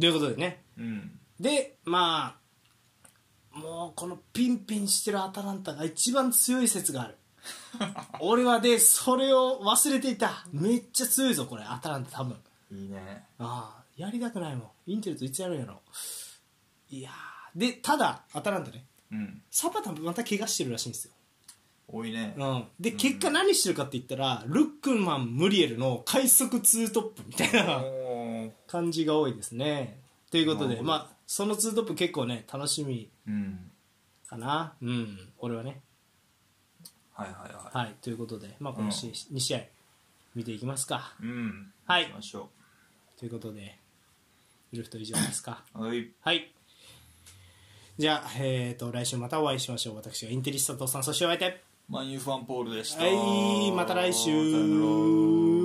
[SPEAKER 1] ということでね
[SPEAKER 2] うん
[SPEAKER 1] でまあもうこのピンピンしてるアタランタが一番強い説が [laughs] ある俺はでそれを忘れていためっちゃ強いぞこれアタランタ多分
[SPEAKER 2] いいね
[SPEAKER 1] ああやりたくないもんインテルといつやるんやろいやーでただアタランタね
[SPEAKER 2] うん
[SPEAKER 1] サパタまた怪我してるらしいんですよ、
[SPEAKER 2] 多いね
[SPEAKER 1] うん、で結果何してるかって言ったらルックマンムリエルの快速ツートップみたいな
[SPEAKER 2] おー
[SPEAKER 1] 感じが多いですねということ
[SPEAKER 2] なる
[SPEAKER 1] で
[SPEAKER 2] ほど
[SPEAKER 1] まあそのツートップ結構ね楽しみ
[SPEAKER 2] うん
[SPEAKER 1] かなうん俺はね
[SPEAKER 2] はいはいはい
[SPEAKER 1] はいということで、まあ、この試合、2試合見ていきますか
[SPEAKER 2] うん
[SPEAKER 1] はい
[SPEAKER 2] 行きましょ
[SPEAKER 1] ということでウルフと以上ですか
[SPEAKER 2] うはい
[SPEAKER 1] はいじゃあ、えー、と来週またお会いしましょう私はインテリスタとさんそしてお相手
[SPEAKER 2] マンユーファンポールでした
[SPEAKER 1] はいまた来週
[SPEAKER 2] さよなら